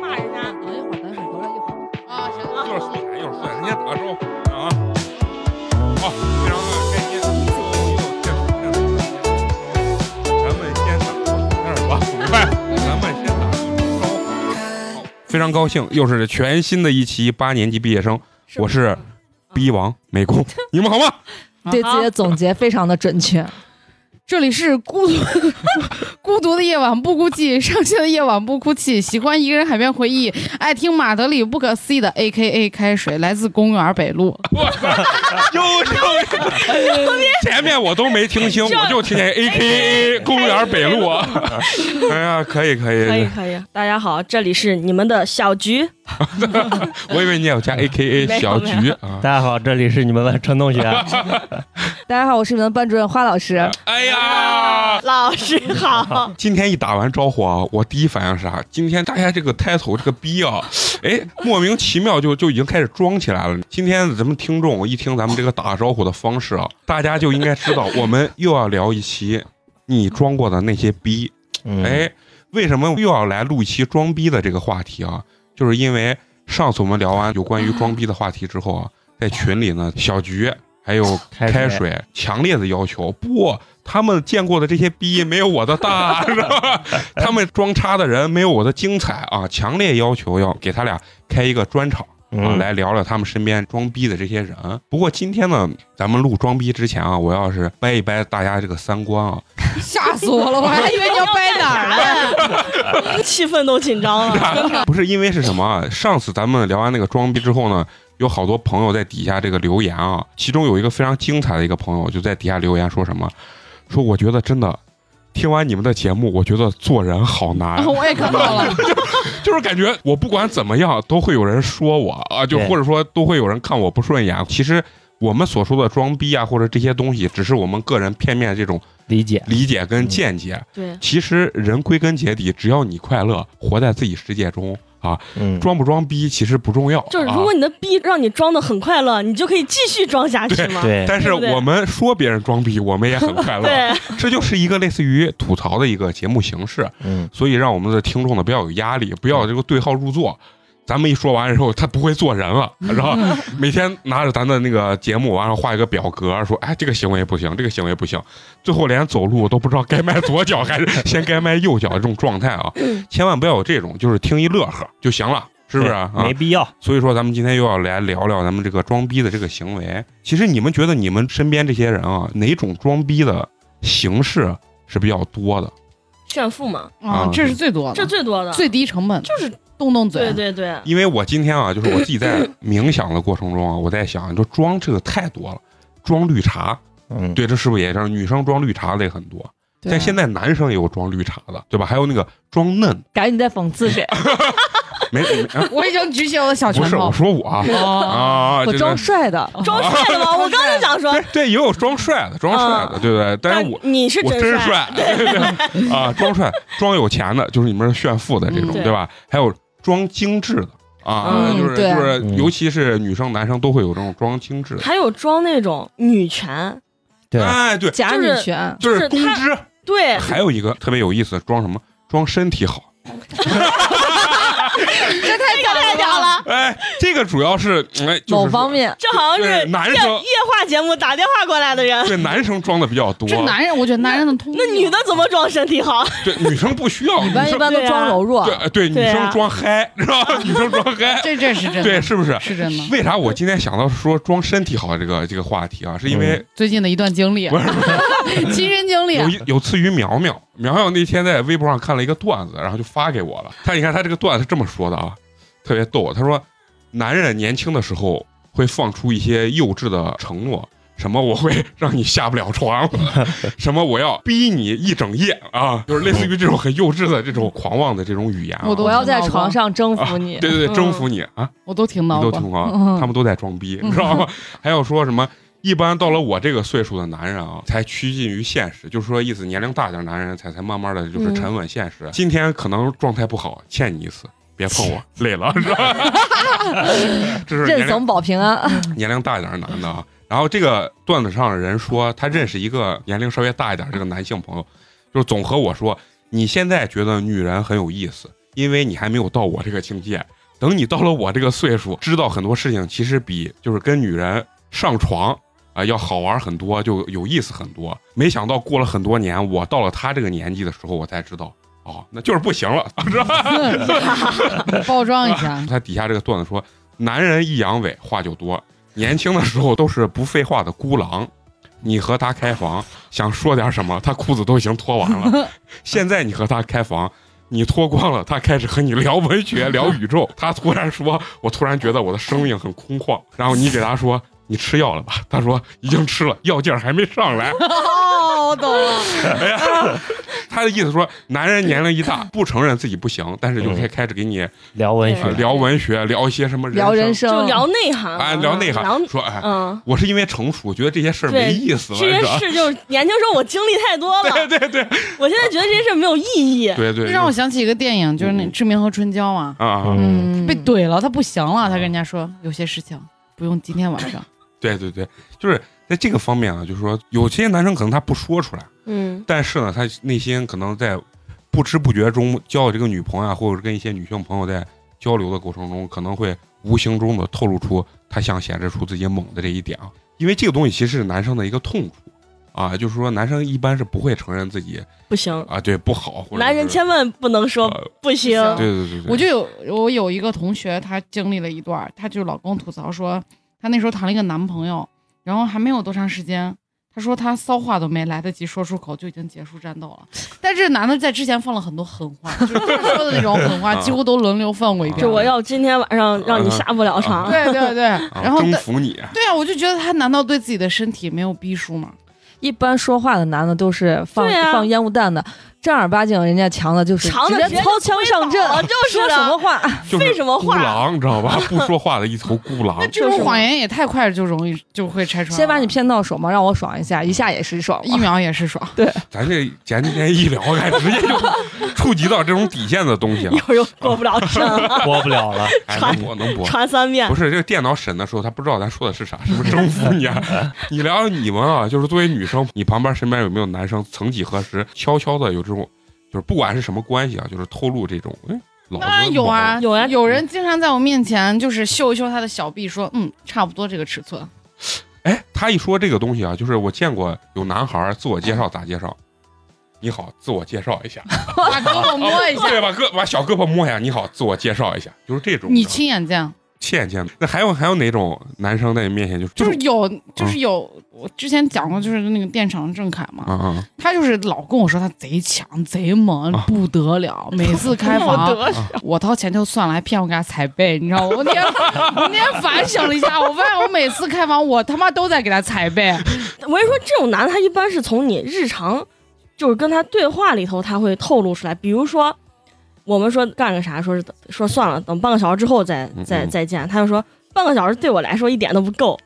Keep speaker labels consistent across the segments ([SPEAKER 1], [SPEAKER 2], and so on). [SPEAKER 1] 骂人家。等一会儿，等一会儿，等一会儿。
[SPEAKER 2] 啊，行
[SPEAKER 3] 一会儿
[SPEAKER 2] 啊，
[SPEAKER 3] 素颜，一会儿素颜，人家打个招呼啊。好，非常的开心，又又见面了。咱们先打个招呼，吧，明白？咱们先打个招呼。好非常高兴，又是全新的一期八年级毕业生，我是逼王美 工，你们好吗？
[SPEAKER 4] 对
[SPEAKER 1] 啊
[SPEAKER 4] 自己的总结非常的准确。
[SPEAKER 1] 这里是孤独 孤独的夜晚不孤寂，上线的夜晚不哭泣，喜欢一个人海边回忆，爱听马德里不可思议的 A K A 开水，来自公园北路。
[SPEAKER 3] 我操， 优秀！前面我都没听清，我就听见
[SPEAKER 5] 哎
[SPEAKER 3] A K A 公园北路啊。 哎呀，可以可
[SPEAKER 5] 可以
[SPEAKER 3] 以，
[SPEAKER 5] 可以，大家好，这里是你们的小菊，
[SPEAKER 3] 我以为你要加 A K A
[SPEAKER 5] 没有
[SPEAKER 3] 小
[SPEAKER 5] 没
[SPEAKER 3] 菊啊。
[SPEAKER 6] 大家好，这里是你们的陈同学。
[SPEAKER 4] 大家好，我是你们的班主任花老师。
[SPEAKER 3] 哎呀，，
[SPEAKER 5] 老师好
[SPEAKER 3] 今天一打完招呼啊，我第一反应是啥？今天大家这个 title 这个逼啊，哎，莫名其妙就就已经开始装起来了。今天咱们听众一听咱们这个打招呼的方式啊，大家就应该知道，我们又要聊一期你装过的那些逼。
[SPEAKER 6] 嗯，
[SPEAKER 3] 哎，为什么又要来录一期装逼的这个话题啊？就是因为上次我们聊完有关于装逼的话题之后啊，在群里呢，小菊还有
[SPEAKER 6] 开水
[SPEAKER 3] 开水强烈的要求，不，他们见过的这些逼没有我的大，是吧？ 他们装叉的人没有我的精彩啊！强烈要求要给他俩开一个专场。啊，
[SPEAKER 6] 嗯，
[SPEAKER 3] 来聊聊他们身边装逼的这些人。不过今天呢，咱们录装逼之前啊，我要是掰一掰大家这个三观啊，
[SPEAKER 1] 吓死我了，我还以为你要掰哪儿了。
[SPEAKER 5] 气氛都紧张了。
[SPEAKER 3] 不是因为是什么啊？上次咱们聊完那个装逼之后呢，有好多朋友在底下这个留言啊，其中有一个非常精彩的一个朋友就在底下留言说什么，说我觉得真的。听完你们的节目，我觉得做人好难啊
[SPEAKER 1] 然后，我也看到了，
[SPEAKER 3] 就是感觉我不管怎么样，都会有人说我啊，就
[SPEAKER 6] 对
[SPEAKER 3] 或者说都会有人看我不顺眼。啊其实我们所说的装逼啊，或者这些东西，只是我们个人片面的这种
[SPEAKER 6] 理解。
[SPEAKER 3] 理解跟见解。
[SPEAKER 5] 对，
[SPEAKER 3] 其实人归根结底，只要你快乐，活在自己世界中啊，
[SPEAKER 6] 嗯，
[SPEAKER 3] 装不装逼其实不重要。
[SPEAKER 5] 就是
[SPEAKER 3] 啊
[SPEAKER 5] 如果你的逼让你装的很快乐，你就可以继续装下去嘛。
[SPEAKER 6] 对，
[SPEAKER 3] 但是
[SPEAKER 5] 对不对
[SPEAKER 3] 我们说别人装逼，我们也很快乐。
[SPEAKER 5] 对，
[SPEAKER 3] 这就是一个类似于吐槽的一个节目形式，
[SPEAKER 6] 嗯，
[SPEAKER 3] 所以让我们的听众呢不要有压力，不要这个对号入座。咱们一说完之后，他不会做人了，
[SPEAKER 5] 嗯
[SPEAKER 3] 然后每天拿着咱的那个节目，完了画一个表格，说哎这个行为不行，这个行为不行，最后连走路都不知道该迈左脚还是 先该迈右脚这种状态啊，
[SPEAKER 5] 嗯
[SPEAKER 3] 千万不要有这种，就是听一乐呵就行了，是不是啊？
[SPEAKER 6] 哎没必要。
[SPEAKER 3] 所以说，咱们今天又要来聊聊咱们这个装逼的这个行为。其实你们觉得你们身边这些人啊，哪种装逼的形式是比较多的？
[SPEAKER 5] 炫富嘛，
[SPEAKER 3] 啊
[SPEAKER 1] 啊，这是最多的，
[SPEAKER 5] 这最多的，
[SPEAKER 1] 最低成本，
[SPEAKER 5] 就是
[SPEAKER 1] 动动嘴
[SPEAKER 5] 对。对对，
[SPEAKER 3] 因为我今天啊，就是我自己在冥想的过程中啊，我在想，你说装这个太多了，装绿茶，
[SPEAKER 6] 嗯，
[SPEAKER 3] 对，这是不是也是女生装绿茶的也很多？
[SPEAKER 1] 对啊
[SPEAKER 3] 但现在男生也有装绿茶的，对吧？还有那个装嫩，
[SPEAKER 4] 感觉你在讽 刺谁？
[SPEAKER 3] 没，没啊
[SPEAKER 1] 我已经举起我的小拳
[SPEAKER 3] 不是
[SPEAKER 1] 头
[SPEAKER 3] 我。说我啊
[SPEAKER 1] 哦，
[SPEAKER 3] 啊，
[SPEAKER 4] 我
[SPEAKER 3] 这
[SPEAKER 4] 装
[SPEAKER 3] 个
[SPEAKER 4] 帅的，
[SPEAKER 5] 装帅了吗？我刚才想说，
[SPEAKER 3] 对，也有装帅的，装帅的，对不对？但是我
[SPEAKER 5] 你是
[SPEAKER 3] 我
[SPEAKER 5] 真
[SPEAKER 3] 真，帅，对对对啊，装帅、 装有钱的，就是你们炫富的这种，
[SPEAKER 5] 嗯对
[SPEAKER 3] 对吧？还有装精致的啊，
[SPEAKER 5] 嗯
[SPEAKER 3] 就是
[SPEAKER 4] 对
[SPEAKER 3] 就是，
[SPEAKER 6] 嗯
[SPEAKER 3] 尤其是女生、男生都会有这种装精致的。
[SPEAKER 5] 还有装那种女权，
[SPEAKER 6] 对，
[SPEAKER 3] 哎，对，
[SPEAKER 4] 假女权。
[SPEAKER 3] 就
[SPEAKER 5] 就是是
[SPEAKER 3] 公
[SPEAKER 5] 他哎
[SPEAKER 3] 知。
[SPEAKER 5] 对，
[SPEAKER 3] 还有一个特别有意思，装什么？装身体好。
[SPEAKER 1] 这太假
[SPEAKER 5] 太屌了，
[SPEAKER 3] 哎，这个主要是哎，就是
[SPEAKER 4] 某方面，
[SPEAKER 5] 这好像
[SPEAKER 3] 对
[SPEAKER 5] 是
[SPEAKER 3] 男
[SPEAKER 5] 夜
[SPEAKER 3] 生
[SPEAKER 5] 夜话节目打电话过来的人。
[SPEAKER 3] 对男生装的比较多，
[SPEAKER 1] 这男人，我觉得男人的通病
[SPEAKER 5] 那女的怎么装身体 好？
[SPEAKER 3] 对女生不需要，
[SPEAKER 4] 一
[SPEAKER 3] 女
[SPEAKER 4] 般一
[SPEAKER 3] 生
[SPEAKER 4] 般都装柔弱
[SPEAKER 3] 对。呃对女
[SPEAKER 5] 对啊
[SPEAKER 3] 生装嗨， 知道吧？女生装 嗨，
[SPEAKER 1] 这这是真的，
[SPEAKER 3] 对，是不是？
[SPEAKER 1] 是真的。
[SPEAKER 3] 为啥我今天想到说装身体好这个这个话题啊？是因
[SPEAKER 6] 嗯
[SPEAKER 3] 为
[SPEAKER 1] 最近的一段经历，
[SPEAKER 3] 不是不是
[SPEAKER 1] 亲身经历，啊
[SPEAKER 3] 有一有次于苗苗，苗苗那天在微博上看了一个段子，然后就发给我了。他你看他这个段子是这么说的啊，特别逗。他说，男人年轻的时候会放出一些幼稚的承诺，什么我会让你下不了床， 什么我要逼你一整夜啊，就是类似于这种很幼稚的这种狂妄的这种语言啊。
[SPEAKER 1] 我都
[SPEAKER 4] 我要在床上征服你。
[SPEAKER 3] 对对对，
[SPEAKER 5] 嗯
[SPEAKER 3] 征服你啊！
[SPEAKER 1] 我都挺
[SPEAKER 3] 你
[SPEAKER 1] 恼
[SPEAKER 3] 都
[SPEAKER 1] 火，
[SPEAKER 3] 听啊，
[SPEAKER 1] 嗯
[SPEAKER 3] 他们都在装逼，你知道吗？ 还有说什么？一般到了我这个岁数的男人啊，才趋近于现实，就是说意思年龄大点儿男人才才慢慢的就是
[SPEAKER 5] 嗯
[SPEAKER 3] 沉稳现实。今天可能状态不好，欠你一次，别碰 我，累了，是吧？这是
[SPEAKER 4] 认
[SPEAKER 3] 年龄
[SPEAKER 4] 怂保平啊安，
[SPEAKER 3] 年龄大一点的男的啊。然后这个段子上的人说，他认识一个年龄稍微大一点这个男性朋友，就是总和我说，你现在觉得女人很有意思，因为你还没有到我这个境界。等你到了我这个岁数，知道很多事情其实比就是跟女人上床啊、要好玩很多，就有意思很多。没想到过了很多年，我到了他这个年纪的时候，我才知道。哦，那就是不行了，是吧？，
[SPEAKER 1] 包装一下
[SPEAKER 3] 他底下这个段子说：“男人一阳痿，话就多。年轻的时候都是不废话的孤狼，你和他开房，想说点什么，他裤子都已经脱完 了。现在你和他开房，你脱光了，他开始和你聊文学，聊宇宙。他突然说：‘我突然觉得我的生命很空旷。’然后你给他说。”你吃药了吧？他说已经吃了，药劲儿还没上来。哎
[SPEAKER 4] 哦，我懂了，
[SPEAKER 3] 他的意思说，男人年龄一大，不承认自己不行，但是就开开始给你
[SPEAKER 6] 聊文学
[SPEAKER 3] 呃，聊文学，聊一些什么
[SPEAKER 4] 聊
[SPEAKER 3] 生
[SPEAKER 4] 人生，
[SPEAKER 5] 就聊内涵了，啊
[SPEAKER 3] 哎，聊内
[SPEAKER 5] 聊
[SPEAKER 3] 涵，说哎，
[SPEAKER 5] 嗯，
[SPEAKER 3] 我是因为成熟，觉得这些事儿没
[SPEAKER 5] 对
[SPEAKER 3] 意思了，
[SPEAKER 5] 这
[SPEAKER 3] 是
[SPEAKER 5] 些
[SPEAKER 3] 吧？
[SPEAKER 5] 事就是年轻时候我经历太多了，
[SPEAKER 3] 对对对
[SPEAKER 5] 我现在觉得这些事没有意义。
[SPEAKER 3] 对对，
[SPEAKER 1] 这让我想起一个电影，就是那
[SPEAKER 3] 嗯
[SPEAKER 1] 《志明和春娇》嘛，
[SPEAKER 3] 啊，
[SPEAKER 6] 嗯，
[SPEAKER 4] 嗯
[SPEAKER 1] 被怼了，他不行了，
[SPEAKER 3] 嗯
[SPEAKER 1] 他跟人家说有些事情不用今天晚上。
[SPEAKER 3] 对对对，就是在这个方面啊，就是说有些男生可能他不说出来，
[SPEAKER 5] 嗯，
[SPEAKER 3] 但是呢，他内心可能在不知不觉中交了这个女朋友啊，或者是跟一些女性朋友在交流的过程中，可能会无形中的透露出他想显示出自己猛的这一点啊，因为这个东西其实是男生的一个痛处。啊，就是说，男生一般是不会承认自己
[SPEAKER 5] 不行，
[SPEAKER 3] 啊，对不好，或者
[SPEAKER 5] 男人
[SPEAKER 3] 是
[SPEAKER 5] 千万不能说
[SPEAKER 3] 呃
[SPEAKER 5] 不
[SPEAKER 1] 不
[SPEAKER 5] 行。
[SPEAKER 1] 行
[SPEAKER 3] 对对对对，
[SPEAKER 1] 啊我就有我有一个同学，她经历了一段儿，她就老跟我吐槽说，她那时候谈了一个男朋友，然后还没有多长时间，她说她骚话都没来得及说出口，就已经结束战斗了。但这男的在之前放了很多狠话，就是他说的那种狠话，
[SPEAKER 3] 啊
[SPEAKER 1] 几乎都轮流放过一遍
[SPEAKER 5] 就。我要今天晚上让你下不了床，
[SPEAKER 1] 对对对，
[SPEAKER 3] 啊
[SPEAKER 1] 然后
[SPEAKER 3] 征
[SPEAKER 1] 但
[SPEAKER 3] 服你，
[SPEAKER 1] 对啊，我就觉得他难道对自己的身体没有逼数吗？
[SPEAKER 4] 一般说话的男的都是放、
[SPEAKER 5] 对啊
[SPEAKER 4] 放烟雾弹的，正儿八经人家强的就是
[SPEAKER 5] 长的
[SPEAKER 4] 直
[SPEAKER 5] 直
[SPEAKER 4] 接
[SPEAKER 5] 接
[SPEAKER 4] 掏枪上阵，
[SPEAKER 5] 推倒啊就是
[SPEAKER 4] 说
[SPEAKER 5] 的
[SPEAKER 4] 什么话？
[SPEAKER 3] 就是啊
[SPEAKER 5] 废什么
[SPEAKER 3] 孤
[SPEAKER 5] 话
[SPEAKER 3] 狼，你知道 吧？不说话的一头孤狼
[SPEAKER 1] 那。这种谎言也太快就容易就会拆穿了。
[SPEAKER 4] 先把你骗到手嘛，让我爽一下，一下也是爽
[SPEAKER 1] 一
[SPEAKER 4] 嘛。
[SPEAKER 1] 秒也是爽。
[SPEAKER 3] 咱这前几天一聊，哎，直接就触及到这种底线的东西
[SPEAKER 5] 一
[SPEAKER 3] 了。
[SPEAKER 5] 会儿又过不了审了，
[SPEAKER 6] 播不 了了。
[SPEAKER 3] 哎，
[SPEAKER 5] 传
[SPEAKER 3] 能播能播。
[SPEAKER 5] 传三遍
[SPEAKER 3] 啊不。是这个电脑审的时候，他不知道咱说的是啥，是不是征服你 啊？你聊聊你们啊，就是作为女生，你旁边身边有没有男生，曾几何时悄悄的有这种，就是不管是什么关系啊，就是透露这种，哎，老
[SPEAKER 1] 当然
[SPEAKER 3] 子
[SPEAKER 1] 有啊，
[SPEAKER 5] 有啊
[SPEAKER 1] 有人经常在我面前就是秀一秀他的小臂，说嗯，差不多这个尺寸。
[SPEAKER 3] 哎，他一说这个东西啊，就是我见过有男孩儿自我介绍咋介绍？你好，自我介绍一下，
[SPEAKER 1] 把胳膊摸 一下，
[SPEAKER 3] 对，把胳把小胳膊摸一下。你好，自我介绍一下，就是这种。
[SPEAKER 1] 你亲眼见，
[SPEAKER 3] 见见，那还有还有哪种男生在你面前就是
[SPEAKER 1] 就是有，就
[SPEAKER 3] 嗯
[SPEAKER 1] 是有。我之前讲过，就是那个电厂郑恺嘛，
[SPEAKER 3] 啊啊
[SPEAKER 1] 他就是老跟我说他贼强、贼猛
[SPEAKER 3] 啊，
[SPEAKER 1] 不得了。每次开房，我掏钱就算了，还骗我给他踩背，你知道吗？我那天我那天反省了一下，我发现我每次开房，我他妈都在给他踩背。
[SPEAKER 5] 我跟你说，这种男的他一般是从你日常，就是跟他对话里头，他会透露出来。比如说，我们说干个啥，说是说算了，等半个小时之后再
[SPEAKER 3] 嗯嗯
[SPEAKER 5] 再再见。他就说半个小时对我来说一点都不够，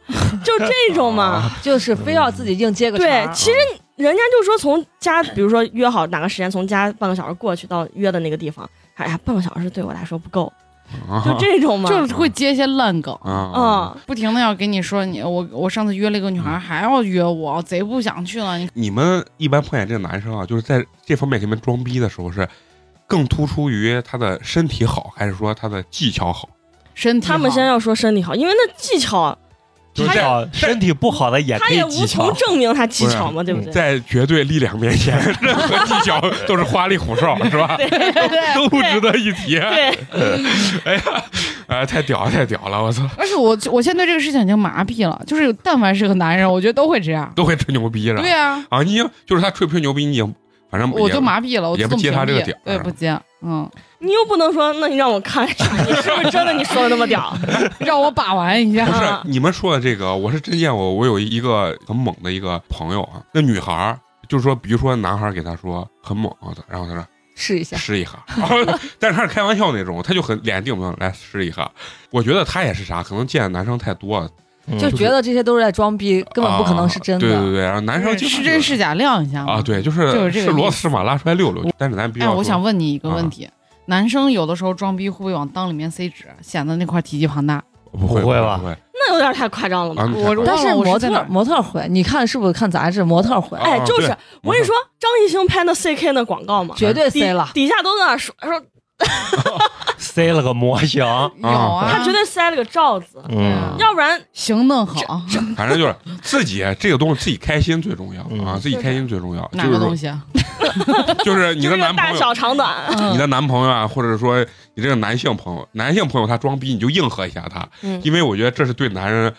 [SPEAKER 5] 就这种嘛。
[SPEAKER 4] 就是非要自己硬接个茬
[SPEAKER 5] 对
[SPEAKER 4] 儿，
[SPEAKER 5] 其实人家就说从家，比如说约好哪个时间，从家半个小时过去到约的那个地方，哎呀，半个小时对我来说不够，
[SPEAKER 3] 啊，
[SPEAKER 5] 就这种嘛。
[SPEAKER 1] 就是会接一些烂梗，
[SPEAKER 3] 啊
[SPEAKER 5] 嗯，
[SPEAKER 1] 不停的要给你说你我我上次约了一个女
[SPEAKER 3] 嗯
[SPEAKER 1] 孩，还要约我，贼不想去了。你
[SPEAKER 3] 你们一般碰见这个男生啊，就是在这方面给你们装逼的时候，是更突出于他的身体好，还是说他的技巧好？
[SPEAKER 1] 身体
[SPEAKER 5] 他们
[SPEAKER 1] 好
[SPEAKER 5] 先要说身体好，因为那技巧
[SPEAKER 6] 技
[SPEAKER 3] 他也
[SPEAKER 6] 巧，身体不好的也
[SPEAKER 5] 他
[SPEAKER 6] 可以
[SPEAKER 5] 也无
[SPEAKER 6] 技巧
[SPEAKER 5] 从。证明他技
[SPEAKER 3] 不是
[SPEAKER 5] 巧嘛，对不对？
[SPEAKER 3] 在绝对力量面前， 任何技巧都是花里胡哨，是吧？都不值得一提。
[SPEAKER 5] 对，
[SPEAKER 3] 哎呀，哎，太屌了，太屌了！我操，
[SPEAKER 1] 而且我我现在对这个事情已经麻痹了，就是但凡是个男人，我觉得都会这样。
[SPEAKER 3] 都会吹牛逼是吧？
[SPEAKER 1] 对啊，
[SPEAKER 3] 啊，你已经就是他吹不吹牛逼，你已经反正
[SPEAKER 1] 我
[SPEAKER 3] 也
[SPEAKER 1] 就麻痹了，我
[SPEAKER 3] 也
[SPEAKER 1] 自
[SPEAKER 3] 不
[SPEAKER 1] 动
[SPEAKER 3] 接他
[SPEAKER 1] 屏
[SPEAKER 3] 这个
[SPEAKER 1] 蔽
[SPEAKER 3] 点儿
[SPEAKER 1] 我也不接，嗯，
[SPEAKER 5] 你又不能说，那你让我看啥？你是不是真的你说的那么屌？
[SPEAKER 1] 让我把玩一
[SPEAKER 3] 不
[SPEAKER 1] 下，
[SPEAKER 3] 是
[SPEAKER 5] 啊
[SPEAKER 3] 你们说的这个，我是真见过。我有一个很猛的一个朋友啊，那女孩儿就是说，比如说男孩儿给她说很猛的，然后她说
[SPEAKER 4] 试一下。
[SPEAKER 3] 试一下， 然后但是她是开玩笑那种，她就很脸定不定来试一下。我觉得她也是啥，可能见的男生太多了，
[SPEAKER 6] 嗯
[SPEAKER 4] 就觉得这些都是在装逼，根本不可能是真
[SPEAKER 3] 啊对对
[SPEAKER 4] 的。
[SPEAKER 3] 对，然后 男生
[SPEAKER 1] 就是
[SPEAKER 3] 经常
[SPEAKER 1] 是
[SPEAKER 3] 就
[SPEAKER 1] 真是假亮一下嘛
[SPEAKER 3] 啊，对，就是
[SPEAKER 1] 就是这
[SPEAKER 3] 是
[SPEAKER 1] 个意
[SPEAKER 3] 骡子
[SPEAKER 1] 思
[SPEAKER 3] 是马拉出来溜溜。但是咱必须
[SPEAKER 1] 哎，
[SPEAKER 3] 要
[SPEAKER 1] 我
[SPEAKER 3] 说
[SPEAKER 1] 想问你一个问
[SPEAKER 3] 啊
[SPEAKER 1] 题：男生有的时候装逼会不会往裆里面塞纸，显得那块体积庞大？
[SPEAKER 3] 不会
[SPEAKER 6] 不会吧
[SPEAKER 3] 不会
[SPEAKER 5] 那有点太夸张了吧？
[SPEAKER 3] 啊，
[SPEAKER 1] 我
[SPEAKER 3] 你看
[SPEAKER 4] 但
[SPEAKER 1] 忘哦
[SPEAKER 4] 是
[SPEAKER 1] 了我是
[SPEAKER 4] 模
[SPEAKER 1] 在
[SPEAKER 4] 特
[SPEAKER 1] 哪儿
[SPEAKER 4] 模特会，你看是不是看杂志？模特会
[SPEAKER 3] 啊，
[SPEAKER 5] 哎，就是
[SPEAKER 3] 对
[SPEAKER 5] 我跟你说，张艺兴拍那 CK 那广告嘛，
[SPEAKER 4] 绝对
[SPEAKER 5] 底
[SPEAKER 4] 塞了。
[SPEAKER 5] 底下都在那说说
[SPEAKER 6] 塞了个模型，
[SPEAKER 1] 有啊，
[SPEAKER 5] 他绝对塞了个罩子，
[SPEAKER 6] 嗯，
[SPEAKER 5] 要不然
[SPEAKER 1] 行动好，
[SPEAKER 3] 反正就是自己啊这个东西自己开心最重要
[SPEAKER 6] 嗯
[SPEAKER 3] 啊，自己开心最重要。
[SPEAKER 1] 哪个
[SPEAKER 3] 就是
[SPEAKER 1] 东
[SPEAKER 3] 说
[SPEAKER 1] 西啊？
[SPEAKER 3] 就是你
[SPEAKER 5] 就
[SPEAKER 3] 的
[SPEAKER 5] 是个
[SPEAKER 3] 男朋
[SPEAKER 5] 大
[SPEAKER 3] 友
[SPEAKER 5] 小长短，
[SPEAKER 3] 你
[SPEAKER 1] 嗯
[SPEAKER 3] 的男朋友啊，或者说你这个男性朋友，男性朋友他装逼，你就应和一下他，
[SPEAKER 5] 嗯
[SPEAKER 3] 因为我觉得这是对男人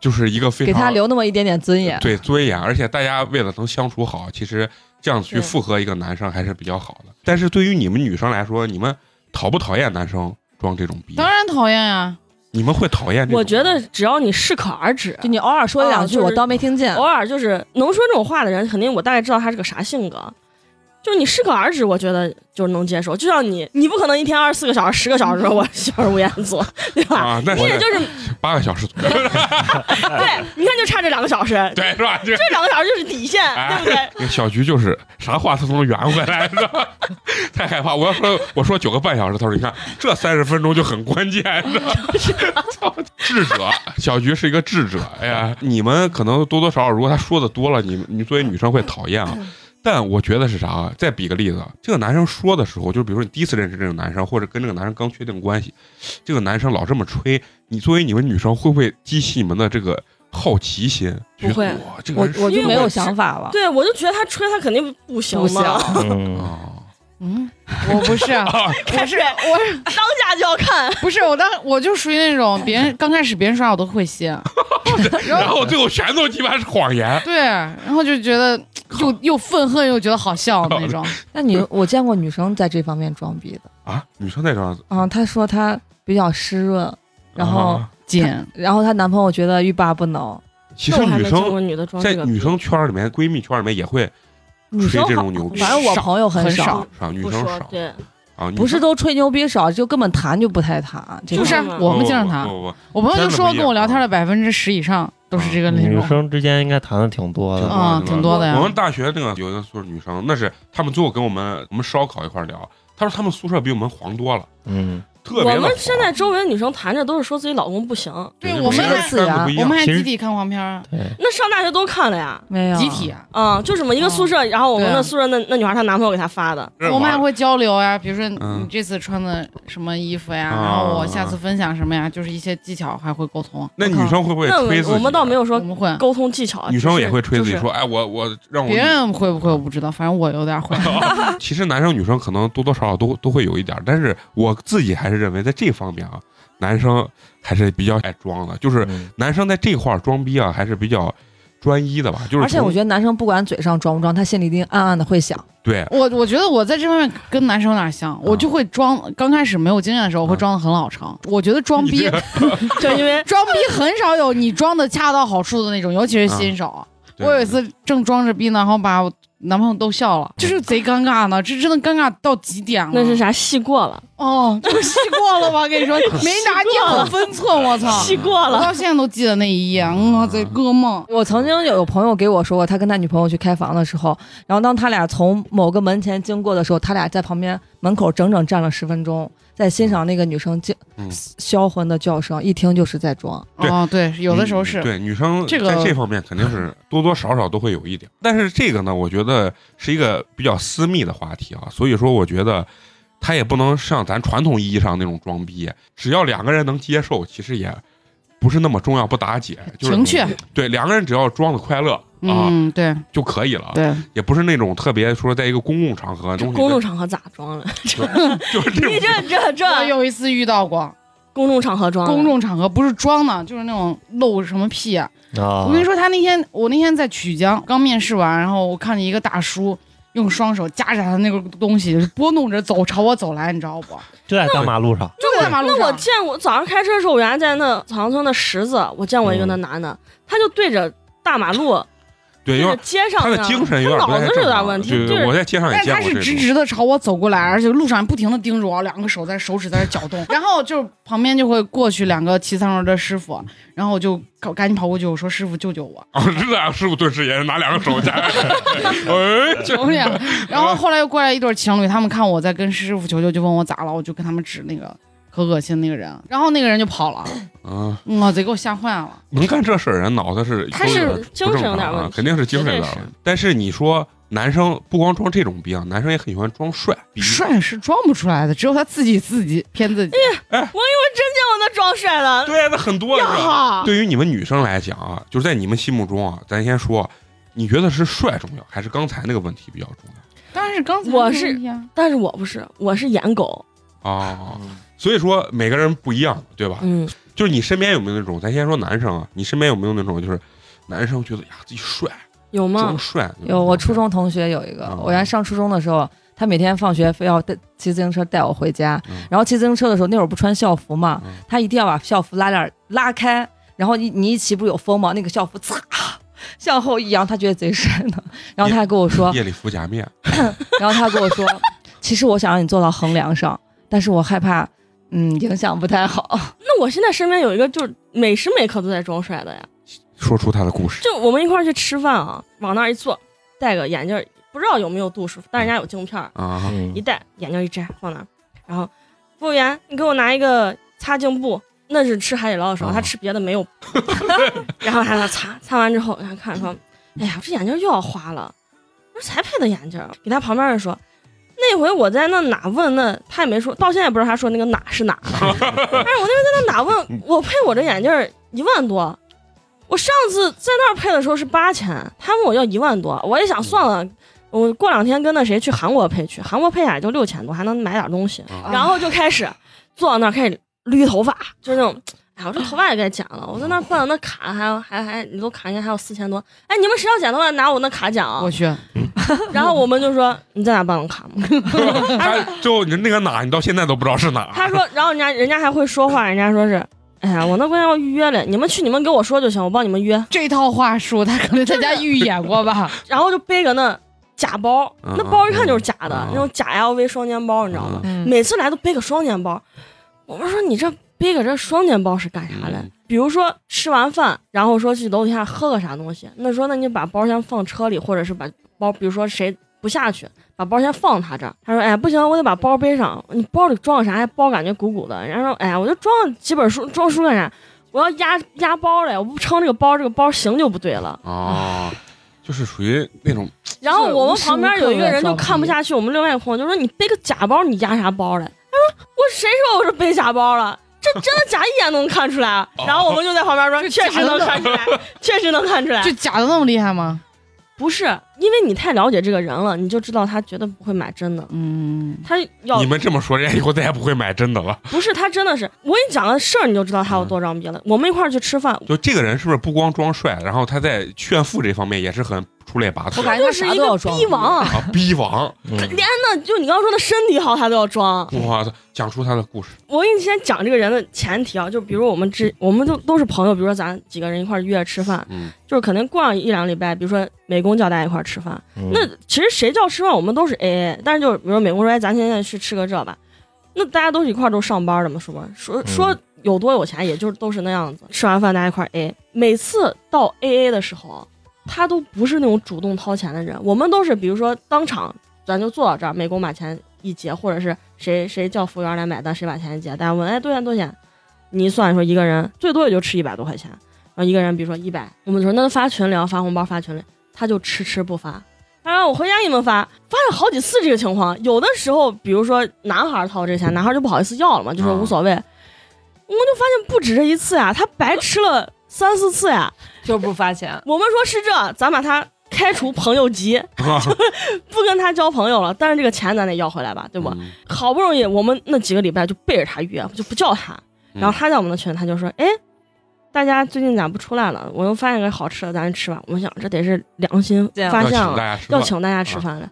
[SPEAKER 3] 就是一个非
[SPEAKER 4] 给
[SPEAKER 3] 常
[SPEAKER 4] 他留那么一点点尊严。
[SPEAKER 3] 对尊严，而且大家为了能相处好，其实这样去
[SPEAKER 5] 对
[SPEAKER 3] 附和一个男生还是比较好的。但是对于你们女生来说，你们讨不讨厌男生装这种逼？
[SPEAKER 1] 当然讨厌呀，
[SPEAKER 3] 你们会讨厌这种？
[SPEAKER 5] 我觉得只要你适可而止，
[SPEAKER 4] 就你偶尔
[SPEAKER 1] 哦
[SPEAKER 4] 说一两
[SPEAKER 5] 啊
[SPEAKER 4] 句，
[SPEAKER 5] 就是
[SPEAKER 4] 我当没听见
[SPEAKER 5] 偶。尔就是能说这种话的人，肯定我大概知道他是个啥性格。就是你适可而止，我觉得就是能接受。就像你，你不可能一天二十四个小时、十个小时，我 小时无言做，对吧？
[SPEAKER 3] 啊，那
[SPEAKER 5] 你也
[SPEAKER 3] 是
[SPEAKER 5] 就是
[SPEAKER 3] 八个小时左右，
[SPEAKER 5] 对，你看就差这两个小时，这
[SPEAKER 3] 对，是吧？这
[SPEAKER 5] 两个小时就是底线，
[SPEAKER 3] 哎
[SPEAKER 5] 对不对？
[SPEAKER 3] 那小菊就是啥话他都能圆回来，是吧？ 太害怕！我要说我说九个半小时，他说你看这三十分钟就很关键，是吧？操，智者，小菊是一个智者。哎呀，你们可能多多少少，如果他说的多了，你你作为女生会讨厌
[SPEAKER 4] 嗯
[SPEAKER 3] 啊。但我觉得是啥啊？再比个例子，这个男生说的时候，就比如说你第一次认识这个男生，或者跟这个男生刚确定关系，这个男生老这么吹，你作为你们女生会不会激起你们的这个好奇心？
[SPEAKER 5] 不会
[SPEAKER 3] 觉得哇，这个
[SPEAKER 4] 我
[SPEAKER 3] 人
[SPEAKER 4] 我就没有
[SPEAKER 3] 想。
[SPEAKER 4] 想法了。
[SPEAKER 5] 对，我就觉得他吹他肯定不行
[SPEAKER 4] 不行，
[SPEAKER 5] 嘛，
[SPEAKER 6] 嗯，
[SPEAKER 3] 哦
[SPEAKER 1] 嗯，我不 是，
[SPEAKER 5] 开始我当下就要看，
[SPEAKER 1] 不是我当我就属于那种别人刚开始别人刷我都会吸，
[SPEAKER 3] 然后最后全都鸡巴是谎言。
[SPEAKER 1] 对，然后就觉得又又愤恨又觉得好笑那种，
[SPEAKER 4] 那你我见过女生在这方面装逼的
[SPEAKER 3] 啊，女生那种，
[SPEAKER 4] 啊，她说她比较湿润，然后
[SPEAKER 3] 啊
[SPEAKER 1] 紧
[SPEAKER 4] 然后她男朋友觉得欲罢不能。
[SPEAKER 3] 其
[SPEAKER 5] 那
[SPEAKER 3] 实
[SPEAKER 5] 我还
[SPEAKER 3] 女
[SPEAKER 5] 没见过
[SPEAKER 3] 生
[SPEAKER 5] 女的装
[SPEAKER 3] 在
[SPEAKER 5] 这个
[SPEAKER 3] 女生圈里面、闺蜜圈里面也会
[SPEAKER 4] 女
[SPEAKER 3] 吹
[SPEAKER 4] 生
[SPEAKER 3] 这
[SPEAKER 4] 好，
[SPEAKER 3] 种牛逼，
[SPEAKER 4] 反正我
[SPEAKER 1] 少
[SPEAKER 4] 朋友很
[SPEAKER 1] 很少
[SPEAKER 3] 是吧？女
[SPEAKER 5] 不
[SPEAKER 3] 生
[SPEAKER 5] 说
[SPEAKER 3] 少
[SPEAKER 5] 对，
[SPEAKER 3] 啊，女
[SPEAKER 4] 不是
[SPEAKER 3] 生
[SPEAKER 4] 都吹牛逼少，就根本谈就不太谈。这
[SPEAKER 1] 就
[SPEAKER 4] 种
[SPEAKER 1] 是
[SPEAKER 5] 不
[SPEAKER 1] 我们经
[SPEAKER 3] 哦
[SPEAKER 1] 常
[SPEAKER 3] 不
[SPEAKER 1] 谈，
[SPEAKER 3] 不不不
[SPEAKER 1] 我朋友就
[SPEAKER 3] 真的
[SPEAKER 1] 说
[SPEAKER 3] 不一样啊哦
[SPEAKER 1] 跟我聊天的百分之十以上都是这个内
[SPEAKER 6] 女
[SPEAKER 1] 容，
[SPEAKER 6] 生之间应该谈的挺多的，
[SPEAKER 1] 啊，
[SPEAKER 3] 嗯
[SPEAKER 1] 挺多的呀
[SPEAKER 3] 我。们大学那个有一个宿舍女生，那是他们最后跟我们我们烧烤一块儿聊，她说他们宿舍比我们黄多了，
[SPEAKER 6] 嗯，
[SPEAKER 3] 特别
[SPEAKER 5] 我
[SPEAKER 3] 的
[SPEAKER 5] 们
[SPEAKER 3] 黄
[SPEAKER 5] 现在周围女生谈着都是说自己老公不行，
[SPEAKER 1] 对
[SPEAKER 3] 就
[SPEAKER 1] 我
[SPEAKER 3] 每
[SPEAKER 1] 们
[SPEAKER 3] 个
[SPEAKER 1] 还
[SPEAKER 4] 次元
[SPEAKER 3] 圈子不一
[SPEAKER 1] 我
[SPEAKER 3] 样
[SPEAKER 1] 们还
[SPEAKER 6] 其实
[SPEAKER 1] 集体看黄片儿，
[SPEAKER 6] 对，
[SPEAKER 5] 那上大学都看了呀。
[SPEAKER 4] 没有
[SPEAKER 1] 集体啊，
[SPEAKER 5] 啊、就什么一个宿舍，然后我们
[SPEAKER 1] 对啊
[SPEAKER 5] 那宿舍那那女孩她男朋友给她发的，
[SPEAKER 3] 这
[SPEAKER 1] 我们还
[SPEAKER 3] 玩
[SPEAKER 1] 会交流呀，比如说
[SPEAKER 3] 嗯
[SPEAKER 1] 你这次穿的什么衣服呀，
[SPEAKER 3] 啊
[SPEAKER 1] 然后我下次分享什么呀，就是一些技巧还会沟通。
[SPEAKER 3] 那女生会不会
[SPEAKER 5] 那
[SPEAKER 3] 吹自己？啊
[SPEAKER 5] 我我们倒没有
[SPEAKER 1] 我
[SPEAKER 5] 说
[SPEAKER 1] 们会，
[SPEAKER 5] 沟通技巧啊，
[SPEAKER 3] 女
[SPEAKER 5] 只
[SPEAKER 3] 生
[SPEAKER 5] 是
[SPEAKER 3] 也会吹自己
[SPEAKER 5] 就是
[SPEAKER 3] 说，哎，我我让我
[SPEAKER 1] 别人会不会我不知道，反正我有点会。
[SPEAKER 3] 其实男生女生可能多多少少都都会有一点儿，但是我自己还是认为在这方面啊，男生还是比较爱装的，就是
[SPEAKER 6] 嗯
[SPEAKER 3] 男生在这块儿装逼啊，还是比较专一的 吧。就是
[SPEAKER 4] 而且我觉
[SPEAKER 3] 得
[SPEAKER 4] 得男生不管嘴上装不装，他心里一定暗暗的会想，
[SPEAKER 3] 对，
[SPEAKER 1] 我我觉得我在这方面跟男生有点像，我
[SPEAKER 3] 啊
[SPEAKER 1] 就会装。刚开始没有经验的时候，我会装的很老成。我觉得装
[SPEAKER 3] 你
[SPEAKER 1] 逼
[SPEAKER 3] 这，个
[SPEAKER 5] 就因为
[SPEAKER 1] 装逼很少有你装的恰到好处的那种，尤其是新手。
[SPEAKER 3] 啊对嗯
[SPEAKER 1] 我有一次正装着逼呢，然后把我男朋友逗笑了，就是贼尴尬呢，这真的尴尬到极点了。
[SPEAKER 5] 那是啥戏过了，
[SPEAKER 1] 哦，这个吸过了吧？跟你说，没拿捏好分寸，我
[SPEAKER 3] 啊
[SPEAKER 1] 操！
[SPEAKER 5] 戏过
[SPEAKER 1] 我
[SPEAKER 5] 了，
[SPEAKER 1] 到现在都记得那一页，我这噩梦。
[SPEAKER 4] 我
[SPEAKER 3] 嗯
[SPEAKER 4] 曾经有个朋友给我说过，他跟他女朋友去开房的时候，然后当他俩从某个门前经过的时候，他俩在旁边门口整整站了十分钟，在欣赏那个女生叫
[SPEAKER 3] 嗯
[SPEAKER 4] 销魂的叫声，一听就是在装。
[SPEAKER 3] 对
[SPEAKER 1] 哦，对，有的时候是，
[SPEAKER 3] 嗯对女生
[SPEAKER 1] 这个
[SPEAKER 3] 在这方面肯定是多多少少都会有一点儿，但是这个呢，我觉得是一个比较私密的话题啊，所以说我觉得。他也不能像咱传统意义上那种装逼，只要两个人能接受，其实也不是那么重要，不打紧。就是
[SPEAKER 1] 情趣，
[SPEAKER 3] 对两个人只要装的快乐啊、
[SPEAKER 1] 嗯，对
[SPEAKER 3] 就可以了。
[SPEAKER 1] 对，
[SPEAKER 3] 也不是那种特别说在一个公共场合，
[SPEAKER 5] 这
[SPEAKER 3] 东西
[SPEAKER 5] 公众场合咋装了？
[SPEAKER 3] 就是这
[SPEAKER 5] 你
[SPEAKER 3] 种
[SPEAKER 5] 这这
[SPEAKER 1] 我
[SPEAKER 5] 这
[SPEAKER 1] 有一次遇到过
[SPEAKER 5] 公众场合装的，
[SPEAKER 1] 公众场合，不是装呢，就是那种露什么屁啊！
[SPEAKER 6] 啊，
[SPEAKER 1] 我跟你说，他那天我那天在曲江刚面试完，然后我看见一个大叔。用双手夹着他那个东西，拨弄着走，朝我走来，你知道不？
[SPEAKER 6] 就在大马路上，
[SPEAKER 1] 就在马路
[SPEAKER 5] 那
[SPEAKER 1] 上。
[SPEAKER 5] 我见我早上开车的时候，我原来在那草堂村的十字，我见过一个
[SPEAKER 3] 嗯
[SPEAKER 5] 那男的，他就对着大马路，
[SPEAKER 3] 对，
[SPEAKER 5] 对
[SPEAKER 3] 因
[SPEAKER 5] 着
[SPEAKER 3] 为
[SPEAKER 5] 街上
[SPEAKER 3] 他
[SPEAKER 5] 那，
[SPEAKER 3] 的精神有点
[SPEAKER 5] 他
[SPEAKER 3] 不
[SPEAKER 5] 脑
[SPEAKER 3] 太
[SPEAKER 5] 子
[SPEAKER 3] 正
[SPEAKER 5] 是有点
[SPEAKER 3] 常
[SPEAKER 5] 问题，
[SPEAKER 3] 对
[SPEAKER 5] 就
[SPEAKER 3] 对，
[SPEAKER 5] 是
[SPEAKER 3] 我在街上也
[SPEAKER 1] 但
[SPEAKER 3] 见
[SPEAKER 1] 他
[SPEAKER 3] 过
[SPEAKER 1] 是
[SPEAKER 3] 这
[SPEAKER 1] 直
[SPEAKER 3] 种。
[SPEAKER 1] 直的朝我走过来，而且路上不停的盯着我，两个手在手指在这搅 动，然后就旁边就会过去两个骑三轮的师傅，然后我就赶赶紧跑过去，我说师傅救救我，
[SPEAKER 3] 啊，是啊，师傅顿时也是拿两个手夹。 哎， 这
[SPEAKER 1] 求你了。然后后来又过来一对情侣，他们看我在跟师傅求救，就问我咋了，我就跟他们指那个可恶心那个人，然后那个人就跑了，
[SPEAKER 3] 啊，
[SPEAKER 1] 我贼给我吓坏了。
[SPEAKER 3] 能干这事儿人脑子是
[SPEAKER 5] 他
[SPEAKER 3] 都
[SPEAKER 5] 是
[SPEAKER 3] 有点
[SPEAKER 5] 精
[SPEAKER 3] 不正
[SPEAKER 5] 神有点
[SPEAKER 3] 常啊
[SPEAKER 5] 问题
[SPEAKER 3] 肯定是精神有
[SPEAKER 5] 绝对
[SPEAKER 3] 点问
[SPEAKER 5] 是
[SPEAKER 3] 题。但是你说男生不光装这种逼啊，男生也很喜欢装帅。比
[SPEAKER 1] 帅是装不出来的，只有他自己自己骗自己。
[SPEAKER 5] 见过那装帅 的，
[SPEAKER 3] 对，那很多是吧？
[SPEAKER 4] 啊
[SPEAKER 5] 呀，
[SPEAKER 3] 对于你们女生来讲啊，就是在你们心目中啊，咱先说，你觉得是帅重要，还是刚才那个问题比较重
[SPEAKER 1] 当然是刚才
[SPEAKER 5] 我
[SPEAKER 1] 那个
[SPEAKER 5] 是
[SPEAKER 1] 问题啊
[SPEAKER 5] 但是我不是，我是颜狗，
[SPEAKER 3] 要啊？所以说每个人不一样，对吧？
[SPEAKER 5] 嗯，
[SPEAKER 3] 就是你身边有没有那种，咱先说男生啊，你身边有没有那种就是男生觉得呀自己帅，
[SPEAKER 5] 有吗
[SPEAKER 3] 装？帅？
[SPEAKER 4] 有我初中同学有一个
[SPEAKER 3] 嗯，
[SPEAKER 4] 我原来上初中的时候，他每天放学非要带骑自行车带我回家
[SPEAKER 3] 嗯，
[SPEAKER 4] 然后骑自行车的时候，那会儿不穿校服嘛
[SPEAKER 3] 嗯，
[SPEAKER 4] 他一定要把校服拉链拉开，然后你你一骑不是有风吗？那个校服擦向后一扬，他觉得贼帅呢。然后他还跟我说，
[SPEAKER 3] 夜里服假面，
[SPEAKER 4] 然后他跟我说，其实我想让你坐到横梁上，但是我害怕，嗯，影响不太 好。
[SPEAKER 5] 那我现在身边有一个，就是每时每刻都在装帅的呀。
[SPEAKER 3] 说出他的故事。
[SPEAKER 5] 就我们一块儿去吃饭啊，往那儿一坐，戴个眼镜儿，不知道有没有度数，但人家有镜片儿，
[SPEAKER 3] 啊，
[SPEAKER 6] 嗯
[SPEAKER 5] 一戴眼镜儿一摘放那儿，然后服务员，你给我拿一个擦镜布。那是吃海底捞的时候，
[SPEAKER 3] 啊
[SPEAKER 5] 他吃别的没有， 然后还那擦，擦完之后，然后看说，哎呀，我这眼镜儿又要花了，我说才配的眼镜儿，给他旁边人说，那回我在那哪问那，他也没说，到现在也不知道他说那个哪是哪，但是我那边在那哪问，我配我这眼镜儿一万多，我上次在那儿配的时候是八千，他问我要一万多，我也想算了，我过两天跟那谁去韩国配去，韩国配下来就六千多，还能买点东西，
[SPEAKER 3] 啊
[SPEAKER 5] 然后就开始坐到那儿开始捋头发，就是那种。哎，我这头发也该剪了。我在那儿办了那卡还有还还，你都卡应该还有四千多。哎，你们谁要剪头发拿我那卡剪啊？
[SPEAKER 1] 我去，
[SPEAKER 5] 然后我们就说你在哪办了卡吗？
[SPEAKER 3] 他最后你那个哪，你到现在都不知道是哪。
[SPEAKER 5] 他说，然后人家人家还会说话，人家说是，哎呀，我那关键要预约嘞，你们去你们给我说就行，我帮你们约。
[SPEAKER 1] 这套话术他可能在家预演过吧？
[SPEAKER 5] 然后就背个那假包，
[SPEAKER 3] 嗯
[SPEAKER 5] 那包一看就是假的，
[SPEAKER 3] 嗯嗯
[SPEAKER 5] 那种假 LV 双肩包，你知道吗？
[SPEAKER 4] 嗯
[SPEAKER 5] 每次来都背个双肩包，我们说你这背个这双肩包是干啥嘞？
[SPEAKER 3] 嗯
[SPEAKER 5] 比如说吃完饭，然后说去楼底下喝个啥东西，那说那你把包先放车里，或者是把包，比如说谁不下去，把包先放他这儿。他说哎不行，我得把包背上，你包里装个啥？包感觉鼓鼓的。人家说哎呀，我就装几本书，装书干啥？我要压压包嘞，我不撑这个包，这个包型就不对了。
[SPEAKER 3] 啊，就是属于那种
[SPEAKER 5] 然后
[SPEAKER 4] 是
[SPEAKER 5] 我们
[SPEAKER 4] 无时
[SPEAKER 5] 旁边
[SPEAKER 4] 无刻
[SPEAKER 5] 有一个
[SPEAKER 4] 在
[SPEAKER 5] 人就
[SPEAKER 4] 装
[SPEAKER 5] 看不
[SPEAKER 4] 逼
[SPEAKER 5] 下去，我们另外一个朋友就说：“你背个假包，你压啥包嘞？”他说：“我谁说我是背假包了？这真的假一眼都能看出 来啊。”
[SPEAKER 3] 哦
[SPEAKER 5] 然后我们就在旁边说：“
[SPEAKER 1] 就
[SPEAKER 5] 确
[SPEAKER 1] 假
[SPEAKER 5] 实能
[SPEAKER 1] 的
[SPEAKER 5] 看出来，确实能看出来
[SPEAKER 1] 就。假的那么厉害吗？”
[SPEAKER 5] 不是因为你太了解这个人了，你就知道他绝对不会买真的。
[SPEAKER 1] 嗯，
[SPEAKER 5] 他要
[SPEAKER 3] 你们这么说，人家以后再也不会买真的了。
[SPEAKER 5] 不是他真的是，我给你讲个事儿，你就知道他有多装逼了。我们一块儿去吃饭，
[SPEAKER 3] 就这个人是不是不光装帅，然后他在炫富这方面也是很出类拔
[SPEAKER 4] 我
[SPEAKER 3] 萃
[SPEAKER 4] 感觉
[SPEAKER 5] 就
[SPEAKER 4] 他
[SPEAKER 5] 是
[SPEAKER 4] 啥
[SPEAKER 5] 一
[SPEAKER 4] 都
[SPEAKER 5] 个
[SPEAKER 4] 要装
[SPEAKER 5] 逼王啊！
[SPEAKER 3] 啊，逼王！
[SPEAKER 6] 嗯
[SPEAKER 5] 连那就你刚刚说的身体好，他都要装。
[SPEAKER 3] 我操，讲出他的故事
[SPEAKER 5] 我给你先讲这个人的前提啊，就比如我们之，我们都都是朋友，比如说咱几个人一块儿约着吃饭，
[SPEAKER 3] 嗯
[SPEAKER 5] 就是可能过上一两礼拜，比如说美工叫大家一块儿吃饭，
[SPEAKER 6] 嗯
[SPEAKER 5] 那其实谁叫吃饭我们都是 A A，但是就是比如说美工说，哎，咱现在去吃个这吧，那大家都是一块儿都上班的嘛，说白了说
[SPEAKER 6] 嗯
[SPEAKER 5] 说有多有钱，也就是都是那样子，吃完饭大家一块儿 A，每次到 A A 的时候，他都不是那种主动掏钱的人，我们都是比如说当场咱就坐到这儿，美工把钱一结，或者是谁谁叫服务员来买单，谁把钱一结，大家问哎多少钱多少钱，你一算说一个人最多也就吃一百多块钱，然后一个人比如说一百，我们说那发群聊发红包发群里，他就迟迟不发。他让我回家给你们发，发了好几次这个情况。有的时候，比如说男孩掏这钱，男孩就不好意思要了嘛，就说
[SPEAKER 3] 嗯
[SPEAKER 5] 无所谓。我们就发现不止这一次呀，他白吃了三四次呀。
[SPEAKER 4] 就是不发钱。
[SPEAKER 5] 我们说是这，咱把他开除朋友籍，
[SPEAKER 3] 啊，
[SPEAKER 5] 不跟他交朋友了。但是这个钱咱得要回来吧，对不？
[SPEAKER 3] 嗯
[SPEAKER 5] 好不容易我们那几个礼拜就背着他约，就不叫他。
[SPEAKER 3] 嗯
[SPEAKER 5] 然后他在我们的群，他就说：“哎，大家最近咋不出来了？我又发现个好吃的，咱去吃吧。”我们想这得是良心
[SPEAKER 4] 这样
[SPEAKER 5] 发
[SPEAKER 3] 要
[SPEAKER 5] 现
[SPEAKER 3] 请大家
[SPEAKER 5] 了，
[SPEAKER 3] 吃
[SPEAKER 5] 要
[SPEAKER 3] 饭，
[SPEAKER 5] 请大家吃饭了。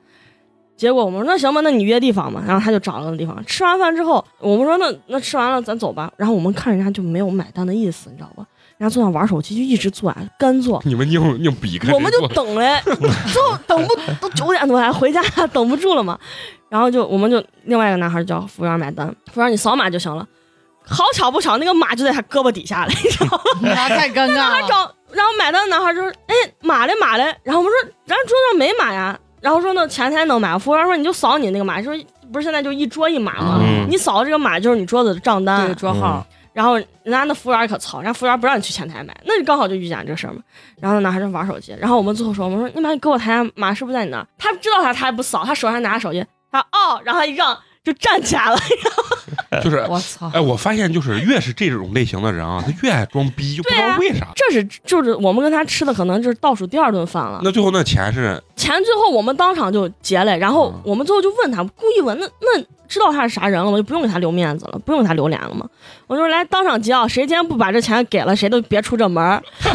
[SPEAKER 5] 结果我们说那行吧，那你约地方吧。然后他就找了个地方，吃完饭之后，我们说那那吃完了咱走吧。然后我们看人家就没有买单的意思，你知道吧？人家坐那玩手机就一直坐啊，干坐。
[SPEAKER 3] 你们硬硬比开，
[SPEAKER 5] 我们就等 嘞，最后等不都九点多还回家，等不住了嘛。然后就我们就另外一个男孩叫服务员买单，服务员你扫码就行了。好巧不巧，那个码就在他胳膊底下了，你知道吗？
[SPEAKER 1] 啊，太尴尬
[SPEAKER 5] 他
[SPEAKER 1] 了。
[SPEAKER 5] 找，然后买单的男孩就说：“哎，码嘞码嘞。”然后我们说：“咱桌上没码呀。”然后说：“那前台能买。”服务员说：“你就扫你那个码，说不是现在就一桌一码吗？
[SPEAKER 3] 嗯
[SPEAKER 5] 你扫这个码就是你桌子的账单。
[SPEAKER 4] 对桌号，
[SPEAKER 5] 然后人家那服务员可糙，人家服务员不让你去前台买，那就刚好就遇见这事儿嘛。然后那男孩就玩手机，然后我们最后说，我们说你把你给我台下码是不是在你那儿？他知道他，他还不扫，他手上拿着手机，他哦，然后他一让就站起来了，
[SPEAKER 3] 就是
[SPEAKER 4] 我操！
[SPEAKER 3] 哎，我发现就是越是这种类型的人啊，他越爱装逼，就不知
[SPEAKER 5] 对
[SPEAKER 3] 道
[SPEAKER 5] 啊
[SPEAKER 3] 为啥。
[SPEAKER 5] 这是就是我们跟他吃的可能就是倒数第二顿饭了。
[SPEAKER 3] 那最后那钱是
[SPEAKER 5] 钱最后我们当场就结了，然后
[SPEAKER 3] 嗯
[SPEAKER 5] 我们最后就问他，故意问那那知道他是啥人了吗？就不用给他留面子了，不用给他留脸了嘛。我就说来当场结啊，谁今天不把这钱给了，谁都别出这门儿， 就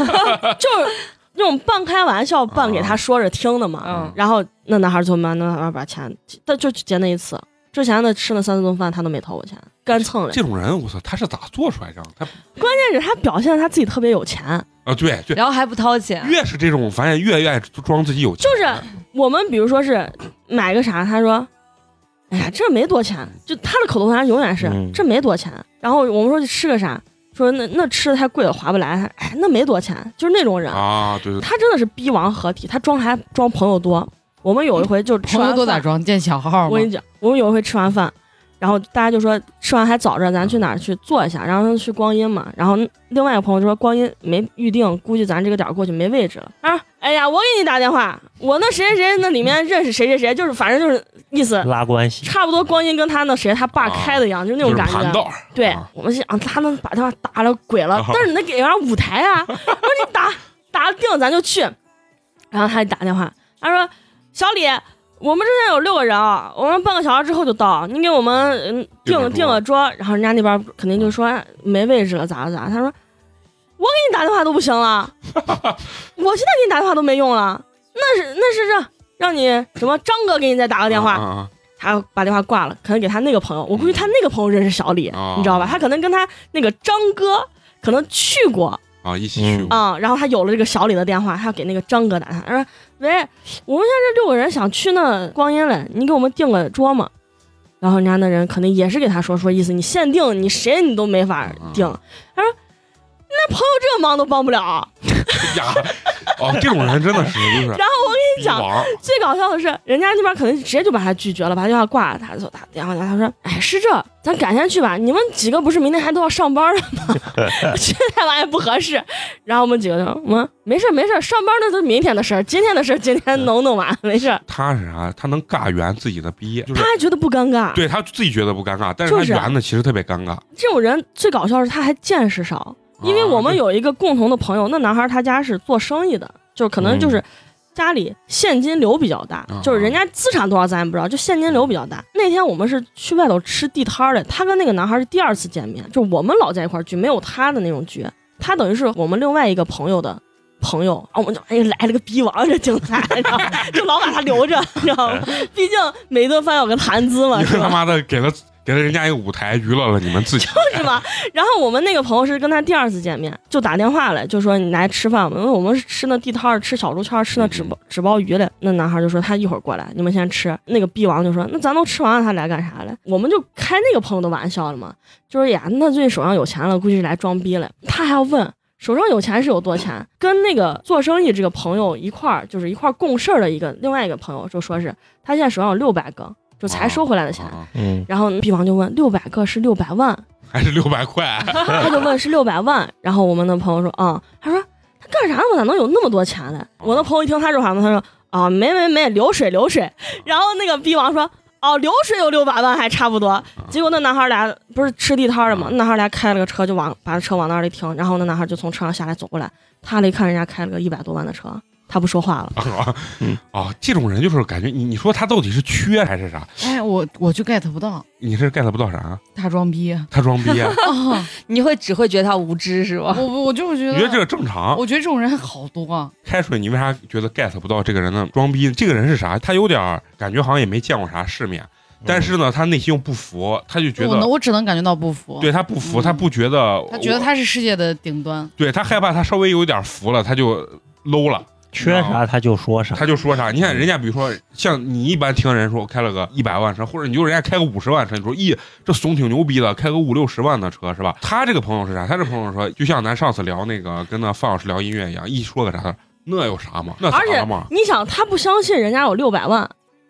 [SPEAKER 5] 是那种半开玩笑半给他说着听的嘛。
[SPEAKER 3] 嗯
[SPEAKER 5] 然后那男孩就慢慢慢慢把钱，他就结那一次，之前的吃那三四顿饭他都没掏我钱，干蹭嘞。
[SPEAKER 3] 这种人，我操，他是咋做出来这样？他
[SPEAKER 5] 关键是他表现得他自己特别有钱，
[SPEAKER 3] 啊，对对，
[SPEAKER 4] 然后还不掏钱，
[SPEAKER 3] 越是这种，发现越爱装自己有钱。
[SPEAKER 5] 就是我们比如说是买个啥，他说，哎呀，这没多钱，就他的口头禅永远是、
[SPEAKER 3] 嗯
[SPEAKER 5] 这没多钱。然后我们说去吃个啥，说那那吃的太贵了，划不来。哎，那没多钱，就是那种人，
[SPEAKER 3] 啊，对对对，
[SPEAKER 5] 他真的是逼王合体，他装还装朋友多。我们有一回就吃
[SPEAKER 1] 朋
[SPEAKER 5] 完
[SPEAKER 1] 友
[SPEAKER 5] 饭
[SPEAKER 1] 都咋装？见小号
[SPEAKER 5] 我
[SPEAKER 1] 吗
[SPEAKER 5] 跟？你讲，我们有一回吃完饭，然后大家就说吃完还早着，咱去
[SPEAKER 3] 嗯
[SPEAKER 5] 哪儿去坐一下？然后去光阴嘛。然后另外一个朋友就说光阴没预定，估计咱这个点儿过去没位置了啊！哎呀，我给你打电话，我那谁谁谁那里面认识谁谁谁，就是反正就是意思。
[SPEAKER 6] 拉关系，
[SPEAKER 5] 差不多，光阴跟他那谁他爸
[SPEAKER 3] 嗯啊
[SPEAKER 5] 开的一样，就是那
[SPEAKER 3] 就是
[SPEAKER 5] 种感
[SPEAKER 3] 盘
[SPEAKER 5] 觉。
[SPEAKER 3] 道，
[SPEAKER 5] 对
[SPEAKER 3] 啊，
[SPEAKER 5] 我们想他能把他打了鬼了
[SPEAKER 3] 啊，
[SPEAKER 5] 但是你得给人家舞台啊！ 我说你打打定咱就去。然后他就打电话，他说：“小李，我们之前有六个人啊，我们半个小时之后就到，你给我们嗯
[SPEAKER 3] 定啊个
[SPEAKER 5] 订
[SPEAKER 3] 桌
[SPEAKER 5] 订个桌。”然后人家那边肯定就说哎没位置了，咋了咋了？他说：“我给你打电话都不行 了，我现在给你打电话都没用了，那是那是让让你什么张哥给你再打个电话。
[SPEAKER 3] 啊啊
[SPEAKER 5] 他把电话挂了，可能给他那个朋友，我估计他那个朋友认识小李，
[SPEAKER 3] 哦
[SPEAKER 5] 你知道吧？他可能跟他那个张哥可能去过
[SPEAKER 3] 啊啊，一起去
[SPEAKER 6] 嗯
[SPEAKER 3] 过
[SPEAKER 5] 啊、然后他有了这个小李的电话，他要给那个张哥打电话，他说：“喂，我们现在这六个人想去那光阴嘞，你给我们订个桌嘛。”然后人家那人可能也是给他说说意思，你限定你谁你都没法定。他说：“那朋友这忙都帮不了。
[SPEAKER 3] 呀，哦，这种人真的是就是”
[SPEAKER 5] 然后我跟你
[SPEAKER 3] 逼
[SPEAKER 5] 讲，
[SPEAKER 3] 王，
[SPEAKER 5] 最搞笑的是，人家那边可能直接就把他拒绝了，把他电话挂了。他就打电话，他说：“哎，是这，咱改天去吧。你们几个不是明天还都要上班了吗？ 去太晚也不合适。” 然后我们几个就说：“我们没事儿没事儿，上班那都是明天的事儿，今天的事儿今天能弄完，没事儿。
[SPEAKER 3] 他是啥？他能尬圆自己的逼，”就是
[SPEAKER 5] 他还觉得不尴尬。
[SPEAKER 3] 对他自己觉得不尴尬，但是他
[SPEAKER 5] 就是啊
[SPEAKER 3] 圆的其实特别尴尬，
[SPEAKER 5] 这种人最搞笑的是他还见识少，因为我们
[SPEAKER 3] 有
[SPEAKER 5] 有一个共同的朋友，那男孩他家是做生意的，就是可能就是家里现金流比较大，
[SPEAKER 3] 嗯啊
[SPEAKER 5] 就是人家资产多少咱也不知道，就现金流比较大。那天我们是去外头吃地摊儿的，他跟那个男孩是第二次见面，就我们老在一块儿聚，没有他的那种局，他等于是我们另外一个朋友的。朋友，啊，我们就哎来了个逼王，这精彩，然后就老把他留着，你知 道吗？毕竟每顿饭有个谈资嘛，
[SPEAKER 3] 你
[SPEAKER 5] 是
[SPEAKER 3] 们
[SPEAKER 5] 吧
[SPEAKER 3] 啊他？妈的给了给了人家一个舞台，娱乐了你们自己，
[SPEAKER 5] 是吧？ 然后我们那个朋友是跟他第二次见面，就打电话来，就说你来吃饭吧，因为我们是吃那地摊儿，吃小猪圈儿，吃那纸包纸包鱼嘞。那男孩就说他一会儿过来，你们先吃。那个逼王就说那咱都吃完了，他来干啥嘞？我们就开那个朋友的玩笑了嘛，就是呀，那最近手上有钱了，估计是来装逼嘞。他还要问。手上有钱是有多钱，跟那个做生意这个朋友一块儿，就是一块儿共事儿的一个另外一个朋友就说是他现在手上有六百个，就才收回来的钱。
[SPEAKER 3] 啊
[SPEAKER 6] 嗯，
[SPEAKER 5] 然后逼王就问六百个是六百万，
[SPEAKER 3] 还是六百块，啊
[SPEAKER 5] 他就问是六百万，然后我们的朋友说啊、他说他干啥呢？我咋能有那么多钱呢？我的朋友一听他这话嘛，他说啊，没没没，流水流水。 然后那个逼王说哦，流水有六百万还差不多。结果那男孩俩不是吃地摊的嘛，那男孩俩开了个车就往把车往那里停，然后那男孩就从车上下来走过来，他来看人家开了个一百多万的车，他不说话了。
[SPEAKER 3] 啊
[SPEAKER 6] 嗯
[SPEAKER 3] 啊！这种人就是感觉你你说他到底是缺还是啥？
[SPEAKER 1] 哎，我我就 get 不到
[SPEAKER 3] 你是 get 不到啥？
[SPEAKER 1] 他装逼。啊、
[SPEAKER 3] 他装 逼啊，
[SPEAKER 4] 你会只会觉得他无知是吧？
[SPEAKER 1] 我我就觉
[SPEAKER 3] 你
[SPEAKER 1] 得，
[SPEAKER 3] 觉得这个正常？
[SPEAKER 1] 我觉得这种人好多啊。
[SPEAKER 3] 开水，你为啥觉得 get 不到这个人呢？装逼，这个人是啥？他有点儿感觉好像也没见过啥世面，但是呢，他内心又不服，他就觉
[SPEAKER 1] 哦我能
[SPEAKER 3] 得
[SPEAKER 1] 我只能感觉到不服。
[SPEAKER 3] 对他不服，
[SPEAKER 1] 嗯
[SPEAKER 3] 他不觉得，
[SPEAKER 1] 他觉得
[SPEAKER 3] 我
[SPEAKER 1] 他是世界的顶端，
[SPEAKER 3] 对他害怕，他稍微有点服了，他就 low 了，
[SPEAKER 6] 缺啥他就说啥，
[SPEAKER 3] 他就说啥。你看人家，比如说像你一般听人说开了个一百万车，或者你就人家开个五十万车，你说咦，这怂挺牛逼的，开个五六十万的车是吧？他这个朋友是啥？他这朋友说，就像咱上次聊那个跟那范老师聊音乐一样，一说个啥，他说那有啥嘛？那
[SPEAKER 5] 而且
[SPEAKER 3] 啥嘛？
[SPEAKER 5] 你想，他不相信人家有六百万，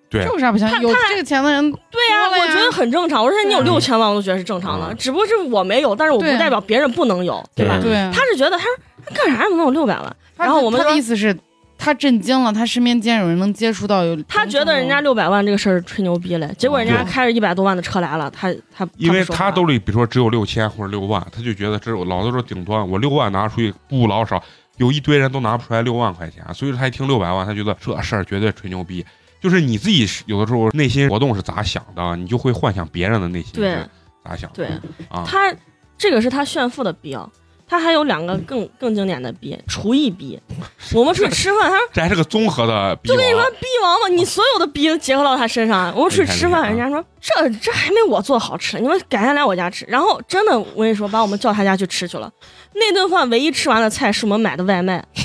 [SPEAKER 3] 对
[SPEAKER 1] 这有啥不相信？
[SPEAKER 5] 他
[SPEAKER 1] 有
[SPEAKER 5] 他
[SPEAKER 1] 这个钱的人，
[SPEAKER 5] 对呀、
[SPEAKER 1] 多了
[SPEAKER 5] 我
[SPEAKER 1] 呀
[SPEAKER 5] 觉得很正常。我说你有
[SPEAKER 1] 对啊
[SPEAKER 5] 六千万，我都觉得是正常的，
[SPEAKER 3] 嗯
[SPEAKER 5] 只不过是我没有，但是我不
[SPEAKER 1] 对啊
[SPEAKER 5] 代表别人不能有，对吧？
[SPEAKER 6] 嗯
[SPEAKER 1] 对，
[SPEAKER 5] 他是觉得他说他干啥能有六百万？
[SPEAKER 1] 他
[SPEAKER 5] 然后我们
[SPEAKER 1] 他的
[SPEAKER 5] 说
[SPEAKER 1] 意思是，他震惊了，他身边竟然有人能接触到有，
[SPEAKER 5] 他觉得人家六百万这个事儿吹牛逼嘞，结果人家
[SPEAKER 3] 啊对
[SPEAKER 5] 开着一百多万的车来了，他他
[SPEAKER 3] 因为
[SPEAKER 5] 不说话
[SPEAKER 3] 他兜里比如说只有六千或者六万，他就觉得这是我老子说顶端，我六万拿出去不老少，有一堆人都拿不出来六万块钱，所以说他一听六百万，他觉得这事儿绝对吹牛逼。就是你自己是有的时候内心活动是咋想的，你就会幻想别人的内心
[SPEAKER 5] 对
[SPEAKER 3] 是咋想的。
[SPEAKER 5] 对
[SPEAKER 3] 啊，
[SPEAKER 5] 他这个是他炫富的逼啊。他还有两个更更经典的逼，厨艺逼。我们出去吃饭，他说
[SPEAKER 3] 这还是个综合的比啊
[SPEAKER 5] 就
[SPEAKER 3] 王。
[SPEAKER 5] 跟你说逼王嘛，你所有的逼都结合到他身上。我们出去吃饭，
[SPEAKER 3] 厉害
[SPEAKER 5] 人
[SPEAKER 3] 厉害
[SPEAKER 5] 家说这这还没我做好吃，你们改天来我家吃。然后真的，我跟你说，把我们叫他家去吃去了。那顿饭唯一吃完的菜是我们买的外卖，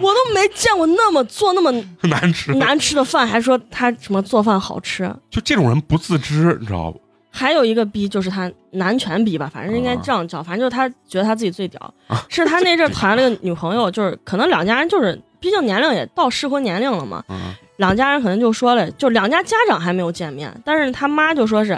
[SPEAKER 5] 我都没见过那么做那么
[SPEAKER 3] 难吃，
[SPEAKER 5] 难吃的饭，还说他什么做饭好吃。
[SPEAKER 3] 就这种人不自知，你知道不？
[SPEAKER 5] 还有一个逼就是他男权逼吧，反正应该这样叫，反正就是他觉得他自己最屌，是他那阵儿谈了个女朋友，就是可能两家人就是，毕竟年龄也到适婚年龄了嘛，
[SPEAKER 3] 嗯，
[SPEAKER 5] 两家人可能就说了，就两家家长还没有见面，但是他妈就说是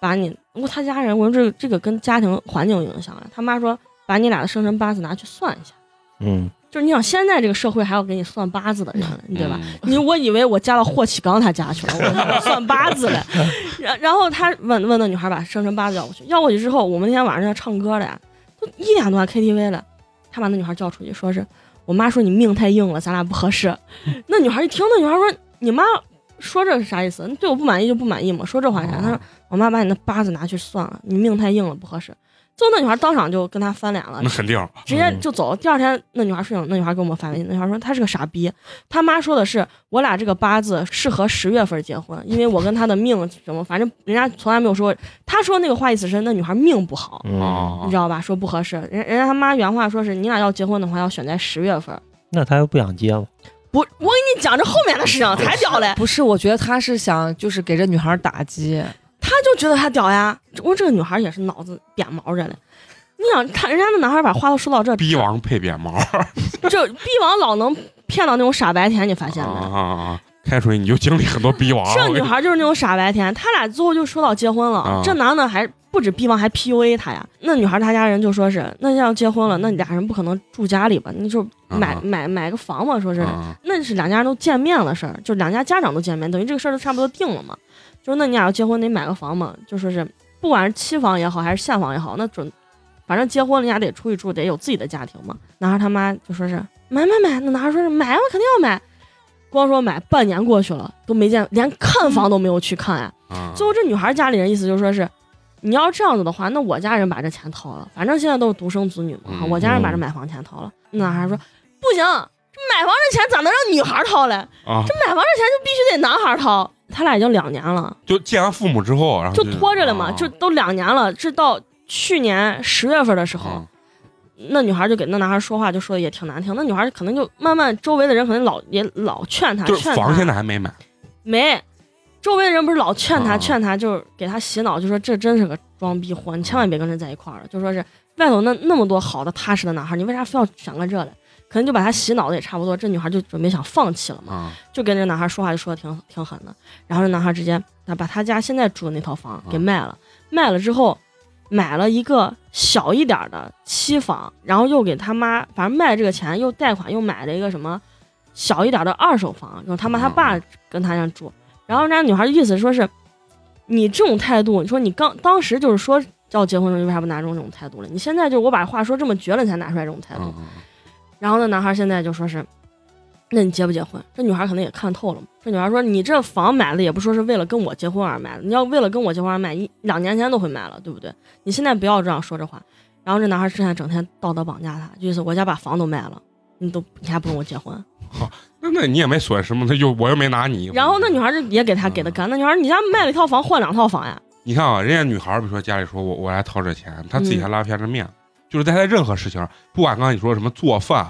[SPEAKER 5] 把你，我他家人，我说这个这个跟家庭环境有影响啊，他妈说把你俩的生辰八字拿去算一下，
[SPEAKER 6] 嗯，
[SPEAKER 5] 就是你想现在这个社会还要给你算八字的人，对吧？
[SPEAKER 3] 嗯？
[SPEAKER 5] 你我以为我嫁到霍启刚他家去了，我算八字嘞。 然然后他问问那女孩把生辰八字要过去，要过去之后，我们那天晚上要唱歌了呀，都一点多 KTV 了，他把那女孩叫出去，说是我妈说你命太硬了，咱俩不合适。 那女孩一听，那女孩说你妈说这是啥意思？你对我不满意就不满意嘛，说这话啥？她说我妈把你的八字拿去算了，你命太硬了，不合适。最后那女孩当场就跟他翻脸了
[SPEAKER 3] 那，肯定。啊
[SPEAKER 5] 直接就走。第二天，那女孩睡醒，那女孩给我们发微信，那女孩说她是个傻逼，她妈说的是我俩这个八字适合十月份结婚，因为我跟她的命什么，反正人家从来没有说过。她说那个话意思是那女孩命不好，
[SPEAKER 6] 嗯，
[SPEAKER 3] 啊
[SPEAKER 5] 你知，道吧？说不合适。人人家他妈原话说是你俩要结婚的话要选在十月份。
[SPEAKER 6] 那他又不想接了，
[SPEAKER 5] 不，我跟你讲，这后面的事情才 屌嘞，
[SPEAKER 4] 不是，我觉得他是想就是给这女孩打击，
[SPEAKER 5] 他就觉得他屌呀。我说这个女孩也是脑子扁毛着嘞。你想，他人家那男孩把话都说到这，
[SPEAKER 3] 啊逼王配扁毛。
[SPEAKER 5] 就逼王老能骗到那种傻白甜，你发现没？
[SPEAKER 3] 啊啊啊！开水你就经历很多逼王。
[SPEAKER 5] 这女孩就是那种傻白甜，她俩最后就说到结婚了。
[SPEAKER 3] 啊
[SPEAKER 5] 这男的还不止逼王，还 PUA 她呀。那女孩她家人就说是，那要结婚了，那你俩人不可能住家里吧？你就买、
[SPEAKER 3] 啊
[SPEAKER 5] 买买个房嘛，说是，
[SPEAKER 3] 啊
[SPEAKER 5] 那是两家人都见面了事儿，就两家家长都见面，等于这个事儿都差不多定了嘛。就是那你俩要结婚得买个房嘛，就说是不管是期房也好还是现房也好，那准反正结婚了人家得出去住，得有自己的家庭嘛。男孩他妈就说是买买买，那男孩说是买，我肯定要买。光说买，半年过去了都没见，连看房都没有去看呀、
[SPEAKER 3] 啊！
[SPEAKER 5] 最后这女孩家里人意思就说是，你要这样子的话，那我家人把这钱掏了，反正现在都是独生子女嘛，
[SPEAKER 3] 嗯
[SPEAKER 5] 我家人把这买房钱掏了。那男孩说不行，这买房这钱咋能让女孩掏嘞？
[SPEAKER 3] 啊，
[SPEAKER 5] 这买房这钱就必须得男孩掏。他俩已经两年了，
[SPEAKER 3] 就见完父母之后，然后
[SPEAKER 5] 就拖着了嘛，
[SPEAKER 3] 啊
[SPEAKER 5] 就都两年了，这到去年十月份的时候，
[SPEAKER 3] 啊
[SPEAKER 5] 那女孩就给那男孩说话，就说的也挺难听。那女孩可能就慢慢周围的人可能老也老劝他，
[SPEAKER 3] 就是
[SPEAKER 5] 劝他
[SPEAKER 3] 房现在还没买，
[SPEAKER 5] 没，周围的人不是老劝他，
[SPEAKER 3] 啊
[SPEAKER 5] 劝他就是给他洗脑，就说这真是个装逼货，你千万别跟人在一块儿了。就说是外头那那么多好的踏实的男孩，你为啥非要选个这嘞？可能就把他洗脑的也差不多，这女孩就准备想放弃了嘛，
[SPEAKER 3] 啊
[SPEAKER 5] 就跟这男孩说话就说的挺挺狠的。然后这男孩直接那把他家现在住的那套房给卖了，卖了之后买了一个小一点儿的期房，然后又给他妈，反正卖这个钱又贷款又买了一个什么小一点儿的二手房，然后他妈他爸跟他家住。然后人家女孩的意思说是，你这种态度，你说你刚当时就是说要结婚的时候，你为啥不拿出这种态度了？你啊
[SPEAKER 3] 嗯
[SPEAKER 5] 现在就是我把话说这么绝了，你才拿出来这种态度。
[SPEAKER 3] 嗯嗯
[SPEAKER 5] 然后那男孩现在就说是，那你结不结婚？这女孩可能也看透了嘛。这女孩说：“你这房买的也不说是为了跟我结婚而买的，你要为了跟我结婚而买，一两年前都会买了，对不对？你现在不要这样说这话。”然后这男孩现在整天道德绑架她，就是我家把房都卖了，你都你还不跟我结婚？
[SPEAKER 3] 那嗯那你也没损失嘛，他就我又没拿你。
[SPEAKER 5] 然后那女孩就也给他给的干，那女孩你家卖了一套房换两套房呀？
[SPEAKER 3] 你看啊，人家女孩儿比如说家里说我我来掏这钱，她自
[SPEAKER 5] 嗯
[SPEAKER 3] 己还拉偏着面，就是在她任何事情，不管刚才你说什么做饭，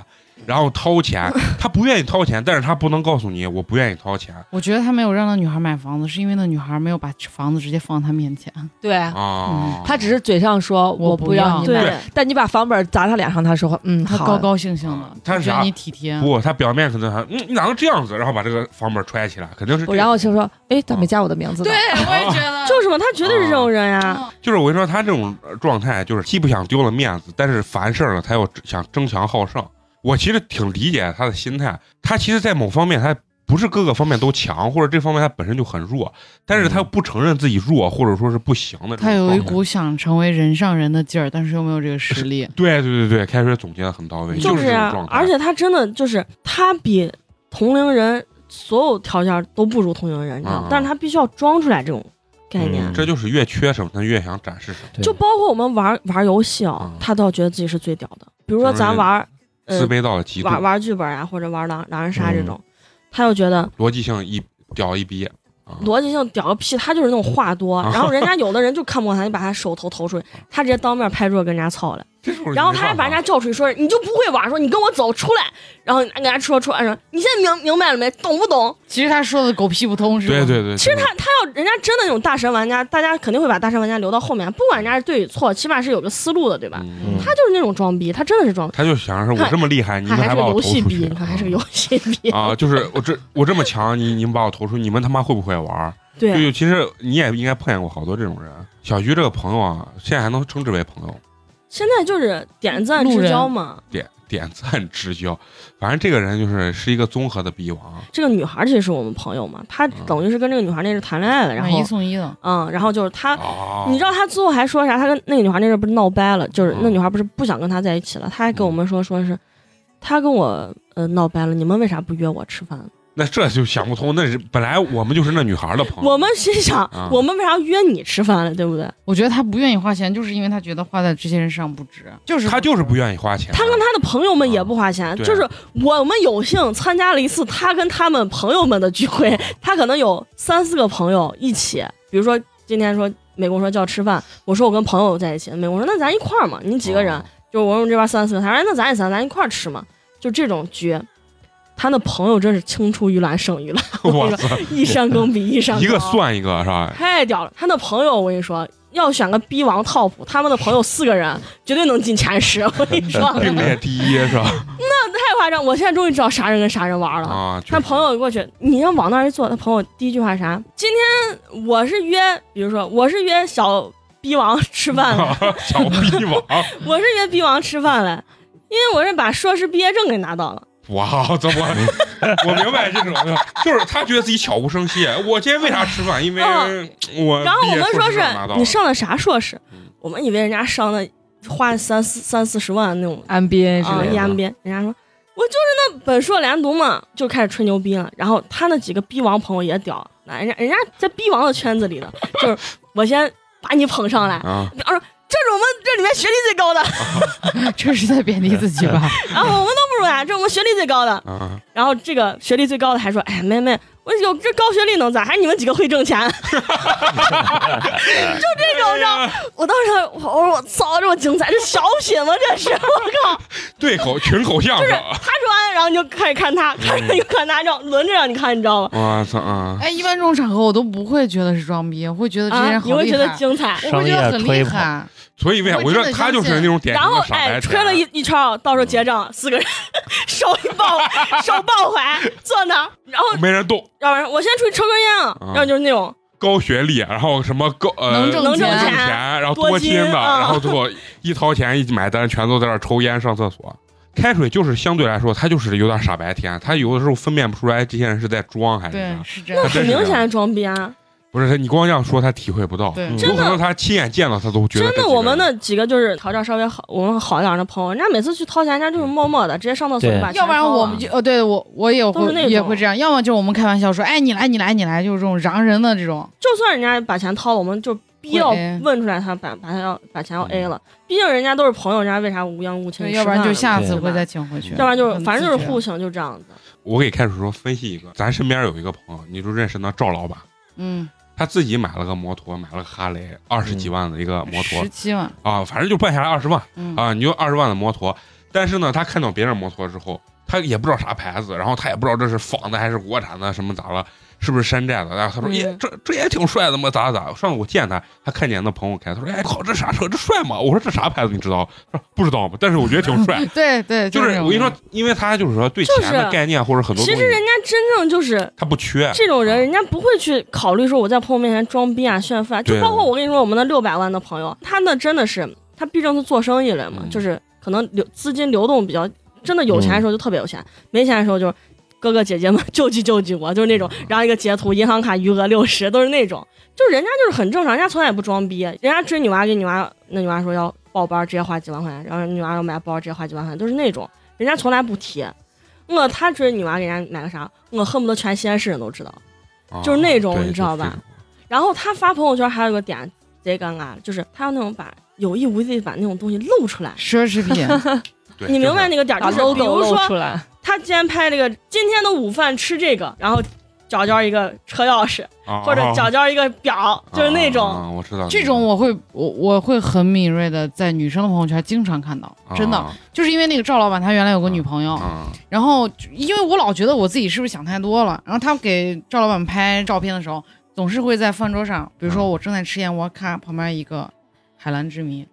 [SPEAKER 3] 然后掏 钱，她不愿意掏钱，但是她不能告诉你我不愿意掏
[SPEAKER 5] 啊
[SPEAKER 3] 钱
[SPEAKER 1] 我觉得他没有让那女孩买房子，是因为那女孩没有把房子直接放他面前。
[SPEAKER 4] 对
[SPEAKER 5] 嗯
[SPEAKER 3] 啊。
[SPEAKER 4] 哦他只是嘴上说
[SPEAKER 1] 我
[SPEAKER 4] 我
[SPEAKER 1] 不
[SPEAKER 4] 不
[SPEAKER 1] 要
[SPEAKER 4] 让你买，
[SPEAKER 5] 对，
[SPEAKER 4] 但你把房本砸他脸上，他说嗯
[SPEAKER 1] 他
[SPEAKER 4] 好，
[SPEAKER 1] 高高兴兴的，
[SPEAKER 3] 他是
[SPEAKER 1] 觉
[SPEAKER 3] 啥
[SPEAKER 1] 得你体贴。
[SPEAKER 3] 不，她表面可能还嗯你哪能这样子，然后把这个房本揣起来，肯定是这
[SPEAKER 4] 我
[SPEAKER 3] 样。
[SPEAKER 4] 然后就说哎咋没加我的名字呢？
[SPEAKER 1] 对，我也觉得
[SPEAKER 5] 就是啊嘛，他绝对是这种人呀。
[SPEAKER 1] 嗯
[SPEAKER 3] 就是我跟你说，她这种呃状态就是既不想丢了面子，但是凡事呢，她又想争强好胜。我其实挺理解她的心态，她其实，在某方面她不是各个方面都强，或者这方面她本身就很弱，但是她又不承认自己弱或者说是不行的这种状态。
[SPEAKER 1] 他有一股想成为人上人的劲儿，但是又没有这个实 力。
[SPEAKER 3] 对对对对，开水总结的很到位，
[SPEAKER 5] 就是是
[SPEAKER 3] 这种
[SPEAKER 5] 啊
[SPEAKER 3] 状，态。
[SPEAKER 5] 而且他真的就是他比同龄人所有条件都不如同龄人，你知道吗
[SPEAKER 3] 嗯？
[SPEAKER 5] 但是他必须要装出来这种概念。
[SPEAKER 6] 嗯
[SPEAKER 3] 这就是越缺什么，她越想展示什么，
[SPEAKER 6] 对
[SPEAKER 5] 就包括我们玩玩游戏啊，
[SPEAKER 3] 嗯
[SPEAKER 5] 他都要觉得自己是最屌的。比如说咱玩，
[SPEAKER 3] 自
[SPEAKER 5] 呃，
[SPEAKER 3] 卑到了极度，嗯
[SPEAKER 5] 玩玩剧本啊，或者玩狼狼人杀这种，他就觉得
[SPEAKER 3] 逻辑性一屌一逼。啊
[SPEAKER 5] 逻辑性屌个屁，他就是那种话多，
[SPEAKER 3] 啊
[SPEAKER 5] 然后 人家有的人就看不惯他，就把他手头投出去，他直接当面拍桌子跟人家操了，
[SPEAKER 3] 这时候
[SPEAKER 5] 然后他还
[SPEAKER 3] 没办
[SPEAKER 5] 把人
[SPEAKER 3] 法
[SPEAKER 5] 家叫出去说你就不会玩，说你跟我走出来，然后人家说出来说你现在明明白了没，懂不懂？
[SPEAKER 1] 其实他说的狗屁不通，是吧？
[SPEAKER 3] 对对对，
[SPEAKER 5] 其实
[SPEAKER 3] 对
[SPEAKER 5] 他他要人家真的那种大神玩家，大家肯定会把大神玩家留到后面，不管人家是对与错，起码是有个思路的，对吧？
[SPEAKER 3] 嗯
[SPEAKER 5] 他就是那种装逼，他真的是装逼，
[SPEAKER 3] 他就想着是我这么厉害，你
[SPEAKER 5] 他
[SPEAKER 3] 们
[SPEAKER 5] 还是
[SPEAKER 3] 把我
[SPEAKER 5] 个游
[SPEAKER 3] 投
[SPEAKER 5] 戏
[SPEAKER 3] 出
[SPEAKER 5] 逼，
[SPEAKER 3] 去，
[SPEAKER 5] 你看还是个游戏 逼，
[SPEAKER 3] 啊，就是我这我这么强，你你们把我投出，你们他妈会不会玩儿？就
[SPEAKER 5] 对，
[SPEAKER 3] 就其实你也应该碰见过好多这种人。小徐这个朋友啊，现在还能称之为朋友，
[SPEAKER 5] 现在就是点赞之交嘛。
[SPEAKER 3] 点点赞之交。反正这个人就是是一个综合的逼王，
[SPEAKER 5] 这个女孩其实是我们朋友嘛，她
[SPEAKER 3] 嗯
[SPEAKER 5] 等于是跟这个女孩那是谈恋爱了，然
[SPEAKER 1] 买一
[SPEAKER 5] 后
[SPEAKER 1] 送一的，
[SPEAKER 5] 嗯，然后就是她，
[SPEAKER 3] 哦，
[SPEAKER 5] 你知道她最后还说啥？她跟那个女孩那阵不是闹掰了，就是那女孩不是不想跟他在一起了，她还跟我们说说是，她跟我呃闹掰了，你们为啥不约我吃饭？
[SPEAKER 3] 那这就想不通。那是本来我们就是那女孩的朋友，
[SPEAKER 5] 我们心想
[SPEAKER 3] 啊，
[SPEAKER 5] 我们为啥约你吃饭了，对不对？
[SPEAKER 1] 我觉得他不愿意花钱，就是因为他觉得花在这些人身上不值，就是
[SPEAKER 3] 他就是不愿意花钱。
[SPEAKER 5] 他跟他的朋友们也不花钱，
[SPEAKER 3] 对
[SPEAKER 5] 就是我们有幸参加了一次他跟他们朋友们的聚会，他可能有三四个朋友一起，比如说今天说美工说叫吃饭，我说我跟朋友在一起，美工说那咱一块儿嘛，你几个人？
[SPEAKER 3] 哦
[SPEAKER 5] 就是我们这边三四个，他说哎那咱也三，咱一块儿吃嘛，就这种局。他的朋友真是青出于蓝胜于蓝，我
[SPEAKER 3] 哇
[SPEAKER 5] 跟你
[SPEAKER 3] 塞，
[SPEAKER 5] 说，一山更比一山 高，
[SPEAKER 3] 一个算一个是 吧？
[SPEAKER 5] 太屌了！他的朋友，我跟你说，要选个逼王 top，他们的朋友四个人绝对能进前十。我跟你说，
[SPEAKER 3] 并列第一是 吧？
[SPEAKER 5] 太夸张！我现在终于知道啥人跟啥人玩了。
[SPEAKER 3] 啊，
[SPEAKER 5] 他朋友过去，你要往那儿一坐，他朋友第一句话啥？今天我是约，比如说我是约小逼王吃饭 的，
[SPEAKER 3] 小逼 王，
[SPEAKER 5] 我是约逼王吃饭的，因为我是把硕士毕业证给拿到了。
[SPEAKER 3] 哇，怎么？ 我明白这种，就是他觉得自己悄无声息。我今天为啥吃饭？因为
[SPEAKER 5] 嗯
[SPEAKER 3] 我
[SPEAKER 5] 然后我们
[SPEAKER 3] 毕
[SPEAKER 5] 说
[SPEAKER 3] 业硕士
[SPEAKER 5] 是
[SPEAKER 3] 证拿到了
[SPEAKER 5] 你上的啥硕士
[SPEAKER 3] 嗯？
[SPEAKER 5] 我们以为人家上的花三四三四十万那种
[SPEAKER 4] MBA 之
[SPEAKER 5] 啊
[SPEAKER 4] 类
[SPEAKER 3] 是
[SPEAKER 4] 的。
[SPEAKER 5] 一边，人家说我就是那本硕连读嘛，就开始吹牛逼了。然后他那几个逼王朋友也屌，那人家人家在逼王的圈子里的，就是 我先把你捧上来，
[SPEAKER 3] 啊，
[SPEAKER 5] 然后说这是我们这里面学历最高的，
[SPEAKER 1] 这是在贬低自己吧？
[SPEAKER 5] 然后我们都不如他，这是我们学历最高的。
[SPEAKER 3] 啊，
[SPEAKER 5] 然后这个学历最高的还说，哎妹妹，我有这高学历能咋？还你们几个会挣钱？
[SPEAKER 3] 这种让
[SPEAKER 5] 我当时我说我操，这么精彩，这小品吗？这是 我靠！
[SPEAKER 3] 对口群口相声，
[SPEAKER 5] 他说完，然后你就开始看他，看
[SPEAKER 1] 嗯
[SPEAKER 5] 他就看他，这样轮着让你看，你知道吗？
[SPEAKER 3] 我操啊！
[SPEAKER 1] 哎，一般这种场合我都不会觉得是装逼，我会觉得这些
[SPEAKER 5] 啊
[SPEAKER 1] 人，
[SPEAKER 5] 你
[SPEAKER 1] 好
[SPEAKER 5] 会
[SPEAKER 1] 厉
[SPEAKER 5] 觉
[SPEAKER 1] 害，
[SPEAKER 5] 得精彩。
[SPEAKER 1] 我会觉得
[SPEAKER 6] 商
[SPEAKER 1] 很
[SPEAKER 6] 业
[SPEAKER 1] 厉
[SPEAKER 6] 吹
[SPEAKER 1] 害
[SPEAKER 6] 捧。
[SPEAKER 3] 所以为啥我觉得他就是那种典
[SPEAKER 5] 然
[SPEAKER 3] 型
[SPEAKER 5] 后
[SPEAKER 3] 的傻
[SPEAKER 5] 哎，
[SPEAKER 3] 白
[SPEAKER 5] 吹了一
[SPEAKER 3] 甜。
[SPEAKER 5] 一圈儿，到时候结账，四个人 手一 抱，手抱怀，坐那儿，然后
[SPEAKER 3] 没人动，
[SPEAKER 5] 要不然我先出去抽根烟啊
[SPEAKER 3] 嗯，
[SPEAKER 5] 要不就是那种
[SPEAKER 3] 高学历，然后什么高呃
[SPEAKER 1] 能挣
[SPEAKER 5] 能挣
[SPEAKER 1] 钱
[SPEAKER 3] 挣
[SPEAKER 5] 钱，
[SPEAKER 3] 钱，然后
[SPEAKER 5] 多
[SPEAKER 3] 多金的，
[SPEAKER 5] 金啊
[SPEAKER 3] 然后最后一掏钱一买单，全都在那儿抽烟上厕所。开水就是相对来说，他就是有点傻白甜，他有的时候分辨不出来这些人是在装还是
[SPEAKER 1] 对，
[SPEAKER 3] 啥。
[SPEAKER 1] 是这
[SPEAKER 5] 那
[SPEAKER 1] 样。
[SPEAKER 3] 还真
[SPEAKER 5] 很
[SPEAKER 3] 是这样
[SPEAKER 5] 明显的装逼啊。
[SPEAKER 3] 不是他，你光这样说他体会不到，
[SPEAKER 1] 对
[SPEAKER 6] 嗯
[SPEAKER 3] 有
[SPEAKER 5] 真
[SPEAKER 3] 可
[SPEAKER 5] 的
[SPEAKER 3] 能他亲眼见到他都觉得
[SPEAKER 5] 真
[SPEAKER 3] 这几
[SPEAKER 5] 的，
[SPEAKER 3] 个
[SPEAKER 5] 我们
[SPEAKER 3] 人
[SPEAKER 5] 那几个就是条件稍微好，我们好一点的朋友，人家每次去掏钱，人家
[SPEAKER 3] 嗯
[SPEAKER 5] 就是默默的直接上厕所
[SPEAKER 6] 对
[SPEAKER 5] 把钱
[SPEAKER 1] 要不然
[SPEAKER 5] 掏了
[SPEAKER 1] 我们就呃，对我我也
[SPEAKER 5] 啊都是那
[SPEAKER 1] 会
[SPEAKER 5] 种
[SPEAKER 1] 也会这样，要么就我们开玩笑说，哎，你来你来你来，就是这种嚷人的这种，
[SPEAKER 5] 就算人家把钱掏了，我们就必要
[SPEAKER 1] 会 A
[SPEAKER 5] 问出来他把把他要把钱要
[SPEAKER 6] 嗯
[SPEAKER 5] A 了，毕竟人家都是朋友，人家为啥无缘无情
[SPEAKER 1] 对，
[SPEAKER 5] 吃饭呢？
[SPEAKER 1] 要不然就下次
[SPEAKER 5] 对吧
[SPEAKER 1] 会再请回去，
[SPEAKER 5] 要不然就是
[SPEAKER 1] 很
[SPEAKER 5] 反正就是
[SPEAKER 1] 自觉啊
[SPEAKER 5] 互，请，就这样子。
[SPEAKER 3] 我给开始说分析一个，咱身边有一个朋友，你就认识那赵老板，
[SPEAKER 1] 嗯，
[SPEAKER 3] 他自己买了个摩托，买了个哈雷，二
[SPEAKER 5] 嗯
[SPEAKER 3] 十几万的一个摩托、
[SPEAKER 1] 十七万，
[SPEAKER 3] 啊，反正就办下来二十万
[SPEAKER 1] 嗯，
[SPEAKER 3] 啊，你就二十万的摩托。但是呢，他看到别人摩托之后，他也不知道啥牌子，然后他也不知道这是仿的还是国产的，什么咋了，是不是山寨的？然后他说：“
[SPEAKER 1] 嗯
[SPEAKER 3] 耶、这这也挺帅的嘛，咋咋？”上次我见他，他哎看见那朋友开，他说：“哎，靠，这啥车？这帅吗？”我说：“这啥牌子？你知道？”他说：“不知道嘛，但是我觉得挺帅。”
[SPEAKER 1] 对对，
[SPEAKER 3] 就是是我跟你说，，因为他就是说对钱
[SPEAKER 5] 就
[SPEAKER 3] 的
[SPEAKER 5] 是
[SPEAKER 3] 概念或者很多
[SPEAKER 5] 其
[SPEAKER 3] 东西
[SPEAKER 5] 实人家真正就是
[SPEAKER 3] 他不 缺，
[SPEAKER 5] 这种人，人家不会去考虑说我在朋友面前装逼啊、炫富啊。就
[SPEAKER 3] 对
[SPEAKER 5] 包括我跟你说，我们那六百万的朋友，他那真的是他毕竟是做生意人嘛，
[SPEAKER 3] 嗯
[SPEAKER 5] 就是可能流资金流动比较，真的有钱的时候就特别有钱，
[SPEAKER 3] 嗯
[SPEAKER 5] 没钱的时候就是哥哥姐姐们救济救济我，就是那种，
[SPEAKER 3] 嗯
[SPEAKER 5] 然后一个截图，银行卡余额六十，都是那种，就是人家就是很正常，人家从来也不装逼，人家追女娃给女娃，那女娃说要报班，直接花几万块钱，然后女娃要买包，直接花几万块钱，都是那种，人家从来不提。我他追女娃给人家买个啥，我恨不得全西安市人都知道。
[SPEAKER 3] 啊
[SPEAKER 5] 就是那种
[SPEAKER 3] 对
[SPEAKER 5] 你知道吧
[SPEAKER 3] 就是
[SPEAKER 5] 然后他发朋友圈还有一个点贼尴尬，就是他要那种把有意无意地把那种东西露出来。
[SPEAKER 1] 奢侈品，
[SPEAKER 3] 对
[SPEAKER 5] 你明白那个点儿，
[SPEAKER 4] 把
[SPEAKER 5] 就是比
[SPEAKER 4] logo
[SPEAKER 5] 如
[SPEAKER 4] 露出
[SPEAKER 5] 说
[SPEAKER 4] 来，
[SPEAKER 5] 他今天拍这个今天的午饭吃这个，然后找着一个车钥匙
[SPEAKER 3] 啊
[SPEAKER 5] 或者找着一个表，就是那
[SPEAKER 3] 啊
[SPEAKER 5] 种
[SPEAKER 3] 啊我知道
[SPEAKER 1] 这种我会我我会很敏锐的在女生的朋友圈经常看到，真的，就是因为那个赵老板他原来有个女朋友，
[SPEAKER 3] 啊，
[SPEAKER 1] 然后就因为我老觉得我自己是不是想太多了，然后他给赵老板拍照片的时候，总是会在饭桌上，比如说我正在吃燕窝，咔旁边一个海蓝之谜，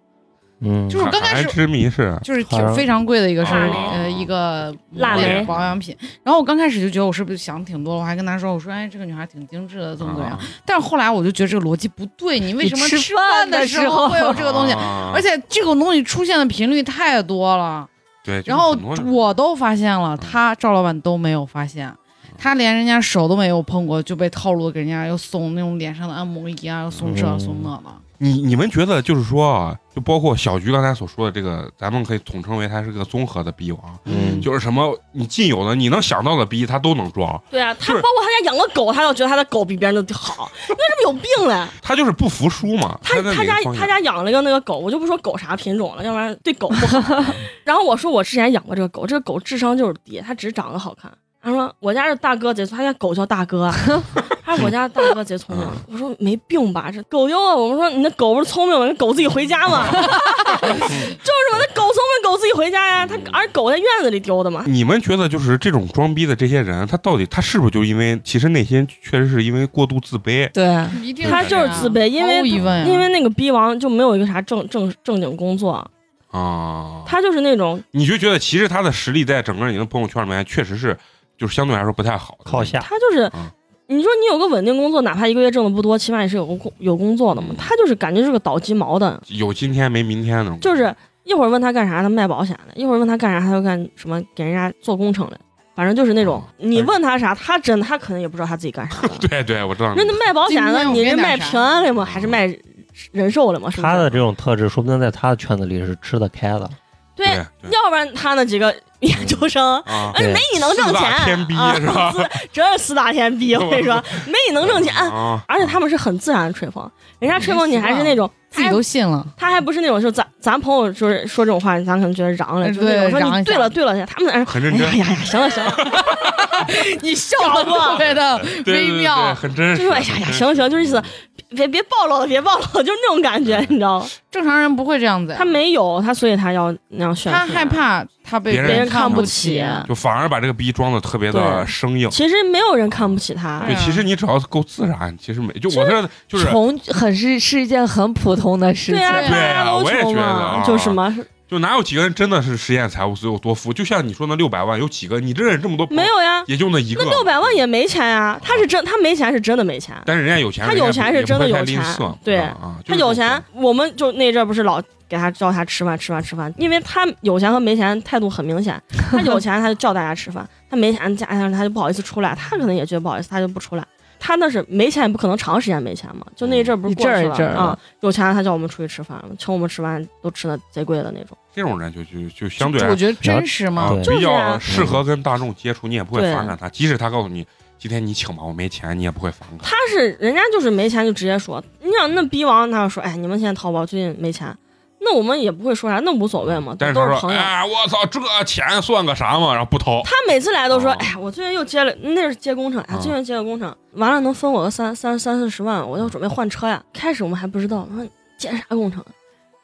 [SPEAKER 6] 嗯，
[SPEAKER 1] 就是我刚开始
[SPEAKER 3] 之谜是
[SPEAKER 1] 就是
[SPEAKER 6] 海
[SPEAKER 1] 挺
[SPEAKER 6] 蓝
[SPEAKER 1] 非常贵的一个是
[SPEAKER 5] 辣梅
[SPEAKER 1] 呃一个
[SPEAKER 5] 辣梅
[SPEAKER 1] 保养品，然后我刚开始就觉得我是不是想挺多了，我还跟他说我说哎这个女孩挺精致的怎么怎么
[SPEAKER 3] 哦啊
[SPEAKER 1] 样，但是后来我就觉得这个逻辑不对，你为什么
[SPEAKER 4] 你吃
[SPEAKER 1] 饭
[SPEAKER 4] 饭
[SPEAKER 1] 的
[SPEAKER 4] 的
[SPEAKER 1] 时
[SPEAKER 4] 时
[SPEAKER 1] 候
[SPEAKER 4] 候
[SPEAKER 1] 会哦有这个东 西？
[SPEAKER 3] 而
[SPEAKER 1] 而且这种东西出现的频率太多了，
[SPEAKER 3] 对，就是
[SPEAKER 1] 然后
[SPEAKER 3] 很多人嗯
[SPEAKER 1] 我都发现了，他赵老板都没有发现，他连人家手都没有碰过就被套路，给人家又送那种脸上的按摩仪啊，又送这
[SPEAKER 6] 嗯
[SPEAKER 1] 送那的。
[SPEAKER 3] 你你们觉得就是说啊，就包括小菊刚才所说的这个，咱们可以统称为他是个综合的逼王，
[SPEAKER 6] 嗯
[SPEAKER 3] 就是什么你尽有的你能想到的逼他都能装，
[SPEAKER 5] 对啊，他
[SPEAKER 3] 就是
[SPEAKER 5] 包括他家养个狗，他都觉得他的狗比别人的好，那是不是有病嘞？
[SPEAKER 3] 他就是不服输嘛。
[SPEAKER 5] 他
[SPEAKER 3] 在
[SPEAKER 5] 他
[SPEAKER 3] 哪
[SPEAKER 5] 家
[SPEAKER 3] 个方
[SPEAKER 5] 他
[SPEAKER 3] 向
[SPEAKER 5] 家养了一个那个狗，我就不说狗啥品种了，要不然对狗 不好。然后我说我之前养过这个狗，这个狗智商就是低，它只是长得好看。他说我家是大哥贼聪明，他家狗叫 大哥啊。他说我家大哥贼聪明。
[SPEAKER 3] 嗯
[SPEAKER 5] 我说没病吧，这狗丢了。我们说你那狗不是聪明吗？那狗自己回 家嘛，就是嘛，那狗聪明，狗自己回家呀。它而狗在院子里丢的 嘛。
[SPEAKER 3] 你们觉得就是这种装逼的这些人，他到底他是不是就因为其实内心确实是因为过度自卑？
[SPEAKER 4] 对，
[SPEAKER 1] 一定
[SPEAKER 5] 他
[SPEAKER 1] 是
[SPEAKER 5] 就
[SPEAKER 1] 这
[SPEAKER 5] 是
[SPEAKER 1] 样
[SPEAKER 5] 自卑，因为
[SPEAKER 1] 毫无疑问
[SPEAKER 3] 嗯
[SPEAKER 1] 啊呀
[SPEAKER 5] 因为那个逼王就没有一个啥正正正经工作，
[SPEAKER 3] 啊，
[SPEAKER 5] 他就是那种
[SPEAKER 3] 你就觉得其实他的实力在整个你的朋友圈里面确实是就是相对来说不太好的
[SPEAKER 6] 靠。下，
[SPEAKER 5] 他就是
[SPEAKER 3] 嗯，
[SPEAKER 5] 你说你有个稳定工作，哪怕一个月挣的不多，起码也是有个工有工作的嘛
[SPEAKER 3] 嗯。
[SPEAKER 5] 他就是感觉是个倒鸡毛的，
[SPEAKER 3] 有今天没明天那种，。
[SPEAKER 5] 就是一会儿问他干啥，他卖保险的；一会儿问他干啥，他就干什么给人家做工程的。反正就是那种，你问他啥，他真的他可能也不知道他自己干啥的
[SPEAKER 3] 嗯 对对，我知道你
[SPEAKER 5] 人家卖保险的，
[SPEAKER 1] 今天我
[SPEAKER 5] 你是
[SPEAKER 1] 干
[SPEAKER 5] 卖
[SPEAKER 1] 啥
[SPEAKER 5] 平安的吗？
[SPEAKER 3] 嗯
[SPEAKER 5] 还是卖人寿的吗？是不
[SPEAKER 6] 他的
[SPEAKER 5] 是？
[SPEAKER 6] 这种特质，说不定在他的圈子里是吃得开的。
[SPEAKER 5] 对，
[SPEAKER 3] 对
[SPEAKER 5] 要不然他那几个研究生。
[SPEAKER 3] 啊，
[SPEAKER 5] 哎，
[SPEAKER 6] 对
[SPEAKER 5] 没你能挣
[SPEAKER 3] 四
[SPEAKER 5] 钱
[SPEAKER 3] 大天逼
[SPEAKER 5] 啊！
[SPEAKER 3] 是吧
[SPEAKER 5] 四真是四大天逼，我跟你 说，没你能挣钱。
[SPEAKER 3] 啊，
[SPEAKER 5] 而且他们是很自然的吹风，人家吹风你还是那种
[SPEAKER 1] 自己都信了，
[SPEAKER 5] 他还不是那种，就咱咱朋友就是说这种话，咱可能觉得嚷了，
[SPEAKER 1] 哎
[SPEAKER 5] 就是那
[SPEAKER 1] 对
[SPEAKER 5] 种说
[SPEAKER 1] 嚷
[SPEAKER 5] 你
[SPEAKER 1] 一下
[SPEAKER 5] 对了对了，他们在那儿
[SPEAKER 3] 很认真
[SPEAKER 5] 哎呀呀呀，行了行了，
[SPEAKER 1] 你笑的特别的
[SPEAKER 3] 对对
[SPEAKER 1] 微
[SPEAKER 3] 对对，
[SPEAKER 1] 妙。
[SPEAKER 3] 很真实。
[SPEAKER 5] 就是说哎呀呀，行了行了，就是意思别别暴露了，别暴露了，就是那种感觉，你知道吗？
[SPEAKER 1] 正常人不会这样子呀，
[SPEAKER 5] 他没有他，所以他要啊那样炫，
[SPEAKER 1] 他害。怕他被
[SPEAKER 3] 别人
[SPEAKER 1] 看
[SPEAKER 5] 看不
[SPEAKER 1] 起
[SPEAKER 5] 起，啊
[SPEAKER 3] 就反而把这个逼装的特别的
[SPEAKER 5] 对
[SPEAKER 3] 生硬。
[SPEAKER 5] 其实没有人看不起他
[SPEAKER 1] 对
[SPEAKER 3] 对，
[SPEAKER 1] 啊
[SPEAKER 3] 其实你只要够自然，其实没就我这就是
[SPEAKER 4] 穷很是是一件很普通的事
[SPEAKER 5] 对
[SPEAKER 4] 情。
[SPEAKER 5] 啊，
[SPEAKER 1] 对
[SPEAKER 5] 大家
[SPEAKER 3] 啊
[SPEAKER 5] 都
[SPEAKER 3] 我也
[SPEAKER 5] 穷
[SPEAKER 3] 觉得啊
[SPEAKER 5] 嘛，就是嘛，
[SPEAKER 3] 就哪有几个人真的是实现财务自由多富？就像你说那六百万，有几个你认识这么多朋友
[SPEAKER 5] 没有呀，
[SPEAKER 3] 也就那一个
[SPEAKER 5] 那。六百万也没钱呀，他是真他没钱是真的没钱，
[SPEAKER 3] 但是人家有钱，
[SPEAKER 5] 他
[SPEAKER 3] 人家
[SPEAKER 5] 有钱
[SPEAKER 3] 不
[SPEAKER 5] 是
[SPEAKER 3] 也不
[SPEAKER 5] 真的
[SPEAKER 3] 会太
[SPEAKER 5] 有
[SPEAKER 3] 吝
[SPEAKER 5] 钱
[SPEAKER 3] 啬
[SPEAKER 5] 对
[SPEAKER 3] 啊，就
[SPEAKER 5] 他
[SPEAKER 3] 是这种
[SPEAKER 5] 有钱，我们就那阵儿不是老给他叫他吃饭吃饭吃饭，因为他有钱和没钱态度很明显。 他有钱他就叫大家吃饭，他没钱家里人他就不好意思出来，他可能也觉得不好意思，他就不出来。他那是没钱也不可能长时间没钱嘛，就那一阵儿不是
[SPEAKER 4] 一
[SPEAKER 5] 过
[SPEAKER 4] 阵儿
[SPEAKER 5] 去
[SPEAKER 4] 一阵
[SPEAKER 5] 了
[SPEAKER 4] 儿
[SPEAKER 5] 啊、有钱了他叫我们出去吃饭，请我们吃饭都吃的贼贵的那种。
[SPEAKER 3] 这种人就就就相对
[SPEAKER 1] 就
[SPEAKER 3] 来
[SPEAKER 1] 我觉得真实嘛
[SPEAKER 3] 啊，
[SPEAKER 6] 对
[SPEAKER 3] 比
[SPEAKER 5] 就是
[SPEAKER 3] 较
[SPEAKER 5] 啊
[SPEAKER 3] 适合跟大众接触，你也不会
[SPEAKER 5] 对
[SPEAKER 3] 反感他。即使他告诉你今天你请吧，我没钱，你也不会反感。
[SPEAKER 5] 他是人家就是没钱就直接说，你想那逼王他要说，哎，你们现在淘宝最近没钱，那我们也不会说啥，那无所谓嘛，
[SPEAKER 3] 但
[SPEAKER 5] 都
[SPEAKER 3] 是他
[SPEAKER 5] 是
[SPEAKER 3] 说：“
[SPEAKER 5] 朋友。
[SPEAKER 3] 哎，我操，这钱算个啥嘛？”然后不掏。
[SPEAKER 5] 他每次来都说，
[SPEAKER 3] 哦
[SPEAKER 5] 哎呀，我最近又接了，那是接工程，哎
[SPEAKER 3] 嗯，
[SPEAKER 5] 最近接个工程，完了能分我个三三三四十万，我要准备换车呀。开始我们还不知道，我说接啥工程啊？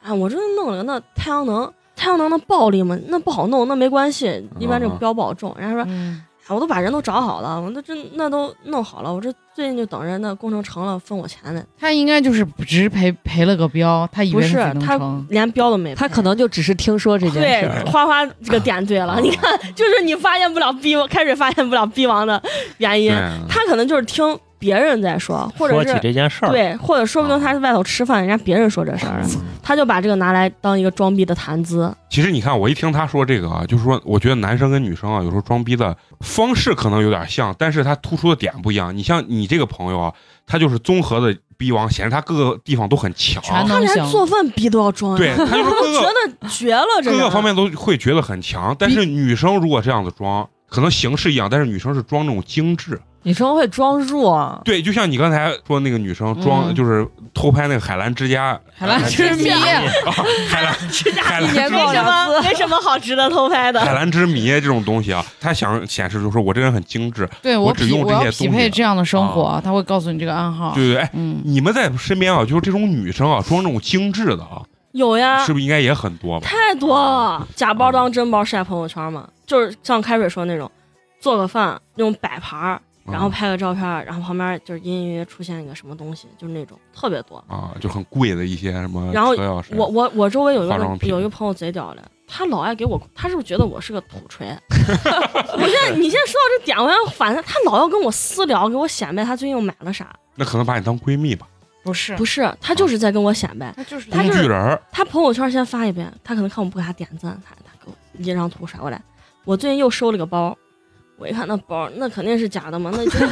[SPEAKER 5] 哎，我这弄了个那太阳能，太阳能那暴力嘛，那不好弄，那没关系，一般这个
[SPEAKER 3] 嗯
[SPEAKER 5] 标不好中。人家说，
[SPEAKER 1] 嗯，
[SPEAKER 5] 哎，我都把人都找好了，我那这那都弄好了，我这最近就等着那工程成了分我钱呢，
[SPEAKER 1] 他应该就是只是赔赔了个标，他以为
[SPEAKER 5] 不
[SPEAKER 1] 自
[SPEAKER 5] 是
[SPEAKER 1] 己能
[SPEAKER 5] 他哦
[SPEAKER 1] 成。
[SPEAKER 5] 连标都没
[SPEAKER 4] 他
[SPEAKER 5] 配
[SPEAKER 4] 可能就只是听说这件
[SPEAKER 5] 对
[SPEAKER 4] 事儿，
[SPEAKER 5] 花花这个点 对了，你看，就是你发现不了逼王，开始发现不了逼王的原因
[SPEAKER 3] 对，，啊
[SPEAKER 5] 他可能就是听别人在说，或者
[SPEAKER 6] 嗯说起
[SPEAKER 5] 是
[SPEAKER 6] 这件事儿，嗯
[SPEAKER 5] 对，或者说不定他在外头吃饭，人家别人说这事儿，啊他就把这个拿来当一个装逼的谈资。
[SPEAKER 3] 其实你看，我一听他说这个啊，就是说，我觉得男生跟女生啊，有时候装逼的方式可能有点像，但是他突出的点不一样。你像你这个朋友啊，他就是综合的逼王，显示他各个地方都很强，
[SPEAKER 1] 全能
[SPEAKER 5] 他连做饭逼都要装，
[SPEAKER 3] 对他就是
[SPEAKER 5] 我
[SPEAKER 3] 各
[SPEAKER 5] 觉
[SPEAKER 3] 个
[SPEAKER 5] 得绝了，这
[SPEAKER 3] 各个
[SPEAKER 5] 人
[SPEAKER 3] 方面都会觉得很强。但是女生如果这样子装，可能形式一样，但是女生是装那种精致。
[SPEAKER 4] 女生会装弱，
[SPEAKER 3] 对，就像你刚才说那个女生装，
[SPEAKER 1] 嗯
[SPEAKER 3] 就是偷拍那个海澜之家，
[SPEAKER 1] 海澜之谜，
[SPEAKER 3] 啊，海澜之家，海澜
[SPEAKER 4] 别
[SPEAKER 5] 没什么没什么好值得偷拍
[SPEAKER 3] 海
[SPEAKER 5] 的。
[SPEAKER 3] 澜之谜这种东西啊，他想显示就是说我这人很精致，
[SPEAKER 1] 对
[SPEAKER 3] 我只
[SPEAKER 1] 匹
[SPEAKER 3] 用这
[SPEAKER 1] 我要
[SPEAKER 3] 些
[SPEAKER 1] 匹
[SPEAKER 3] 东西
[SPEAKER 1] 配这样的生活
[SPEAKER 3] 啊，
[SPEAKER 1] 他会告诉你这个暗
[SPEAKER 5] 啊
[SPEAKER 1] 号。
[SPEAKER 3] 对不对？哎，
[SPEAKER 1] 嗯，
[SPEAKER 3] 你们在身边啊，就是这种女生啊，装这种精致的啊，
[SPEAKER 5] 有呀
[SPEAKER 3] 是，不是应该也很多吧？嗯
[SPEAKER 5] 太多了，假包当真包晒朋友圈嘛，就是像开水说那种，做个饭那种摆盘儿，
[SPEAKER 3] 嗯
[SPEAKER 5] 然后拍个照片儿，然后旁边就是隐隐约约出现一个什么东西，就是那种特别多。
[SPEAKER 3] 啊，就很贵的一些什么
[SPEAKER 5] 然后
[SPEAKER 3] 车钥匙，
[SPEAKER 5] 我我我周围有一
[SPEAKER 3] 化妆
[SPEAKER 5] 个
[SPEAKER 3] 品
[SPEAKER 5] 有一个朋友贼屌的，他老爱给我，他是不是觉得我是个土锤？啊 我现在你现在说到这点，我要反正他老要跟我私聊，给我显摆他最近又买了啥。
[SPEAKER 3] 那可能把你当闺蜜吧，
[SPEAKER 1] 不是，
[SPEAKER 5] 不是，他就是在跟我显摆。
[SPEAKER 1] 他就是
[SPEAKER 5] 他
[SPEAKER 3] 工
[SPEAKER 5] 就
[SPEAKER 3] 具
[SPEAKER 5] 是
[SPEAKER 3] 人儿
[SPEAKER 5] 他朋友圈先发一遍，他可能看我不给他点赞，他他给我一张图甩过来，我最近又收了个包，我一看那包，那肯定是假的嘛，那绝对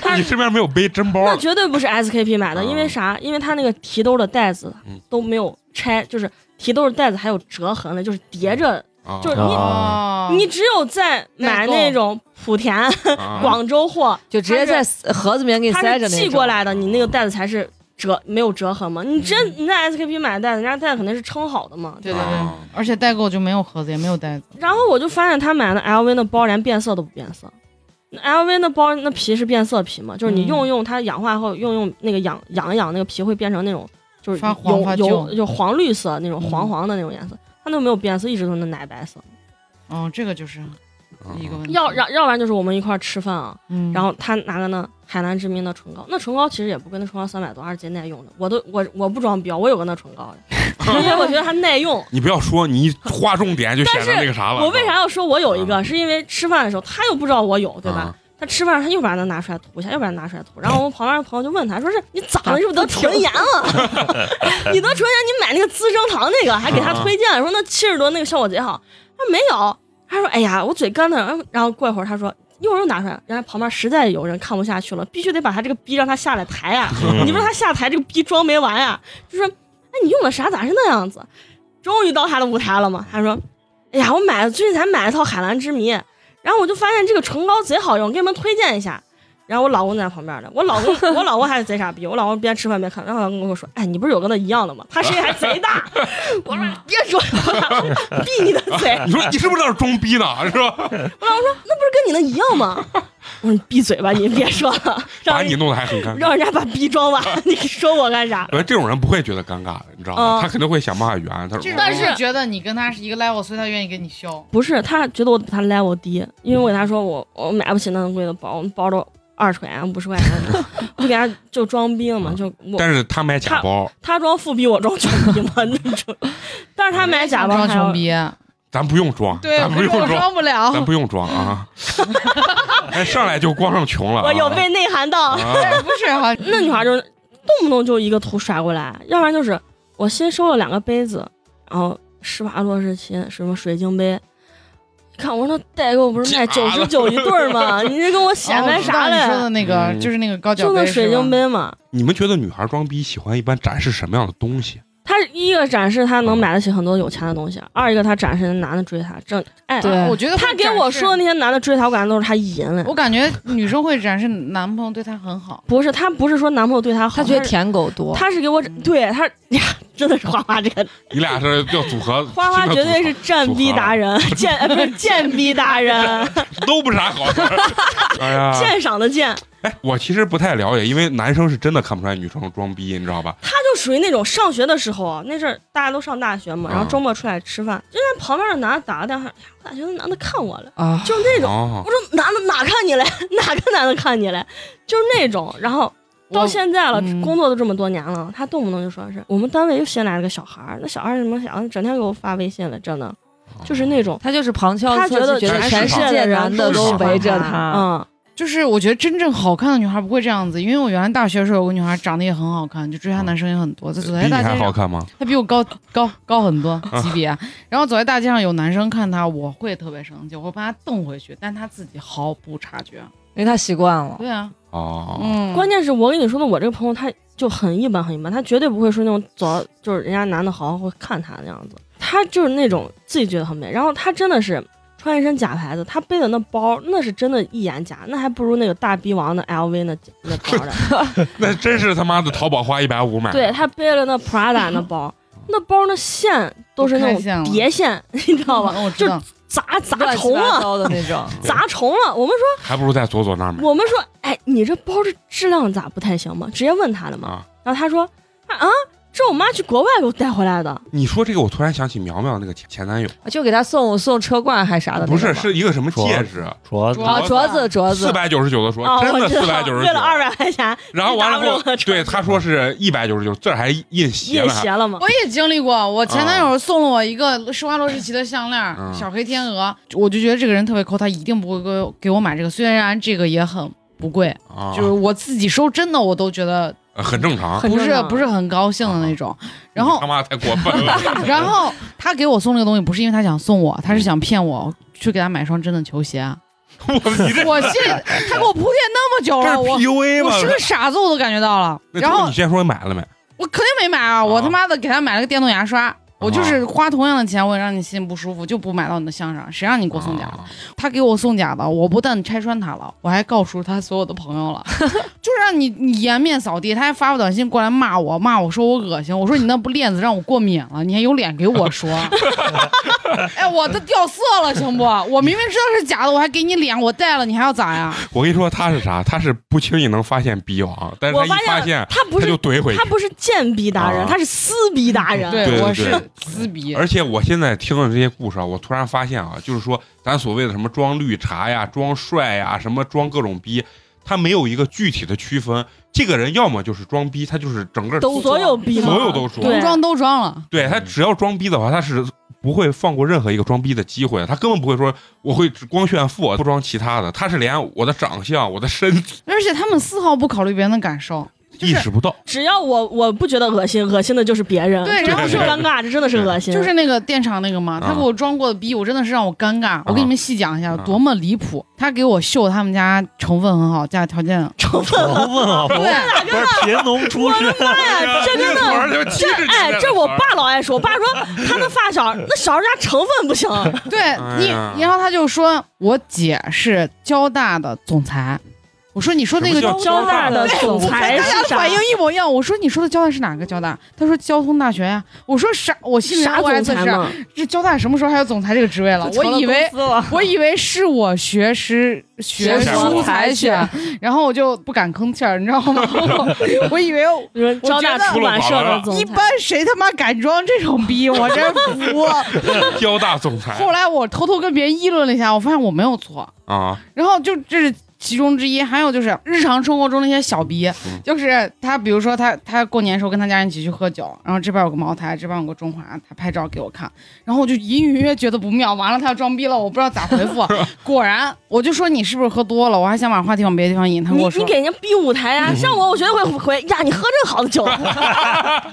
[SPEAKER 5] 他
[SPEAKER 3] 你身边没有背真包
[SPEAKER 5] 那
[SPEAKER 3] 的，
[SPEAKER 5] 绝对不是 SKP 买的，因为啥？因为他那个提兜的袋子
[SPEAKER 3] 嗯
[SPEAKER 5] 都没有拆，就是提兜的袋子还有折痕的，就是叠着。
[SPEAKER 3] 啊
[SPEAKER 5] 就是
[SPEAKER 6] 你
[SPEAKER 1] 哦，
[SPEAKER 5] 你只有在
[SPEAKER 1] 代
[SPEAKER 5] 买
[SPEAKER 1] 购
[SPEAKER 5] 那种莆田、
[SPEAKER 3] 啊
[SPEAKER 5] 广州货，
[SPEAKER 4] 就直接在死盒子里面给你
[SPEAKER 5] 他
[SPEAKER 4] 塞
[SPEAKER 5] 是
[SPEAKER 4] 着那
[SPEAKER 5] 寄
[SPEAKER 4] 种
[SPEAKER 5] 过来的，你那个袋子才是折没有折痕嘛？你真
[SPEAKER 1] 嗯
[SPEAKER 5] 你在 SKP 买的袋子，人家袋子肯定是称好的嘛，
[SPEAKER 1] 对对
[SPEAKER 3] 啊
[SPEAKER 1] 对，而且代购就没有盒子，也没有袋子，
[SPEAKER 5] 然后我就发现他买的 LV 那包连变色都不变色。那 LV 那包那皮是变色皮嘛？就是你
[SPEAKER 1] 嗯
[SPEAKER 5] 用用它氧化后，用用那个氧养一养，那个皮会变成那种就是
[SPEAKER 1] 发黄
[SPEAKER 5] 油
[SPEAKER 1] 发
[SPEAKER 5] 油
[SPEAKER 1] 旧
[SPEAKER 5] 就黄绿色那种
[SPEAKER 1] 嗯
[SPEAKER 5] 黄黄的那种颜色，它都没有变色，一直都是那奶白色。
[SPEAKER 1] 嗯，这个就是
[SPEAKER 3] 嗯
[SPEAKER 1] 一个问题。
[SPEAKER 5] 要要要不然就是我们一块儿吃饭啊，
[SPEAKER 1] 嗯，
[SPEAKER 5] 然后他拿个那海南之谜的唇膏，那唇膏其实也不贵，那唇膏三百多，二姐耐用的。我都我我不装逼啊，我有个那唇膏的， 因为我觉得它耐用。
[SPEAKER 3] 你不要说，你一划重点就显得那个啥了。啊
[SPEAKER 5] 我为啥要说我有一个？是因为吃饭的时候他又不知道我有，对吧？
[SPEAKER 3] 啊
[SPEAKER 5] 他吃饭，他又把它拿出来涂一下，又把它拿出来涂。然后我们旁边的朋友就问他，说是你咋了？你是不是得唇炎了？ 你得唇炎，你买那个资生堂那个，还给他推荐，说那七十多那个效果贼好。他说没有，他说哎呀，我嘴干的。然后过一会儿他说。一会儿又拿出来，人家旁边实在有人看不下去了，必须得把他这个逼让他下来抬啊呀、
[SPEAKER 6] 嗯
[SPEAKER 5] 你不让他下台，这个逼装没完呀、啊就说，哎，你用的啥咋是那样子？终于到他的舞台了嘛。他说，哎呀，我买了，最近才买了一套海蓝之谜，然后我就发现这个唇膏贼好用，给你们推荐一下。然后我老公在旁边呢，我老公 我老公还是贼傻逼，我老公边吃饭边看，然后我老公跟我说，哎，你不是有个那一样的吗？他声音还贼大， 我说别说了，闭你的嘴，
[SPEAKER 3] 你说你是不是在这装逼呢？是吧？
[SPEAKER 5] 跟你那一样吗？我说你闭嘴吧，你别说了， 让
[SPEAKER 3] 把
[SPEAKER 5] 人
[SPEAKER 3] 你弄得还很尴尬
[SPEAKER 5] 让。人家把逼 装完，你说我干啥？
[SPEAKER 3] 因为这种人不会觉得尴尬的，你知道吗？
[SPEAKER 5] 嗯
[SPEAKER 3] 他肯定会想办法圆。他说
[SPEAKER 1] 这种，
[SPEAKER 5] 但是
[SPEAKER 1] 人觉得你跟他是一个 level，所以他愿意跟你削。
[SPEAKER 5] 不是，他觉得我比他 level 低，因为我给他说我我买不起那么贵的包，我们包都二十块钱、五十块钱的， 我给他就装逼了嘛，就我
[SPEAKER 3] 嗯但是他买假包，
[SPEAKER 5] 他装富逼，我装穷逼嘛 那种。但是他买假包
[SPEAKER 1] 装
[SPEAKER 5] 还
[SPEAKER 1] 穷
[SPEAKER 5] 要，
[SPEAKER 1] 逼，
[SPEAKER 3] 咱不用装，
[SPEAKER 1] 对，
[SPEAKER 3] 咱不用
[SPEAKER 1] 我
[SPEAKER 3] 装，
[SPEAKER 1] 装不
[SPEAKER 3] 咱
[SPEAKER 1] 了，
[SPEAKER 3] 不用装啊！ 哎，上来就光上穷了、啊。
[SPEAKER 5] 我有被内涵到。
[SPEAKER 3] 啊，
[SPEAKER 1] 不是哈， 哦
[SPEAKER 5] 那女孩就是动不动就一个图甩过来，要不然就是我新收了两个杯子，然后施华洛世奇什么水晶杯，看我说那代购不是卖九
[SPEAKER 3] 假
[SPEAKER 5] 十
[SPEAKER 3] 的
[SPEAKER 5] 九一对儿吗？你这跟我显摆
[SPEAKER 1] 哦
[SPEAKER 5] 啥
[SPEAKER 1] 我知道你说
[SPEAKER 5] 嘞？
[SPEAKER 1] 的那个
[SPEAKER 3] 嗯
[SPEAKER 1] 就是那个高脚
[SPEAKER 5] 就
[SPEAKER 1] 杯
[SPEAKER 5] 那
[SPEAKER 1] 是
[SPEAKER 5] 水晶
[SPEAKER 1] 吧，
[SPEAKER 5] 杯嘛，
[SPEAKER 3] 你们觉得女孩装逼喜欢一般展示什么样的东西？
[SPEAKER 5] 他一个展示他能买得起很多有钱的东西，二一个他展示人男的追他，这哎，
[SPEAKER 4] 对
[SPEAKER 1] 我觉得
[SPEAKER 5] 他
[SPEAKER 1] 会
[SPEAKER 5] 给
[SPEAKER 1] 展
[SPEAKER 5] 我
[SPEAKER 1] 示
[SPEAKER 5] 说的，那些男的追他，我感觉都是他淫嘞。
[SPEAKER 1] 我感觉女生会展示男朋友对她很好，
[SPEAKER 5] 不是，他不是说男朋友对他好，
[SPEAKER 4] 他觉得舔狗多，
[SPEAKER 5] 他是给我对他呀，真的是花花这个
[SPEAKER 3] 你俩是要组合，
[SPEAKER 5] 花花
[SPEAKER 3] 基
[SPEAKER 5] 绝
[SPEAKER 3] 本组合
[SPEAKER 5] 对是战逼达人，鉴 呃不是鉴逼达人，
[SPEAKER 3] 都不是啥好事儿。 哎呀，
[SPEAKER 5] 鉴赏的鉴，
[SPEAKER 3] 哎，我其实不太了解，因为男生是真的看不出来女生装逼，你知道吧？
[SPEAKER 5] 他就属于那种上学的时候啊，那阵儿大家都上大学嘛，然后
[SPEAKER 3] 嗯
[SPEAKER 5] 周末出来吃饭，就让旁边的男的打个电话，哎呀，我咋觉得男的看我了？
[SPEAKER 4] 啊，
[SPEAKER 5] 就是那种，
[SPEAKER 3] 哦
[SPEAKER 5] 我，说男的哪看你嘞？ 哪个男的看你嘞？就是那种，然后。到
[SPEAKER 1] 我
[SPEAKER 5] 现在了，
[SPEAKER 1] 嗯
[SPEAKER 5] 工作都这么多年了，他动不动就说是我们单位又新来了个小孩儿，那小孩儿怎么想，整天给我发微信了，真的就是那种。
[SPEAKER 4] 他就是旁敲
[SPEAKER 5] 他
[SPEAKER 4] 侧
[SPEAKER 5] 觉得
[SPEAKER 4] 击，觉得
[SPEAKER 3] 全
[SPEAKER 4] 全
[SPEAKER 3] 世
[SPEAKER 4] 世
[SPEAKER 3] 界
[SPEAKER 4] 界
[SPEAKER 5] 的人
[SPEAKER 4] 男的
[SPEAKER 3] 都
[SPEAKER 4] 都
[SPEAKER 3] 喜欢
[SPEAKER 4] 围着
[SPEAKER 5] 他
[SPEAKER 4] 他。
[SPEAKER 5] 嗯，
[SPEAKER 1] 就是我觉得真正好看的女孩不会这样子，因为我原来大学的时候有个女孩长得也很好看，就追她男生也很多，在走
[SPEAKER 3] 嗯比
[SPEAKER 1] 在
[SPEAKER 3] 你
[SPEAKER 1] 大
[SPEAKER 3] 哦还
[SPEAKER 1] 街
[SPEAKER 3] 好
[SPEAKER 1] 上，
[SPEAKER 3] 看啊吗？
[SPEAKER 1] 她比我高 高高很多级别，啊然后走在大街上有男生看她，我会特别生气，我会把她瞪回去，但她自己毫不察觉。
[SPEAKER 4] 因为他习惯了，
[SPEAKER 1] 对啊，
[SPEAKER 3] 哦，
[SPEAKER 1] 嗯，
[SPEAKER 5] 关键是我跟你说的，我这个朋友他就很一般很一般，他绝对不会说那种走到就是人家男的好好会看他的样子，他就是那种自己觉得很美，然后他真的是穿一身假牌子，他背的那包那是真的一眼假，那还不如那个大逼王的 LV 那那包 呢。
[SPEAKER 3] 那真是他妈的淘宝花一百五买。
[SPEAKER 5] 对，他背了那 Prada 那 包，那包那线都是那
[SPEAKER 1] 都开线
[SPEAKER 5] 种
[SPEAKER 1] 了
[SPEAKER 5] 叠线， 你知道吧？
[SPEAKER 1] 嗯我知道，
[SPEAKER 5] 砸砸
[SPEAKER 4] 乱七
[SPEAKER 5] 重
[SPEAKER 4] 八
[SPEAKER 5] 了，
[SPEAKER 4] 糟的那种。
[SPEAKER 5] 砸重了，我们说。
[SPEAKER 3] 还不如在左左那儿买
[SPEAKER 5] 我们说，哎，你这包这质量咋不太行嘛？直接问他了嘛。
[SPEAKER 3] 啊！
[SPEAKER 5] 然后他说，啊，这我妈去国外给我带回来的。
[SPEAKER 3] 你说这个，我突然想起苗苗那个前前男友，
[SPEAKER 4] 就给他送送车冠还
[SPEAKER 5] 啊
[SPEAKER 4] 啥的那种
[SPEAKER 3] 不
[SPEAKER 4] 吧，
[SPEAKER 3] 是是一个什么
[SPEAKER 6] 说
[SPEAKER 3] 戒指，
[SPEAKER 6] 镯子
[SPEAKER 1] 镯
[SPEAKER 4] 啊，镯子镯
[SPEAKER 3] 四
[SPEAKER 4] 子，
[SPEAKER 3] 百九十九的说，
[SPEAKER 5] 啊，
[SPEAKER 3] 真
[SPEAKER 5] 我
[SPEAKER 3] 的
[SPEAKER 5] 知道
[SPEAKER 3] 四百九十
[SPEAKER 5] 为了二
[SPEAKER 3] 九。
[SPEAKER 5] 百块钱，
[SPEAKER 3] 然后完了
[SPEAKER 5] 你打不
[SPEAKER 3] 后
[SPEAKER 5] 了，
[SPEAKER 3] 对他说是一百九十九，这还印邪
[SPEAKER 5] 验
[SPEAKER 3] 了还。
[SPEAKER 5] 邪了吗？
[SPEAKER 1] 我也经历过，我前男友送了我一个施华洛世奇的项链，
[SPEAKER 3] 嗯
[SPEAKER 1] 小黑天鹅，我就觉得这个人特别抠，他一定不会给我给我买这个，虽然这个也很不贵，
[SPEAKER 3] 啊，
[SPEAKER 1] 就是我自己收真的我都觉得
[SPEAKER 3] 呃很正常。
[SPEAKER 5] 很
[SPEAKER 1] 不是
[SPEAKER 5] 正常
[SPEAKER 1] 不是很高兴的那
[SPEAKER 3] 啊
[SPEAKER 1] 种。然后
[SPEAKER 3] 你
[SPEAKER 1] 啊
[SPEAKER 3] 他妈太过分了，
[SPEAKER 1] 然后他给我送这个东西，不是因为他想送我，他是想骗我去给他买双真的球鞋。 啊
[SPEAKER 3] 我你这
[SPEAKER 1] 我信他给我铺垫那么久
[SPEAKER 3] 这是
[SPEAKER 1] 了，哦我
[SPEAKER 3] PUA
[SPEAKER 1] 我
[SPEAKER 3] 吗？
[SPEAKER 1] 是个傻子，我都感觉到了。
[SPEAKER 3] 那
[SPEAKER 1] 然后
[SPEAKER 3] 你先说买了没？
[SPEAKER 1] 我肯定没买啊！我他妈的给他买了个电动牙刷，我
[SPEAKER 3] 啊
[SPEAKER 1] 就是花同样的钱，我也让你心里不舒服，就不买到你的项上，谁让你给我送假的？
[SPEAKER 3] 啊
[SPEAKER 1] 他给我送假的，我不但拆穿他了，我还告诉他所有的朋友了， 就是让你你颜面扫地。他还发个短信过来骂我，骂我说我恶心，我说你那不链子让我过敏了，你还有脸给我说？ 哎，我都掉色了，行不？我明明知道是假的，我还给你脸，我戴了，你还要咋呀？
[SPEAKER 3] 我跟你说他是啥？他是不轻易能发现逼王，但是
[SPEAKER 5] 我
[SPEAKER 3] 他一发
[SPEAKER 5] 现
[SPEAKER 3] 现
[SPEAKER 5] 他不
[SPEAKER 3] 哎他
[SPEAKER 5] 是
[SPEAKER 3] 就怼回去
[SPEAKER 5] 他。不是贱逼达人，
[SPEAKER 3] 啊
[SPEAKER 5] 他是撕逼达人。
[SPEAKER 3] 对
[SPEAKER 1] 我
[SPEAKER 3] 对
[SPEAKER 1] 是
[SPEAKER 3] 对
[SPEAKER 1] 撕逼。
[SPEAKER 3] 而且我现在听了这些故事啊，我突然发现啊，就是说咱所谓的什么装绿茶呀、装帅呀、什么装各种逼，他没有一个具体的区分。这个人要么就是装逼，他就是整个
[SPEAKER 4] 都
[SPEAKER 5] 所有逼嘛
[SPEAKER 3] 所有都装
[SPEAKER 5] 对
[SPEAKER 1] 都装都装了，
[SPEAKER 3] 对他只要装逼的话，他是不会放过任何一个装逼的机会，他根本不会说我会只光炫富，不装其他的。他是连我的长相、我的身 体
[SPEAKER 1] 而且他们丝毫不考虑别人的感受。
[SPEAKER 3] 意识不到。
[SPEAKER 5] 只要我我不觉得恶心，恶心的就是别人，
[SPEAKER 1] 对
[SPEAKER 5] 这
[SPEAKER 1] 然后
[SPEAKER 5] 不是
[SPEAKER 3] 就
[SPEAKER 5] 尴尬，这真的是恶心。
[SPEAKER 1] 就是那个电厂那个嘛，
[SPEAKER 3] 啊
[SPEAKER 1] 他给我装过的逼，我真的是让我尴尬。我给你们细讲一下
[SPEAKER 3] 啊
[SPEAKER 1] 多么离谱。他给我秀他们家成分很好，家条件
[SPEAKER 5] 成分。
[SPEAKER 6] 我问啊，不
[SPEAKER 1] 对
[SPEAKER 6] 是，不是贫农出身，
[SPEAKER 5] 哎呀，这真
[SPEAKER 3] 的
[SPEAKER 5] 的。这哎，这我爸老爱说，我爸说他们发小那小人家成分不行，
[SPEAKER 1] 对
[SPEAKER 3] 呀
[SPEAKER 1] 你，然后他就说我姐是交大的总裁。我说你说那个
[SPEAKER 3] 什么叫
[SPEAKER 5] 交大的总裁
[SPEAKER 1] 大家
[SPEAKER 5] 哎是
[SPEAKER 1] 的
[SPEAKER 5] 啥
[SPEAKER 1] 反应？一模一样。我说你说的交大是哪个交大？他说交通大学呀、我说啥？我心里
[SPEAKER 5] 啥
[SPEAKER 1] 我还
[SPEAKER 5] 总
[SPEAKER 1] 测
[SPEAKER 5] 裁
[SPEAKER 1] 试，
[SPEAKER 5] 嘛？
[SPEAKER 1] 这交大什么时候还有总裁这个职位了？我以为 我以为是我学识学
[SPEAKER 3] 学
[SPEAKER 1] 术
[SPEAKER 3] 术
[SPEAKER 1] 才选，然后我就不敢吭气儿，你知道吗？ 我我以为
[SPEAKER 5] 你说交大出版社的总
[SPEAKER 1] 一
[SPEAKER 5] 裁
[SPEAKER 1] 般谁他妈敢装这种逼，我真服。
[SPEAKER 3] 交大总裁
[SPEAKER 1] 后来我偷偷跟别人议论了一下，我发现我没有错，
[SPEAKER 3] 啊，
[SPEAKER 1] 然后就这是其中之一。还有就是日常生活中那些小逼，就是他，比如说他他过年的时候跟他家人一起去喝酒，然后这边有个茅台，这边有个中华，他拍照给我看，然后我就隐隐约约觉得不妙，完了他要装逼了，我不知道咋回复。果然，我就说你是不是喝多了？我还想把话题往别的地方引，他跟
[SPEAKER 5] 你
[SPEAKER 1] 我说嗯
[SPEAKER 5] 你给人家逼舞台啊！像我，我绝对会回呀，你喝这好 的酒，我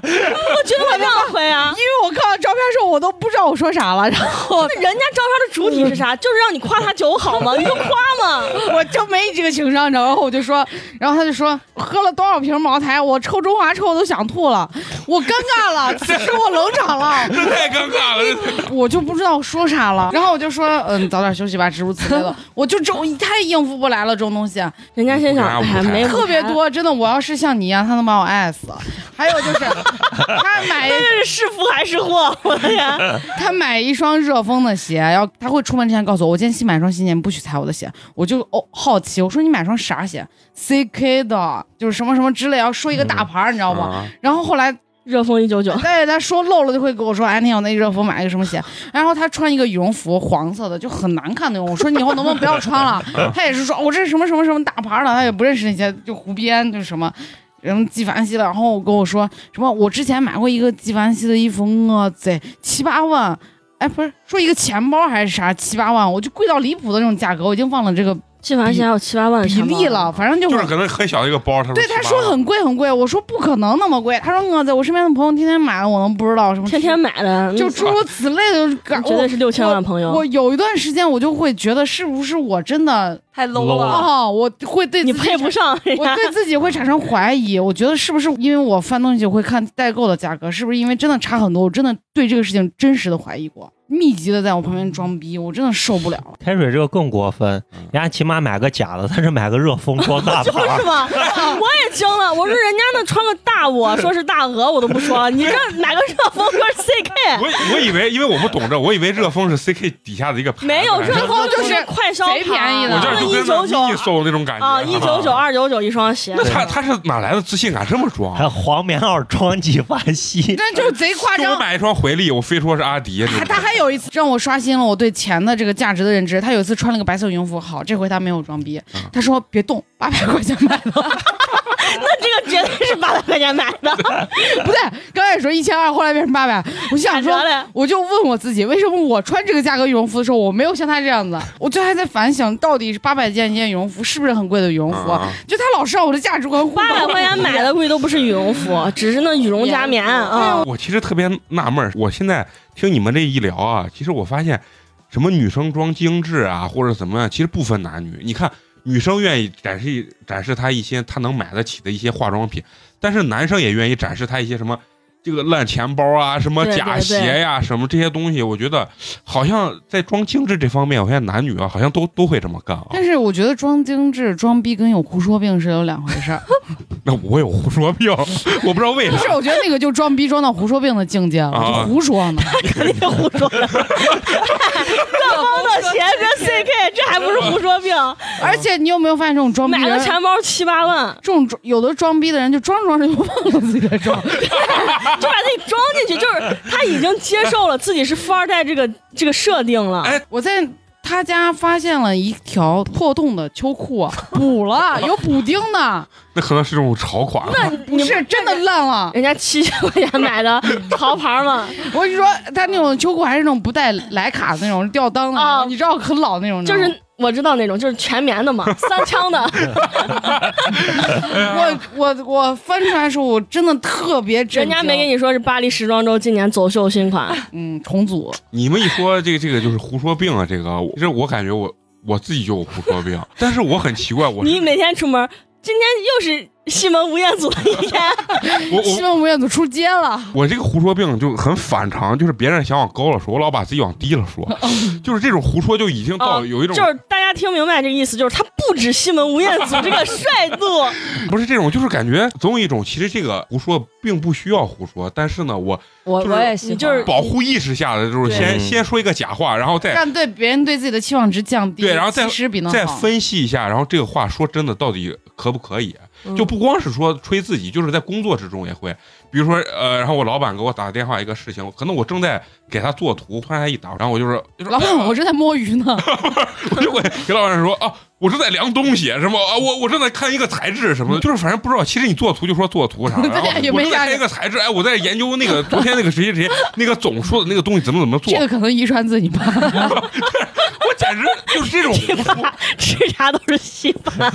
[SPEAKER 5] 绝对会这样回啊。
[SPEAKER 1] 因为我看到照片的时候，我都不知道我说啥了， 然后
[SPEAKER 5] 那人家照片的主体是啥？就是让你夸他酒好吗？你就夸嘛。
[SPEAKER 1] 我就没这个情商，你知道吗然后我就说，然后他就说喝了多少瓶茅台，我抽中华抽我都想吐了，我尴尬了，此时我冷场了，
[SPEAKER 3] 这太尴尬了，这太
[SPEAKER 1] 我就不知道说啥了。然后我就说，嗯，早点休息吧，诸如此类的。我就这种太应付不来了，这种东西啊
[SPEAKER 5] 人家心想，哎呀，没
[SPEAKER 1] 特别，多，真的。我要是像你一样，他能把我爱死。还有就是， 他买
[SPEAKER 5] 这是是福还是祸？我的 天！
[SPEAKER 1] 他买一双热风的鞋，然后他会出门之前告诉我，我今天新买一双新鞋，你不许踩我的鞋。我就哦好奇，我说你买双啥鞋？CK 的，就是什么什么之类，要说一个大牌儿，你知道吗？
[SPEAKER 3] 啊
[SPEAKER 1] 然后后来
[SPEAKER 5] 热风一九 九，
[SPEAKER 1] 对他说漏了就会跟我说，哎，那天我那热风买了个什么鞋，然后他穿一个羽绒服，黄色的，就很难看那种。我说你以后能不能不要穿了？他也是说，我、这是什么什么什么大牌儿的，他也不认识那些，就湖边就是什么。然后纪梵希的，然后跟我说什么？我之前买过一个纪梵希的衣服，我贼七八万，哎，不是说一个钱包还是啥七八万，我就贵到离谱的那种价格，我已经忘了这个
[SPEAKER 5] 纪梵希还有七八万的
[SPEAKER 1] 比
[SPEAKER 5] 钱包
[SPEAKER 1] 例了，，反正就
[SPEAKER 3] 就是可能很小的一个包，他说
[SPEAKER 1] 对他
[SPEAKER 3] 18
[SPEAKER 1] 说很贵很贵，我说不可能那么贵，他说呃我在我身边的朋友天天买的，我能不知道什么？
[SPEAKER 5] 天天买的，
[SPEAKER 1] 就诸如此类 的，感
[SPEAKER 5] 那绝对是六千万朋
[SPEAKER 1] 我
[SPEAKER 5] 友
[SPEAKER 1] 我。有一段时间，我就会觉得是不是我真的
[SPEAKER 4] 太
[SPEAKER 6] low 了哇
[SPEAKER 1] 啊、我会对
[SPEAKER 5] 你
[SPEAKER 1] 自己
[SPEAKER 5] 配不
[SPEAKER 1] 产
[SPEAKER 5] 上人
[SPEAKER 1] 我
[SPEAKER 5] 家。
[SPEAKER 1] 对自己会产生怀疑，我觉得是不是因为我翻东西会看代购的价格，是不是因为真的差很多？我真的对这个事情真实的怀疑过，密集的在我旁边装逼，我真的受不了了。
[SPEAKER 6] 开水这个更过分，人家起码买个假的，他是买个热风装大 牌
[SPEAKER 5] 是
[SPEAKER 6] 儿，
[SPEAKER 5] 吧？我也惊了，我说人家那穿个大我，说是大鹅，我都不说，你这买个热风说是 CK，
[SPEAKER 3] 我以我以为，因为我不懂这，我以为热风是 CK 底下的一个牌子，
[SPEAKER 5] 没
[SPEAKER 1] 哎
[SPEAKER 5] 有热风就是快消
[SPEAKER 1] 贼便宜的
[SPEAKER 3] 我这
[SPEAKER 1] 就是
[SPEAKER 3] 就
[SPEAKER 5] 一
[SPEAKER 3] 跟
[SPEAKER 5] 九九
[SPEAKER 3] 那 Miniso 那种感觉
[SPEAKER 5] 啊，一九九二九九一双鞋
[SPEAKER 3] 那，他他是哪来的自信敢这么装
[SPEAKER 6] 还？有黄棉袄装纪梵希，
[SPEAKER 5] 啊
[SPEAKER 1] 但就是贼夸
[SPEAKER 3] 就
[SPEAKER 1] 张啊
[SPEAKER 3] 我，买一双回力，我非说是阿迪。
[SPEAKER 1] 他他还有一次让我刷新了我对钱的这个价值的认知。他有一次穿了个白色羽绒服，好，这回他没有装
[SPEAKER 5] 啊
[SPEAKER 1] 逼
[SPEAKER 3] 嗯。
[SPEAKER 1] 他说别动，八百块钱买的，
[SPEAKER 5] 那这个绝对是八百块钱买 的，
[SPEAKER 1] 不对，刚开始说一千二，后来变成八百。我
[SPEAKER 5] 打
[SPEAKER 1] 想
[SPEAKER 5] 折
[SPEAKER 1] 说，
[SPEAKER 5] 嘞。
[SPEAKER 1] 我就问我自己，为什么我穿这个价格羽绒服的时候，我没有像他这样子？我最后还在反省，到底是八百件一件羽绒服是不是很贵的羽绒服？
[SPEAKER 3] 啊
[SPEAKER 1] 就他老是让我的价值观互
[SPEAKER 5] 八百块钱买的估计都不是羽绒服，只是那羽绒加棉
[SPEAKER 1] 嗯
[SPEAKER 5] 啊。
[SPEAKER 3] 我其实特别纳闷儿，我现在听你们这一聊啊，其实我发现，什么女生装精致啊，或者怎么样，其实不分男女。你看，女生愿意展示一展示她一些她能买得起的一些化妆品，但是男生也愿意展示她一些什么。这个烂钱包啊，什么
[SPEAKER 5] 对对
[SPEAKER 3] 假鞋
[SPEAKER 5] 对
[SPEAKER 3] 呀、什么这些东西，我觉得好像在装精致这方面，我发现男女啊，好像都都会这么干啊。
[SPEAKER 1] 但是我觉得装精致、装逼跟有胡说病是有两回事儿。
[SPEAKER 3] 那我有胡说病，我不知道为啥
[SPEAKER 1] 不。是，我觉得那个就装逼装到胡说病的境界了，
[SPEAKER 3] 啊
[SPEAKER 1] 就胡说呢。
[SPEAKER 5] 肯定胡说的。热 风的鞋跟 CK，这还不是胡说病？
[SPEAKER 1] 而且你有没有发现这种装逼
[SPEAKER 5] 买
[SPEAKER 1] 人
[SPEAKER 5] 个钱包七八万，
[SPEAKER 1] 这种装有的装逼的人就装着装着就忘了自己 在装，
[SPEAKER 5] 就把自己装进去，就是他已经接受了自己是富二代这个这个设定了。
[SPEAKER 3] 哎
[SPEAKER 1] 我在他家发现了一条破洞的秋裤，啊补了，有补丁的，
[SPEAKER 3] 那可能是这种潮款啊。
[SPEAKER 5] 那
[SPEAKER 1] 不
[SPEAKER 5] 你
[SPEAKER 1] 是真的烂了。
[SPEAKER 5] 人家七千块钱买的潮牌嘛，
[SPEAKER 1] 我跟你说，他那种秋裤还是那种不带莱卡的那种吊裆的那
[SPEAKER 5] 啊
[SPEAKER 1] 种，你知道很老那种。
[SPEAKER 3] 嗯
[SPEAKER 5] 就是我知道那种，就是全棉的嘛，三枪的，
[SPEAKER 1] 我我我翻出来的时候，我真的特别震
[SPEAKER 5] 人
[SPEAKER 1] 惊。
[SPEAKER 5] 家没跟你说是巴黎时装周今年走秀新款，
[SPEAKER 3] 哎
[SPEAKER 1] 嗯重组，
[SPEAKER 3] 你们一说这个这个就是胡说病啊，这个我这我感觉我我自己就有胡说 病，但是我很奇怪，我是
[SPEAKER 5] 你每天出门，今天又是西门吴彦祖的一天，
[SPEAKER 3] 我
[SPEAKER 1] 西
[SPEAKER 3] 我
[SPEAKER 1] 门吴彦祖出街了。
[SPEAKER 3] 我这个胡说病就很反常，就是别人想往高了说，我老把自己往低了说，就是这种胡说就已经到
[SPEAKER 5] 哦
[SPEAKER 3] 有一种
[SPEAKER 5] 就是大家听明白这意思，就是他不止西门吴彦祖这个帅度，
[SPEAKER 3] 不是这种，就是感觉总有一种其实这个胡说并不需要胡说，但是呢，我
[SPEAKER 4] 我
[SPEAKER 3] 就是
[SPEAKER 4] 我也喜
[SPEAKER 5] 你
[SPEAKER 4] 欢，
[SPEAKER 5] 就是
[SPEAKER 3] 保护意识下的就是
[SPEAKER 5] 对
[SPEAKER 3] 先
[SPEAKER 6] 嗯
[SPEAKER 3] 先说一个假话，然后再
[SPEAKER 1] 让对别人对自己的期望值降低，
[SPEAKER 3] 对然后再
[SPEAKER 1] 其实比那
[SPEAKER 3] 再
[SPEAKER 1] 好
[SPEAKER 3] 分析一下，然后这个话说真的到底可不可以？
[SPEAKER 5] 嗯
[SPEAKER 3] 就不光是说吹自己，就是在工作之中也会。比如说呃，然后我老板给我打电话一个事情，可能我正在给他做图，突然他一打，然后我就是就说
[SPEAKER 1] 老板，我正在摸鱼呢。
[SPEAKER 3] 我就会给老板说啊，我正在量东西，什么啊，我我正在看一个材质什么的，就是反正不知道。其实你做图就说做图啥，
[SPEAKER 1] 对
[SPEAKER 3] 嗯然后
[SPEAKER 1] 也
[SPEAKER 3] 我
[SPEAKER 1] 没
[SPEAKER 3] 正
[SPEAKER 1] 啥
[SPEAKER 3] 在看一个材质，哎，我在研究那个昨天那个谁谁谁 那个总说的那个东西怎么怎么 做
[SPEAKER 1] 这，个可能遗传自 你爸。
[SPEAKER 3] 我简直就是 这种
[SPEAKER 5] 西番 吃啥都是西番，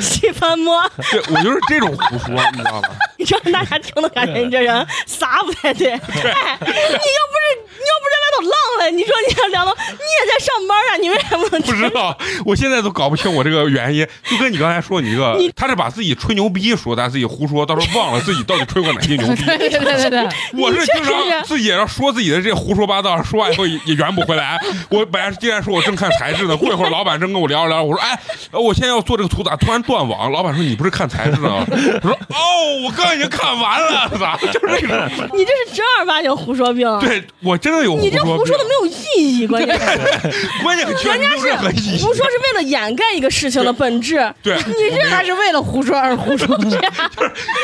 [SPEAKER 5] 西番摸，
[SPEAKER 3] 对，我就是这种胡说，你知道吧？
[SPEAKER 5] 你知道大家听的感觉，你这人啥不太对。哎，你要不是你要不是在外头浪了，你说你要聊到你也在上班啊，你为啥不能
[SPEAKER 3] 不知道，我现在都搞不清我这个原因。就跟你刚才说你一个，他是把自己吹牛逼说，但自己胡说，到时候忘了自己到底吹过哪些牛
[SPEAKER 1] 对
[SPEAKER 3] 逼。
[SPEAKER 1] 对对对对，
[SPEAKER 3] 我是经
[SPEAKER 1] 你确
[SPEAKER 3] 常
[SPEAKER 1] 实
[SPEAKER 3] 自己也要说自己的这胡说八道，说完以后也也圆不回来。我本来是今天说我正看材质呢，过一会儿老板正跟我聊着聊着，我说哎，呃我现在要做这个图咋突然断网？老板说你不是看材质呢？ 我说哦，我刚刚已经看完了，咋 就是这种？
[SPEAKER 5] 你这是正儿八经胡说病。啊
[SPEAKER 3] 对我真的有胡
[SPEAKER 5] 你这胡
[SPEAKER 3] 说
[SPEAKER 5] 说的没有意义，关键是
[SPEAKER 3] 病，关键很确实
[SPEAKER 5] 人
[SPEAKER 3] 没
[SPEAKER 5] 家
[SPEAKER 3] 有任何意
[SPEAKER 5] 是
[SPEAKER 3] 义。
[SPEAKER 5] 胡说是为了掩盖一个事情的本质。
[SPEAKER 3] 对，
[SPEAKER 5] 你这
[SPEAKER 1] 他是为了胡说而胡说。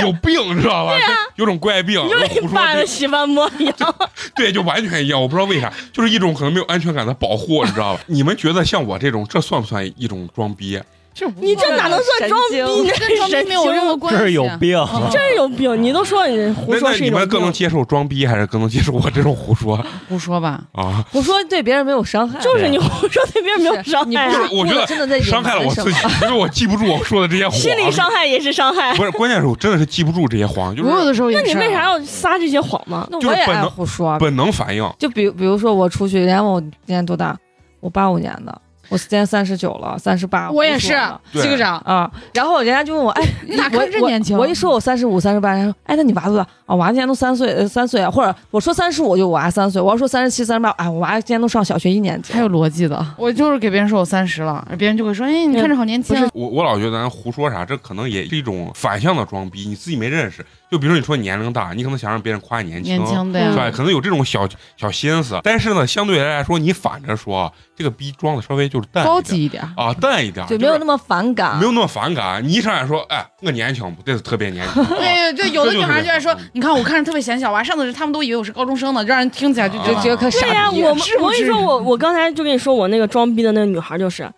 [SPEAKER 3] 有病，你知道吧？就有种怪病，
[SPEAKER 5] 啊你 就
[SPEAKER 3] 有
[SPEAKER 5] 跟
[SPEAKER 3] 胡
[SPEAKER 5] 你
[SPEAKER 3] 说
[SPEAKER 5] 爸
[SPEAKER 3] 病
[SPEAKER 5] 的洗番摸一样，
[SPEAKER 3] 对，就完全一样。我不知道为啥，就是一种可能没有安全感的保护，你知道吧？你们觉得像我这种，这算不算一种装逼？
[SPEAKER 1] 这无
[SPEAKER 5] 你这哪能算装
[SPEAKER 4] 神
[SPEAKER 5] 逼？
[SPEAKER 4] 经
[SPEAKER 5] 你
[SPEAKER 1] 跟装
[SPEAKER 5] 是
[SPEAKER 1] 逼
[SPEAKER 5] 神
[SPEAKER 1] 没有任何
[SPEAKER 5] 经，
[SPEAKER 1] 关系？啊嗯
[SPEAKER 6] 这是有病，啊
[SPEAKER 3] 啊
[SPEAKER 5] 真是有病！你都说你胡
[SPEAKER 3] 那
[SPEAKER 5] 说
[SPEAKER 3] 那
[SPEAKER 5] 是
[SPEAKER 3] 你
[SPEAKER 5] 一种
[SPEAKER 3] 们更能
[SPEAKER 5] 病，
[SPEAKER 3] 接受装逼，还是更能接受我这种胡说
[SPEAKER 1] 胡说吧，
[SPEAKER 3] 啊？
[SPEAKER 4] 我说对别人没有伤害，
[SPEAKER 5] 就是你胡说对别人没有伤
[SPEAKER 4] 你
[SPEAKER 5] 害
[SPEAKER 4] 不
[SPEAKER 3] 就
[SPEAKER 5] 啊，
[SPEAKER 3] 是我觉得
[SPEAKER 4] 不真的在隐
[SPEAKER 3] 伤害了
[SPEAKER 4] 瞒
[SPEAKER 3] 我
[SPEAKER 4] 什
[SPEAKER 3] 自己
[SPEAKER 4] 么，
[SPEAKER 3] 因为我记不住我说的这些
[SPEAKER 5] 心理
[SPEAKER 3] 谎。
[SPEAKER 5] 伤害也是伤害。
[SPEAKER 3] 不是，关键是我真的是记不住这些谎，就
[SPEAKER 1] 我有
[SPEAKER 3] 是
[SPEAKER 1] 的时候也
[SPEAKER 5] 那你
[SPEAKER 1] 是啊
[SPEAKER 5] 为啥要撒这些谎呢？
[SPEAKER 4] 那
[SPEAKER 3] 就是
[SPEAKER 4] 我也
[SPEAKER 3] 本
[SPEAKER 4] 爱
[SPEAKER 3] 能
[SPEAKER 4] 胡说。啊
[SPEAKER 3] 本能反应。
[SPEAKER 4] 就比如比如说我出去，人家问我今年多大，我八五年的，我今年三十九了，三十八，
[SPEAKER 1] 我也是
[SPEAKER 3] 对
[SPEAKER 1] 这个长，
[SPEAKER 4] 啊，然后人家就问我，哎，
[SPEAKER 1] 你咋
[SPEAKER 4] 我
[SPEAKER 1] 看着年轻？
[SPEAKER 4] 我一说我三十五、三十八，人家说，哎，那你娃多大？啊，我娃今年都三岁，呃，三岁啊，或者我说三十五就我娃三岁，我要说三十七、三十八，哎，我娃今年都上小学一年级
[SPEAKER 1] 还
[SPEAKER 4] 了。
[SPEAKER 1] 有逻辑的，我就是给别人说我三十了，别人就会说，哎，你看着好年轻啊。
[SPEAKER 3] 我我老觉得咱胡说啥，这可能也是一种反向的装逼，你自己没认识。就比如说你说年龄大，你可能想让别人夸你
[SPEAKER 1] 年轻啊的
[SPEAKER 5] 嗯
[SPEAKER 3] 是
[SPEAKER 1] 呀，
[SPEAKER 3] 吧？可能有这种小小心思，但是呢，相对来说，你反着说，啊这个逼装的稍微就是淡一点
[SPEAKER 1] 高级一点。
[SPEAKER 3] 啊，淡一点，
[SPEAKER 4] 就没
[SPEAKER 3] 是
[SPEAKER 4] 有那么反感，
[SPEAKER 3] 没有那么反感。你一上来说，哎，我年轻不，这是特别年轻。
[SPEAKER 5] 哎
[SPEAKER 3] 啊
[SPEAKER 1] 对对，有的
[SPEAKER 3] 这就是
[SPEAKER 1] 女孩就爱说
[SPEAKER 3] 嗯，
[SPEAKER 1] 你看我看着特别显小吧，上次他们都以为我是高中生呢，让人听起来就
[SPEAKER 4] 就
[SPEAKER 1] 觉
[SPEAKER 3] 啊
[SPEAKER 4] 觉得
[SPEAKER 1] 得
[SPEAKER 4] 可傻
[SPEAKER 5] 对呀、
[SPEAKER 4] 逼
[SPEAKER 5] 我
[SPEAKER 4] 了。
[SPEAKER 5] 们
[SPEAKER 1] 是不
[SPEAKER 5] 我跟你
[SPEAKER 1] 是
[SPEAKER 5] 说，我我刚才就跟你说，我那个装逼的那个女孩就是，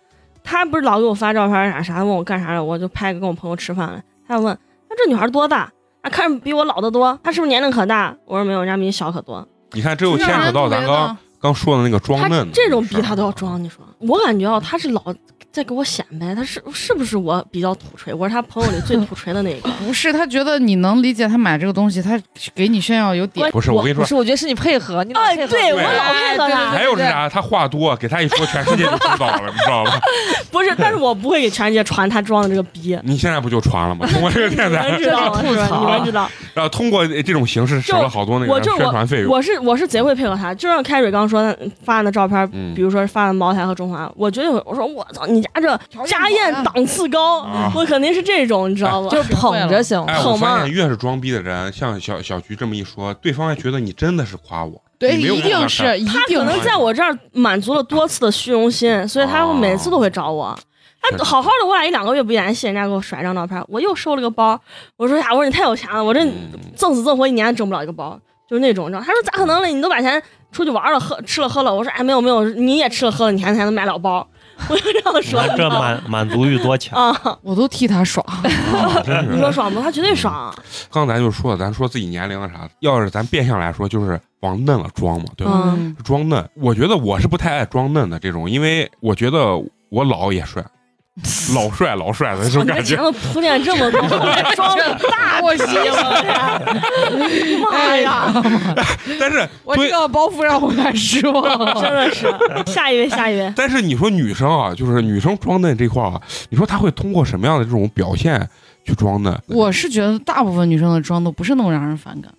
[SPEAKER 5] 她不是老给我发照片啥啥，问我干啥的，我就拍个跟我朋友吃饭了，她就问，那这女孩多大？啊，看着比我老得多，她是不是年龄可大？我说没有，人家比你小可多。
[SPEAKER 3] 你看，这又牵
[SPEAKER 1] 让
[SPEAKER 3] 扯
[SPEAKER 1] 人
[SPEAKER 3] 到
[SPEAKER 1] 特
[SPEAKER 3] 咱
[SPEAKER 1] 别
[SPEAKER 3] 刚
[SPEAKER 1] 的
[SPEAKER 3] 刚说的那个装
[SPEAKER 5] 她
[SPEAKER 3] 嫩的
[SPEAKER 5] 这种
[SPEAKER 3] 事
[SPEAKER 5] 逼
[SPEAKER 3] 儿啊
[SPEAKER 5] 她都要装，你说，我感觉啊，她是老在给我显摆，她是是不是我比较土锤？我是她朋友里最土锤的那一个。
[SPEAKER 1] 不是，他觉得你能理解他买这个东西，他给你炫耀有 点。
[SPEAKER 3] 不是我跟你
[SPEAKER 4] 不
[SPEAKER 3] 说。
[SPEAKER 4] 是，我觉得是你配合，你老
[SPEAKER 5] 哎，
[SPEAKER 4] 配合啊
[SPEAKER 5] 对
[SPEAKER 4] 我
[SPEAKER 5] 我老配合她，
[SPEAKER 3] 还有是啥？他话多，给他一说，全世界就知道了，你知道吧？
[SPEAKER 5] 不是，但是我不会给全世界传她装的这个 逼。
[SPEAKER 3] 你现在不就传了吗？通过这个电
[SPEAKER 5] 你
[SPEAKER 3] 台
[SPEAKER 5] 们，知道吗？是吧你们知道。
[SPEAKER 3] 然后通过这种形式省了好多那
[SPEAKER 5] 我
[SPEAKER 3] 个
[SPEAKER 5] 就
[SPEAKER 3] 宣传费用。
[SPEAKER 5] 我是我是贼会配合他，就像开水刚说的发的那照片，
[SPEAKER 3] 嗯
[SPEAKER 5] 比如说发的茅台和中华，我绝对会我说我操，你家这家宴档次高，
[SPEAKER 3] 啊
[SPEAKER 5] 我肯定是这种，你知道吧？
[SPEAKER 4] 啊就是捧着行。
[SPEAKER 3] 哎，我
[SPEAKER 5] 捧
[SPEAKER 3] 发
[SPEAKER 5] 嘛
[SPEAKER 3] 现越是装逼的人，像小小菊这么一说，对方还觉得你真的是夸我。
[SPEAKER 1] 对，
[SPEAKER 3] 你没有
[SPEAKER 1] 一
[SPEAKER 3] 办法
[SPEAKER 1] 定是，一
[SPEAKER 5] 他可
[SPEAKER 1] 定
[SPEAKER 5] 能
[SPEAKER 1] 是。
[SPEAKER 5] 在我这儿满足了多次的虚荣心，所以他
[SPEAKER 3] 哦
[SPEAKER 5] 每次都会找我。
[SPEAKER 3] 确
[SPEAKER 5] 他
[SPEAKER 3] 实
[SPEAKER 5] 好好的，我俩一两个月不联系，人家给我甩张照片，我又收了个包。我说呀，我说你太有钱了，我这
[SPEAKER 3] 嗯
[SPEAKER 5] 挣死挣活一年挣不了一个包，就是那种，你知道？他说咋可能呢？你都把钱出去玩了、喝吃了喝了。我说哎，没有没有，你也吃了喝了，你还才能买了包。我就这样说，啊
[SPEAKER 6] 那
[SPEAKER 5] 你知
[SPEAKER 6] 这
[SPEAKER 5] 道吗
[SPEAKER 6] 满满足欲多强，
[SPEAKER 5] 啊，
[SPEAKER 1] 我都替他爽，
[SPEAKER 3] 啊真是
[SPEAKER 5] 你说爽不？他绝对爽。啊
[SPEAKER 3] 刚才就说了，咱说自己年龄啊啥，要是咱变相来说，就是往嫩了装嘛，对吧？
[SPEAKER 5] 嗯
[SPEAKER 3] 装嫩，我觉得我是不太爱装嫩的这种，因为我觉得我老也 帅，老帅老帅的这种
[SPEAKER 5] 我你这
[SPEAKER 3] 感
[SPEAKER 5] 前
[SPEAKER 3] 觉。
[SPEAKER 5] 头铺垫这么多，还装个 大
[SPEAKER 1] 我哎
[SPEAKER 5] 逼， 我天！妈 哎呀，
[SPEAKER 3] 但是
[SPEAKER 1] 我
[SPEAKER 3] 对
[SPEAKER 1] 这个包袱让我很失
[SPEAKER 5] 真
[SPEAKER 1] 望。
[SPEAKER 5] 的是。下一位，下一位。
[SPEAKER 3] 但是你说女生啊，就是女生装嫩这块儿啊，你说她会通过什么样的这种表现去装嫩？
[SPEAKER 1] 我是觉得大部分女生的妆都不是那么让人反感，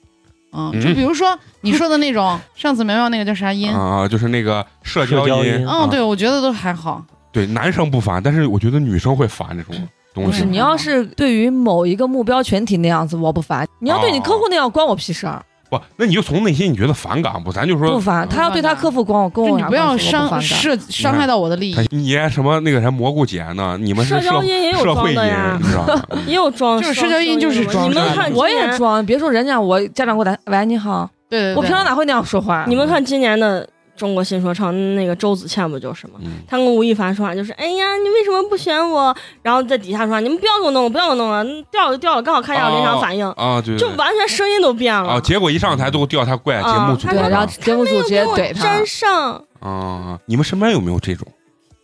[SPEAKER 1] 嗯，
[SPEAKER 3] 嗯
[SPEAKER 1] 就比如说你说的那种，上次苗苗那个叫啥音，
[SPEAKER 3] 啊、就是那个社
[SPEAKER 6] 社交
[SPEAKER 3] 音
[SPEAKER 6] 音，
[SPEAKER 3] 啊
[SPEAKER 1] 嗯，对，我觉得都还好。
[SPEAKER 3] 对，男生不烦，但是我觉得女生会烦这
[SPEAKER 5] 嗯
[SPEAKER 3] 种东
[SPEAKER 4] 不
[SPEAKER 3] 西
[SPEAKER 4] 是，。
[SPEAKER 3] 哦
[SPEAKER 4] 你要是对于某一个目标群体那样子，我不烦；你要对你客户那样，关我屁事儿。
[SPEAKER 3] 不，那你就从内心你觉得反感不？咱就
[SPEAKER 4] 不
[SPEAKER 3] 说
[SPEAKER 4] 烦，他要对他克服光，跟
[SPEAKER 1] 就
[SPEAKER 4] 我
[SPEAKER 1] 你
[SPEAKER 4] 啥
[SPEAKER 1] 不要
[SPEAKER 4] 关系我
[SPEAKER 1] 伤
[SPEAKER 4] 反感。
[SPEAKER 1] 是伤害到我的利益
[SPEAKER 3] 他，你什么那个啥蘑菇姐呢？你们是
[SPEAKER 5] 社
[SPEAKER 3] 社
[SPEAKER 5] 交音也有
[SPEAKER 3] 社
[SPEAKER 5] 装
[SPEAKER 3] 会
[SPEAKER 5] 的
[SPEAKER 3] 人
[SPEAKER 5] 呀，
[SPEAKER 3] 你知道 吗？嗯
[SPEAKER 5] 也有装，
[SPEAKER 1] 就是社交音就是装
[SPEAKER 5] 你
[SPEAKER 3] 的
[SPEAKER 5] 们看，
[SPEAKER 4] 我也。装，别说人家，我家长给我打，喂，你好，
[SPEAKER 1] 对对对，
[SPEAKER 4] 我平常哪会那样说话？
[SPEAKER 5] 你们看今年的中国新说唱，那个周子倩不就是吗？
[SPEAKER 3] 嗯，
[SPEAKER 5] 他跟吴亦凡说话就是，哎呀，你为什么不选我？然后在底下说，你们不要给我弄了，不要给我弄了，嗯掉了就掉了，刚好看一下我临场反应，
[SPEAKER 1] 嗯
[SPEAKER 3] 啊，对，
[SPEAKER 5] 就
[SPEAKER 3] 对
[SPEAKER 5] 完全声音都变了。
[SPEAKER 1] 哦
[SPEAKER 3] 啊，结果一上台都调他怪节目组
[SPEAKER 5] 啊他说
[SPEAKER 4] 对，然后节目组直接
[SPEAKER 5] 没有给
[SPEAKER 4] 怼
[SPEAKER 5] 哎我
[SPEAKER 4] 他
[SPEAKER 5] 粘，上，
[SPEAKER 3] 啊，你们身边有没有这种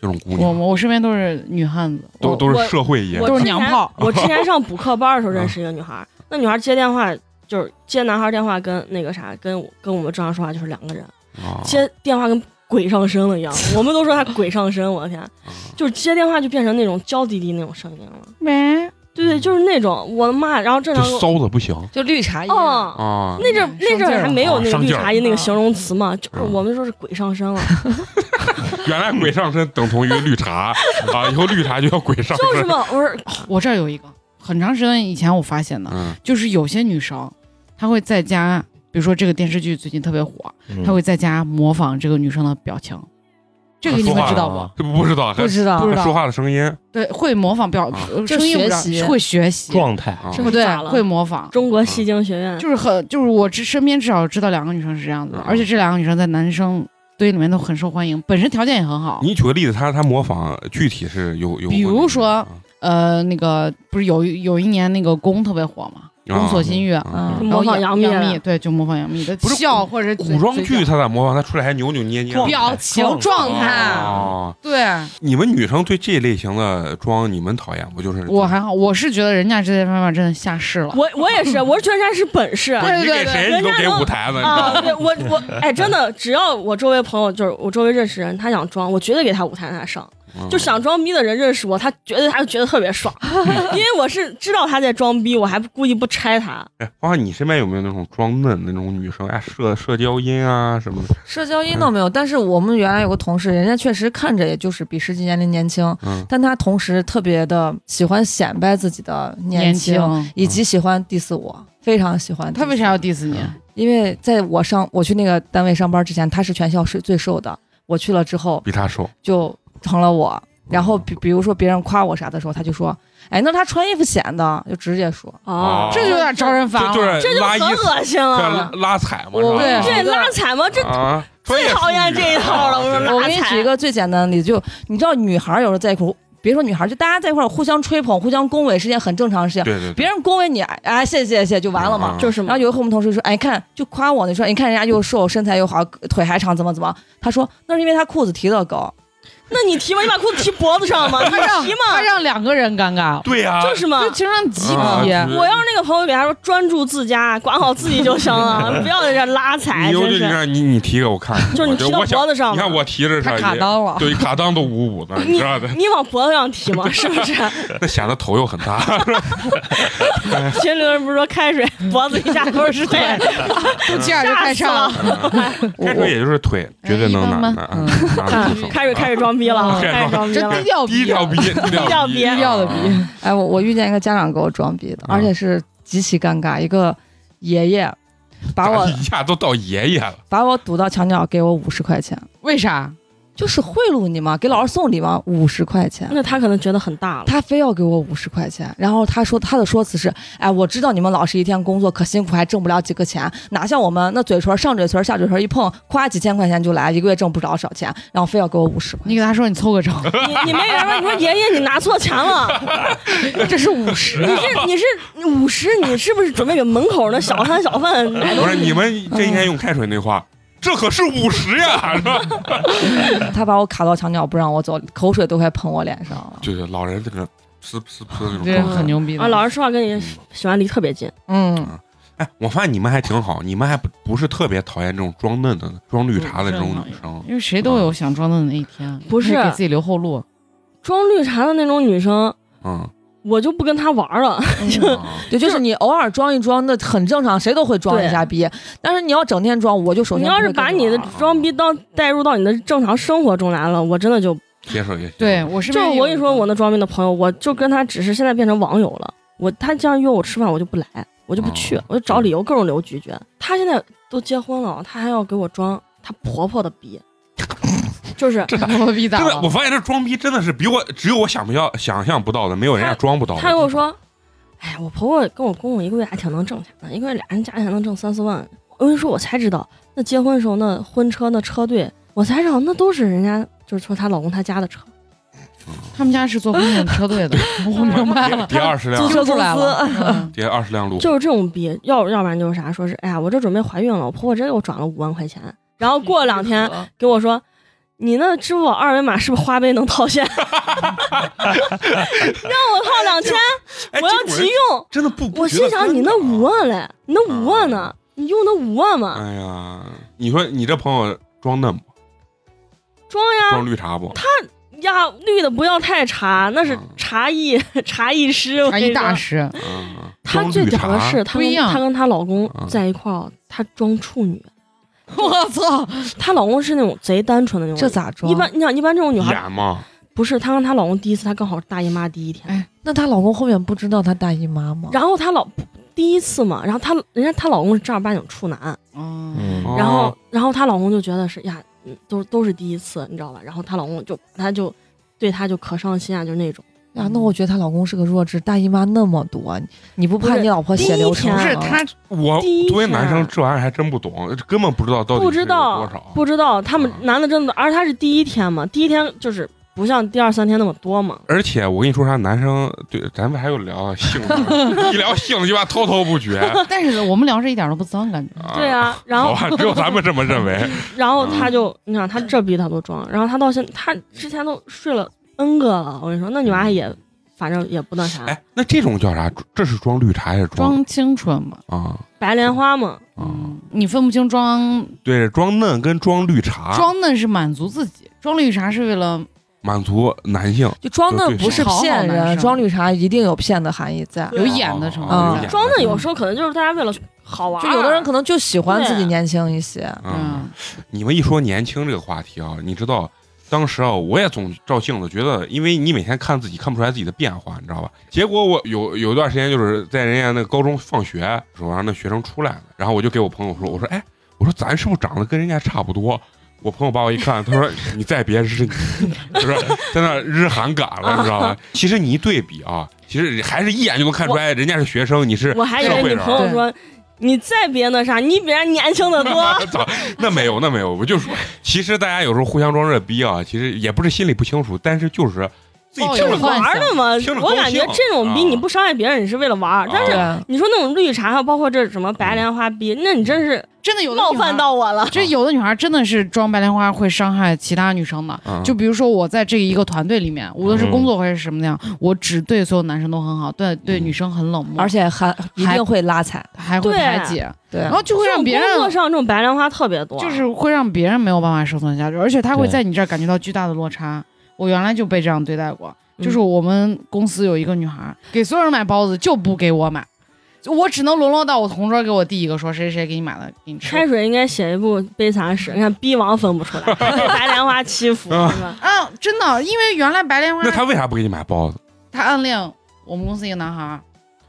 [SPEAKER 3] 这种姑
[SPEAKER 1] 我
[SPEAKER 3] 娘？
[SPEAKER 1] 我身边都是女汉子，
[SPEAKER 3] 都
[SPEAKER 1] 我
[SPEAKER 3] 都
[SPEAKER 5] 我
[SPEAKER 3] 是社会人
[SPEAKER 5] 我
[SPEAKER 1] 都是
[SPEAKER 5] 之前
[SPEAKER 1] 娘炮 嗯
[SPEAKER 5] 我之前上补课班的时候认识一个女孩，那女孩接电话就是接男孩电话，跟那个啥，跟我跟我们正常说话就是两个人，
[SPEAKER 1] 哦
[SPEAKER 3] 啊，
[SPEAKER 5] 接电话跟鬼上 身了一样，我们都说她鬼上身，我的天，
[SPEAKER 3] 啊
[SPEAKER 5] 就是接电话就变成那种娇滴滴那种声音了。
[SPEAKER 1] 没
[SPEAKER 5] 对对，就是那种，我的妈！然后正
[SPEAKER 3] 就
[SPEAKER 5] 常给我
[SPEAKER 3] 骚的不行
[SPEAKER 4] 就绿茶
[SPEAKER 1] 哎
[SPEAKER 4] 一样。
[SPEAKER 5] 哦，
[SPEAKER 3] 啊，
[SPEAKER 5] 那阵儿那阵儿还没有那个
[SPEAKER 3] 上
[SPEAKER 5] 绿
[SPEAKER 3] 劲儿啊
[SPEAKER 5] 茶饮那个形容词嘛，就是
[SPEAKER 3] 嗯
[SPEAKER 5] 我们说是鬼上身 了，
[SPEAKER 3] 原来鬼上身等同于绿 茶啊，以后绿茶就叫鬼上身。
[SPEAKER 5] 就是嘛，我说
[SPEAKER 1] 我这儿有一个，很长时间以前我发现的，
[SPEAKER 3] 嗯
[SPEAKER 1] 就是有些女生她会在家，比如说这个电视剧最近特别火，
[SPEAKER 6] 嗯
[SPEAKER 3] 嗯
[SPEAKER 1] 她会在家模仿这个女生的表情，这个你们知道
[SPEAKER 6] 啊
[SPEAKER 1] 不？
[SPEAKER 3] 这不知道，还
[SPEAKER 4] 不知道
[SPEAKER 1] 不，知道
[SPEAKER 3] 说话的声音
[SPEAKER 1] 对，会模仿表
[SPEAKER 3] 啊
[SPEAKER 1] 呃
[SPEAKER 4] 就
[SPEAKER 1] 声音不知道
[SPEAKER 4] 学习
[SPEAKER 1] 会学习，
[SPEAKER 6] 状态
[SPEAKER 3] 啊，
[SPEAKER 5] 这
[SPEAKER 1] 对
[SPEAKER 5] 咋，了
[SPEAKER 1] 会模仿。
[SPEAKER 5] 中国戏精学院，
[SPEAKER 1] 就是很，就是我知身边至少知道两个女生是这样子的，
[SPEAKER 3] 嗯
[SPEAKER 1] 而且这两个女生在男生堆里面都很受欢迎，本身条件也很好。
[SPEAKER 3] 你举个例子，他他模仿具体是有有，
[SPEAKER 1] 比如说
[SPEAKER 3] 啊
[SPEAKER 1] 呃，那个不是有一有一年那个宫特别火嘛，《宫锁心玉》
[SPEAKER 3] 啊啊
[SPEAKER 5] 模仿
[SPEAKER 1] 杨
[SPEAKER 5] 杨幂
[SPEAKER 1] 杨
[SPEAKER 5] 了
[SPEAKER 1] 幂，对，就模仿杨幂的
[SPEAKER 3] 不是
[SPEAKER 1] 笑或者嘴
[SPEAKER 3] 古装
[SPEAKER 1] 嘴
[SPEAKER 3] 剧
[SPEAKER 1] 角
[SPEAKER 3] 他咋模仿？他出来还扭扭捏捏的。
[SPEAKER 6] 状态
[SPEAKER 1] 表情状态，
[SPEAKER 5] 啊
[SPEAKER 3] 哦，
[SPEAKER 1] 对
[SPEAKER 3] 你们女生对这类型的妆，你们讨厌不？就是
[SPEAKER 1] 我还好，我是觉得人家这些方面真的下市了。
[SPEAKER 5] 我我也是，我是觉得这是本事
[SPEAKER 3] 不
[SPEAKER 5] 啊
[SPEAKER 3] 是你给
[SPEAKER 1] 对对对
[SPEAKER 3] 谁你
[SPEAKER 5] 人
[SPEAKER 3] 都
[SPEAKER 5] 家
[SPEAKER 3] 给
[SPEAKER 5] 能
[SPEAKER 3] 舞台了，你知道吗？
[SPEAKER 5] 啊！对我我哎，真的，只要我周围朋友就是我周围认识人，他想装，我绝对给他舞台让他上。
[SPEAKER 3] 嗯
[SPEAKER 5] 就想装逼的人认识我，他绝对他就觉得特 别爽，因为我是知道他在装逼，我还故意不拆他。
[SPEAKER 3] 哎，花花，你身边有没有那种装嫩的那种女生？哎，社社交音啊什么的，
[SPEAKER 4] 社交音都没有。但是我们原来有个同事，人家确实看着也就是比实际年龄年轻，
[SPEAKER 3] 嗯
[SPEAKER 4] 但他同时特别的喜欢显摆自己的
[SPEAKER 1] 年
[SPEAKER 4] 年轻，
[SPEAKER 1] 轻，
[SPEAKER 4] 以及喜欢 diss 我，非常喜欢。
[SPEAKER 1] 他为啥？要 diss 你？
[SPEAKER 3] 嗯
[SPEAKER 4] 因为在我上我去那个单位上班之前，他是全校是最瘦的，我去了之后
[SPEAKER 3] 比他瘦，
[SPEAKER 4] 就成了我。然后比比如说别人夸我啥的时候，他就说：“哎，那他穿衣服显的。”就直接说。
[SPEAKER 3] 哦
[SPEAKER 1] 这就有点招人烦
[SPEAKER 3] 就
[SPEAKER 1] 了。
[SPEAKER 3] 就是
[SPEAKER 5] 这就
[SPEAKER 3] 拉一
[SPEAKER 5] 很恶心了
[SPEAKER 3] 这。拉踩嘛，
[SPEAKER 4] 我
[SPEAKER 3] 是吧
[SPEAKER 1] 对
[SPEAKER 5] 对拉踩吗？这
[SPEAKER 3] 啊，专业
[SPEAKER 5] 最讨厌这一套了
[SPEAKER 3] 术语啊
[SPEAKER 5] 我说
[SPEAKER 4] 我给你举一个最简单的例子，就你知道，女孩儿有时候在一块儿，别说女孩儿，就大家在一块儿互相吹捧、互相恭维是件很正常的事情。
[SPEAKER 3] 对嗯对对，
[SPEAKER 4] 别人恭维你，哎，谢谢谢谢就完了嘛。
[SPEAKER 5] 就是嘛
[SPEAKER 4] 然后，有一回我们同事说，哎，看就夸我呢，说你看人家又瘦，身材又好，腿还长，怎么怎么？他说那是因为他裤子提的 高，
[SPEAKER 5] 那你提吗？你把裤子提脖子上吗？你
[SPEAKER 3] 哎
[SPEAKER 1] 他让
[SPEAKER 5] 提
[SPEAKER 1] 他
[SPEAKER 5] 吗？
[SPEAKER 1] 让两个人尴尬，
[SPEAKER 3] 对呀，
[SPEAKER 5] 就是嘛
[SPEAKER 1] 就。情商极
[SPEAKER 3] 啊
[SPEAKER 1] 低。
[SPEAKER 3] 就是
[SPEAKER 5] 我要是那个朋友，给他说专注自家，管好自己就行 了，不要在这拉
[SPEAKER 3] 你
[SPEAKER 5] 踩，
[SPEAKER 3] 就
[SPEAKER 5] 真
[SPEAKER 3] 你
[SPEAKER 5] 是。
[SPEAKER 3] 看你你提给 我看，
[SPEAKER 5] 就是你
[SPEAKER 3] 我这
[SPEAKER 5] 提到
[SPEAKER 3] 我想
[SPEAKER 5] 脖子上
[SPEAKER 3] 你看
[SPEAKER 5] 嘛
[SPEAKER 3] 我提着
[SPEAKER 4] 他
[SPEAKER 3] 它
[SPEAKER 4] 卡
[SPEAKER 3] 也
[SPEAKER 4] 裆了。
[SPEAKER 3] 对，卡裆都鼓鼓的，你
[SPEAKER 5] 你
[SPEAKER 3] 知道的，
[SPEAKER 5] 你往脖子上提吗？是不是？
[SPEAKER 3] 那显得头又很 大，
[SPEAKER 5] 群里人不是说开水脖子一下都 是
[SPEAKER 1] 对
[SPEAKER 5] 水，，
[SPEAKER 1] 肚
[SPEAKER 3] 嗯
[SPEAKER 1] 脐眼儿就
[SPEAKER 5] 吓
[SPEAKER 1] 开
[SPEAKER 5] 死
[SPEAKER 1] 上了
[SPEAKER 5] 了。。
[SPEAKER 3] 开水也就是腿，
[SPEAKER 5] 哎
[SPEAKER 3] 绝对能拿
[SPEAKER 1] 一般
[SPEAKER 3] 拿拿
[SPEAKER 1] 般
[SPEAKER 3] 拿
[SPEAKER 5] 啊
[SPEAKER 3] 得住手
[SPEAKER 5] 开始开始装逼 了，
[SPEAKER 1] 啊
[SPEAKER 5] 开始装逼
[SPEAKER 1] 这低
[SPEAKER 5] 了。
[SPEAKER 1] 调
[SPEAKER 3] 低调
[SPEAKER 1] 逼啊
[SPEAKER 3] 逼，低
[SPEAKER 5] 调
[SPEAKER 3] 逼，
[SPEAKER 5] 逼啊低
[SPEAKER 1] 调的逼
[SPEAKER 3] 啊
[SPEAKER 4] 哎，我我遇见一个家长给我装逼的，
[SPEAKER 3] 嗯
[SPEAKER 4] 而且是极其尴尬，一个爷爷把我
[SPEAKER 3] 咋一下都到爷爷了，
[SPEAKER 4] 把我堵到墙角，给我五十块钱，
[SPEAKER 1] 为啥？
[SPEAKER 4] 就是贿赂你嘛，给老师送礼嘛，五十块钱。
[SPEAKER 5] 那他可能觉得很 大了，
[SPEAKER 4] 他非要给我五十块钱，然后他说他的说辞是，哎，我知道你们老师一天工作可辛苦，还挣不了几个钱，哪像我们那嘴唇上嘴唇下嘴唇一碰，夸几千块钱就来，一个月挣不着少钱，然后非要给我五十块
[SPEAKER 1] 你给他说你凑 个整，
[SPEAKER 5] 你你没人吗？你说爷爷你拿错钱了，
[SPEAKER 4] 钱，这是五十
[SPEAKER 5] 你
[SPEAKER 3] 啊
[SPEAKER 5] 是你是五十，你是不是准备给门口那小摊小贩买
[SPEAKER 3] 不
[SPEAKER 5] 东
[SPEAKER 3] 是
[SPEAKER 5] 西？
[SPEAKER 3] 你们这应该用开水那话。这可是五十呀，是吧？
[SPEAKER 4] 他把我卡到墙角不让我走，口水都快喷我脸上了，
[SPEAKER 3] 就是老人在那呲呲呲那种
[SPEAKER 1] 这人
[SPEAKER 3] 状态
[SPEAKER 1] 很。牛逼 的。
[SPEAKER 5] 啊，老师说话跟你喜欢离特别近，
[SPEAKER 4] 嗯，
[SPEAKER 3] 哎，我发现你们还挺好，你们还不不是特别讨厌这种装嫩的、装绿茶的这种女生。
[SPEAKER 1] 因为谁都有想装嫩的那一天，
[SPEAKER 5] 不是
[SPEAKER 1] 可以给自己留后路。
[SPEAKER 5] 装绿茶的那种女生，
[SPEAKER 3] 嗯，
[SPEAKER 5] 我就不跟她玩了。
[SPEAKER 3] 啊
[SPEAKER 4] 嗯对，就是你偶尔装一装，那很正常，谁都会装一下逼，但是你要整天装，我就首先
[SPEAKER 5] 你要是把你的
[SPEAKER 4] 啊
[SPEAKER 5] 装逼当带入到你的正常生活中来了，我真的就
[SPEAKER 3] 接受也行
[SPEAKER 1] 对，我是
[SPEAKER 5] 就我跟你说，我那装逼的朋友，我就跟他只是现在变成网友了。我他这样约我吃饭，我就不来。我就不
[SPEAKER 4] 哦
[SPEAKER 5] 去，我就找理由各种理由拒
[SPEAKER 4] 嗯
[SPEAKER 5] 绝。她现在都结婚了，她还要给我装她婆婆的 逼，就是
[SPEAKER 1] 我逼
[SPEAKER 3] 真
[SPEAKER 1] 咋
[SPEAKER 3] 的，我
[SPEAKER 1] 了？
[SPEAKER 3] 发现这装逼真的是比我只有我想不到、想象不到的，没有人家装不到的。
[SPEAKER 5] 她跟我说：“哎，我婆婆跟我公公一个月还挺能挣钱的，一个月俩人加起来能挣三四万。”我跟你说，我才知道那结婚的时候那婚车那车队，我才知道那都是人家就是说她老公他家的车，
[SPEAKER 1] 他们家是做婚检车 队的，我明白了。
[SPEAKER 3] 叠二十辆
[SPEAKER 4] 租，车出来了，
[SPEAKER 1] 嗯
[SPEAKER 3] 叠二十辆路虎，
[SPEAKER 5] 就是这种逼，要要不然就是啥，说是哎呀，我这准备怀孕了，我婆婆真给我转了五万块钱，然后过两天
[SPEAKER 3] 嗯
[SPEAKER 5] 给我说，你那支付宝二维码是不是花呗能套现？让 我套两千，
[SPEAKER 3] 哎，
[SPEAKER 5] 我要
[SPEAKER 3] 这种
[SPEAKER 5] 急
[SPEAKER 3] 人
[SPEAKER 5] 用。
[SPEAKER 3] 真的不，不
[SPEAKER 5] 我
[SPEAKER 3] 觉得
[SPEAKER 5] 心想，你那
[SPEAKER 3] 真的啊嗯
[SPEAKER 5] 五万嘞，你那五万呢？你用那五万吗？
[SPEAKER 3] 哎呀，你说你这朋友装嫩不？
[SPEAKER 5] 装
[SPEAKER 3] 装
[SPEAKER 5] 呀
[SPEAKER 3] 绿茶不？
[SPEAKER 5] 呀，绿的不要太茶，那是
[SPEAKER 3] 嗯
[SPEAKER 5] 茶艺 茶艺师。我
[SPEAKER 1] 阿
[SPEAKER 5] 跟你
[SPEAKER 1] 姨大
[SPEAKER 5] 说，
[SPEAKER 1] 师，
[SPEAKER 3] 嗯，
[SPEAKER 5] 她
[SPEAKER 3] 装
[SPEAKER 5] 最
[SPEAKER 3] 绿
[SPEAKER 5] 屌的
[SPEAKER 3] 茶
[SPEAKER 5] 是，她
[SPEAKER 1] 不一
[SPEAKER 5] 跟
[SPEAKER 1] 样
[SPEAKER 5] 她跟她老公
[SPEAKER 3] 嗯
[SPEAKER 5] 在一块儿，她装处女。
[SPEAKER 1] 我操！
[SPEAKER 5] 她老公是那种贼单纯的那种。
[SPEAKER 4] 这咋装？啊
[SPEAKER 5] 一般你想，一般这种女孩
[SPEAKER 3] 演嘛，
[SPEAKER 5] 不是她跟她老公第一次，她刚好是大姨妈第一天，
[SPEAKER 1] 哎
[SPEAKER 4] 那她老公后面不知道她大姨妈吗？
[SPEAKER 5] 然后她老第一次嘛，然后她人家她老公是正儿八经处男，
[SPEAKER 1] 嗯，
[SPEAKER 6] 嗯，
[SPEAKER 3] 哦
[SPEAKER 5] 然后然后她老公就觉得是呀，嗯都都是第一次，你知道吧？然后她老公就她就对她就可上心啊，就那种。
[SPEAKER 4] 呀，那我觉得她老公是个弱智，大姨妈那么多，你不
[SPEAKER 5] 不
[SPEAKER 4] 怕
[SPEAKER 5] 是
[SPEAKER 4] 你老婆血流成
[SPEAKER 5] 第一
[SPEAKER 1] 不
[SPEAKER 5] 天
[SPEAKER 1] 是
[SPEAKER 4] 吗
[SPEAKER 1] 他，
[SPEAKER 3] 我
[SPEAKER 5] 第一
[SPEAKER 3] 作为男生
[SPEAKER 5] 天
[SPEAKER 3] 这玩意儿还真不懂，根本不知道到底
[SPEAKER 5] 不
[SPEAKER 3] 是
[SPEAKER 5] 知
[SPEAKER 3] 有
[SPEAKER 5] 道
[SPEAKER 3] 多少，啊
[SPEAKER 5] 不知道，他们男的真的，而且他是第一天嘛，第一天就是不像第二三天那么多嘛。
[SPEAKER 3] 而且我跟你说啥，男生对咱们还有聊性的， 一聊性就吧滔滔不绝。
[SPEAKER 1] 但是我们聊着一点都不脏，感觉。
[SPEAKER 5] 对，啊，然
[SPEAKER 3] 好
[SPEAKER 5] 后
[SPEAKER 3] 吧，只有咱们这么认 为。
[SPEAKER 5] 然后
[SPEAKER 3] 啊
[SPEAKER 5] 他就，你想他这逼他都装，然后他到现他之前都睡了 N 个了，我跟你说，那女娃也反正也不那
[SPEAKER 1] 啊
[SPEAKER 5] 啥，
[SPEAKER 3] 哎，那这种叫啥？这是装绿茶还是
[SPEAKER 1] 装清纯嘛，
[SPEAKER 3] 啊？
[SPEAKER 5] 白莲花嘛，
[SPEAKER 3] 啊，
[SPEAKER 1] 嗯，你分不清装
[SPEAKER 3] 对，装嫩跟装绿茶，
[SPEAKER 1] 装嫩是满足自
[SPEAKER 3] 啊
[SPEAKER 1] 己，装绿茶是为了
[SPEAKER 3] 满足男性
[SPEAKER 4] 就装
[SPEAKER 3] 就
[SPEAKER 4] 嫩
[SPEAKER 3] 对
[SPEAKER 4] 不是
[SPEAKER 1] 好好
[SPEAKER 4] 骗
[SPEAKER 1] 男
[SPEAKER 4] 人，
[SPEAKER 1] 生
[SPEAKER 4] 装绿茶一定有骗的含义在。
[SPEAKER 1] 有演的成分。
[SPEAKER 4] 啊
[SPEAKER 3] 哦有演
[SPEAKER 5] 装的有时候可能就是大家为了好玩儿，啊
[SPEAKER 4] 就有的人可能就喜欢自己
[SPEAKER 5] 对
[SPEAKER 4] 年轻一些，
[SPEAKER 3] 啊。
[SPEAKER 1] 嗯，
[SPEAKER 3] 你们一说年轻这个话题啊，你知道，当时啊，我也总照镜子，觉得因为你每天看自己看不出来自己的变化，你知道吧？结果我有有一段时间就是在人家那个高中放学时候，让那学生出来了，然后我就给我朋友说，我说，哎，我说咱是不是长得跟人家差不多？我朋友把我一看，他说：“你再别日你，就是在那日韩感了，你知道吧？”其实你一对比啊，其实还是一眼就能看出来，人家是学生，你是
[SPEAKER 5] 我还以为
[SPEAKER 3] 社会
[SPEAKER 5] 你
[SPEAKER 3] 人。
[SPEAKER 5] 朋友说你再别那啥，你比人年轻的多
[SPEAKER 3] 操，那没有，那没有，我就说，其实大家有时候互相装这逼啊，其实也不是心里不清楚，但是就是自己
[SPEAKER 1] 抱
[SPEAKER 3] 听
[SPEAKER 1] 有
[SPEAKER 3] 着
[SPEAKER 1] 幻
[SPEAKER 3] 高
[SPEAKER 1] 想
[SPEAKER 5] 玩儿的嘛
[SPEAKER 3] 听着，高
[SPEAKER 5] 我感觉
[SPEAKER 3] 兴
[SPEAKER 5] 这种逼
[SPEAKER 3] 啊
[SPEAKER 5] 你不伤害别人，你是为了玩儿。但
[SPEAKER 3] 对
[SPEAKER 5] 是
[SPEAKER 4] 对，
[SPEAKER 5] 你说那种绿茶，还有包括这什么白莲花逼，那你真是
[SPEAKER 1] 真的有的
[SPEAKER 5] 冒
[SPEAKER 1] 女孩
[SPEAKER 5] 犯。到我了。
[SPEAKER 1] 这有的女孩真的是装白莲花会伤害其他女生的，
[SPEAKER 3] 嗯
[SPEAKER 1] 就比如说我在这一个团队里面，无论是工作还是什么样，我只对所有男生都很好，对对
[SPEAKER 3] 嗯
[SPEAKER 1] 女生很冷漠，
[SPEAKER 4] 而且还一定会拉踩，
[SPEAKER 1] 还会
[SPEAKER 5] 对
[SPEAKER 1] 排挤，
[SPEAKER 4] 对
[SPEAKER 1] 然后就会
[SPEAKER 5] 这
[SPEAKER 1] 让
[SPEAKER 5] 种
[SPEAKER 1] 别
[SPEAKER 5] 工
[SPEAKER 1] 人
[SPEAKER 5] 作上这种白莲花特别多，
[SPEAKER 1] 就是会让别人没有办法生存下去，而且他会在你这儿感觉到巨大的落差。我原来就被这样对待过，
[SPEAKER 5] 嗯
[SPEAKER 1] 就是我们公司有一个女孩儿，给所有人买包子就不给我买，就我只能沦落到我同桌给我递一个，说谁谁给你买的，给你吃。
[SPEAKER 5] 开水应该写一部悲惨史，你看逼王分不出来，被白莲花欺负，
[SPEAKER 3] 啊
[SPEAKER 5] 是吧？
[SPEAKER 1] 啊，真的，因为原来白莲花
[SPEAKER 3] 那他为啥不给你买包子？
[SPEAKER 1] 他暗恋我们公司一个男孩儿，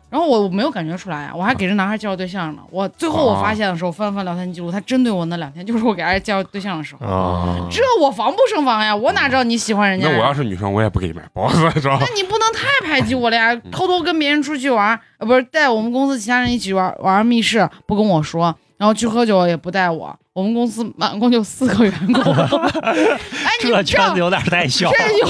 [SPEAKER 1] 然后我我没有感觉出来啊呀，我还给这男孩介绍对象呢。我最后我发现的时候，翻了翻聊天记录，他针对我那两天，就是我给人家介绍对象的时
[SPEAKER 3] 嗯
[SPEAKER 1] 候。
[SPEAKER 6] 啊，
[SPEAKER 1] 这我防不胜防呀，我哪知道你喜欢人家
[SPEAKER 3] 那
[SPEAKER 1] 呀？
[SPEAKER 3] 我要是女生，我也不给你买包子，知道吧
[SPEAKER 1] 那？你不能太排挤我了呀！偷偷跟别人出去玩儿，呃，不是带我们公司其他人一起玩儿玩儿密室，不跟我说，然后去喝酒也不带我。我们公司满共就四个员工。哎，你
[SPEAKER 6] 这
[SPEAKER 1] 知
[SPEAKER 6] 圈
[SPEAKER 1] 道
[SPEAKER 6] 子有点太小，
[SPEAKER 1] 这有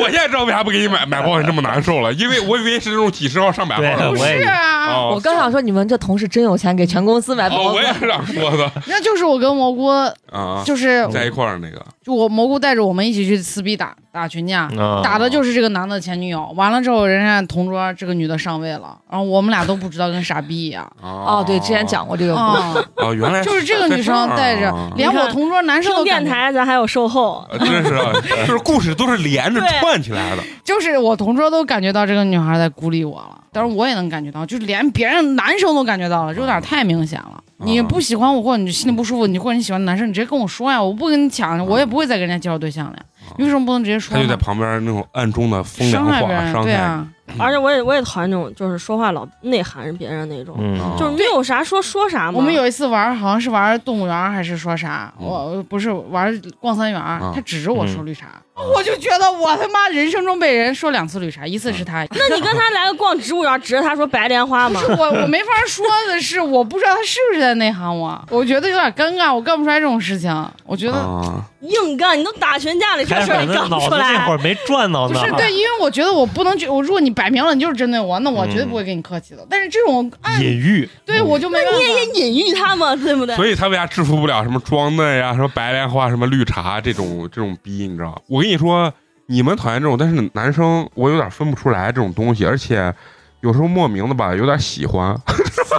[SPEAKER 3] 我现在知道为啥不给你买买包子这么难受了，因为我以为是那种几十号、上百
[SPEAKER 6] 对
[SPEAKER 3] 号
[SPEAKER 1] 不
[SPEAKER 3] 的。
[SPEAKER 6] 我也
[SPEAKER 1] 是啊？
[SPEAKER 3] 哦
[SPEAKER 4] 我刚想说你们这同事真有钱，给全公司买
[SPEAKER 3] 哦，
[SPEAKER 4] 包
[SPEAKER 3] 我也是
[SPEAKER 4] 子，
[SPEAKER 3] 这样说的
[SPEAKER 1] 那就是我跟蘑菇，
[SPEAKER 3] 啊，
[SPEAKER 1] 就是
[SPEAKER 3] 在一块儿那个
[SPEAKER 1] 就我蘑菇带着我们一起去撕逼打打群架，
[SPEAKER 6] 啊
[SPEAKER 1] 打的就是这个男的前女友。完了之后，人家同桌这个女的上位了，然后我们俩都不知道，跟傻逼一样。
[SPEAKER 3] 哦
[SPEAKER 4] 哦，对，之前讲过这个故事，
[SPEAKER 1] 啊，
[SPEAKER 3] 哦，原来
[SPEAKER 1] 就是这个女生 带着，
[SPEAKER 3] 啊
[SPEAKER 1] 连我同桌男生
[SPEAKER 5] 听
[SPEAKER 1] 都
[SPEAKER 5] 电
[SPEAKER 1] 感觉，
[SPEAKER 5] 台咱还有售后，
[SPEAKER 3] 呃哦真是 啊， 就是故事都是连着串起来的。
[SPEAKER 1] 就是我同桌都感觉到这个女孩在孤立我了。当然我也能感觉到，就是连别人男生都感觉到了，这有点太明显了。
[SPEAKER 3] 嗯
[SPEAKER 1] 你不喜欢我，或者你心里不舒服，你或者你喜欢的男生，你直接跟我说呀，我不跟你抢，我也不会再跟人家介绍对象了呀。你为什么不能直接
[SPEAKER 3] 嗯
[SPEAKER 1] 说
[SPEAKER 3] 他就在
[SPEAKER 1] 呢？
[SPEAKER 3] 旁边那种暗中的风
[SPEAKER 1] 伤
[SPEAKER 3] 凉
[SPEAKER 1] 害
[SPEAKER 3] 话
[SPEAKER 1] 别人，
[SPEAKER 3] 伤
[SPEAKER 1] 对
[SPEAKER 3] 害，
[SPEAKER 1] 啊。
[SPEAKER 5] 而且我也我也讨厌那种就是说话老内涵着别人那种，
[SPEAKER 6] 嗯，
[SPEAKER 3] 哦
[SPEAKER 5] 就是没有啥说说啥嘛。
[SPEAKER 1] 我们有一次玩儿，好像是玩儿动物园儿还是说啥？
[SPEAKER 3] 嗯
[SPEAKER 1] 我不是玩儿逛三园儿
[SPEAKER 3] 啊，
[SPEAKER 1] 他指着我说绿茶，我就觉得我他妈人生中被人说两次绿茶，一
[SPEAKER 3] 嗯
[SPEAKER 1] 次是他，
[SPEAKER 5] 那你跟他来个逛植物园，指着他说白莲花
[SPEAKER 1] 不
[SPEAKER 5] 嘛
[SPEAKER 1] 是，我我没法说的是，我不知道他是不是在内涵我，我觉得有点尴尬，我干不出来这种事情，我觉
[SPEAKER 6] 哦
[SPEAKER 1] 得。
[SPEAKER 3] 啊，
[SPEAKER 5] 硬干，你都打群架了，这
[SPEAKER 6] 开
[SPEAKER 5] 事儿
[SPEAKER 6] 始
[SPEAKER 5] 你
[SPEAKER 6] 那
[SPEAKER 5] 干不
[SPEAKER 6] 脑子
[SPEAKER 5] 出
[SPEAKER 6] 那会
[SPEAKER 5] 来。
[SPEAKER 6] 儿没转到
[SPEAKER 1] 不
[SPEAKER 6] 那
[SPEAKER 1] 是
[SPEAKER 6] 儿，
[SPEAKER 1] 对，因为我觉得我不能去，我如果你摆明了你就是针对我，那我绝
[SPEAKER 6] 嗯
[SPEAKER 1] 对不会跟你客气的。但是这种暗
[SPEAKER 6] 隐喻，
[SPEAKER 1] 对我就没办法。
[SPEAKER 5] 隐喻他嘛，对不对？
[SPEAKER 3] 所以他为啥制服不了什么装嫩呀、什么白莲花、什么绿茶这种这种逼？你知道？我跟你说，你们讨厌这种，但是男生我有点分不出来这种东西，而且有时候莫名的吧，有点喜欢。
[SPEAKER 1] 啊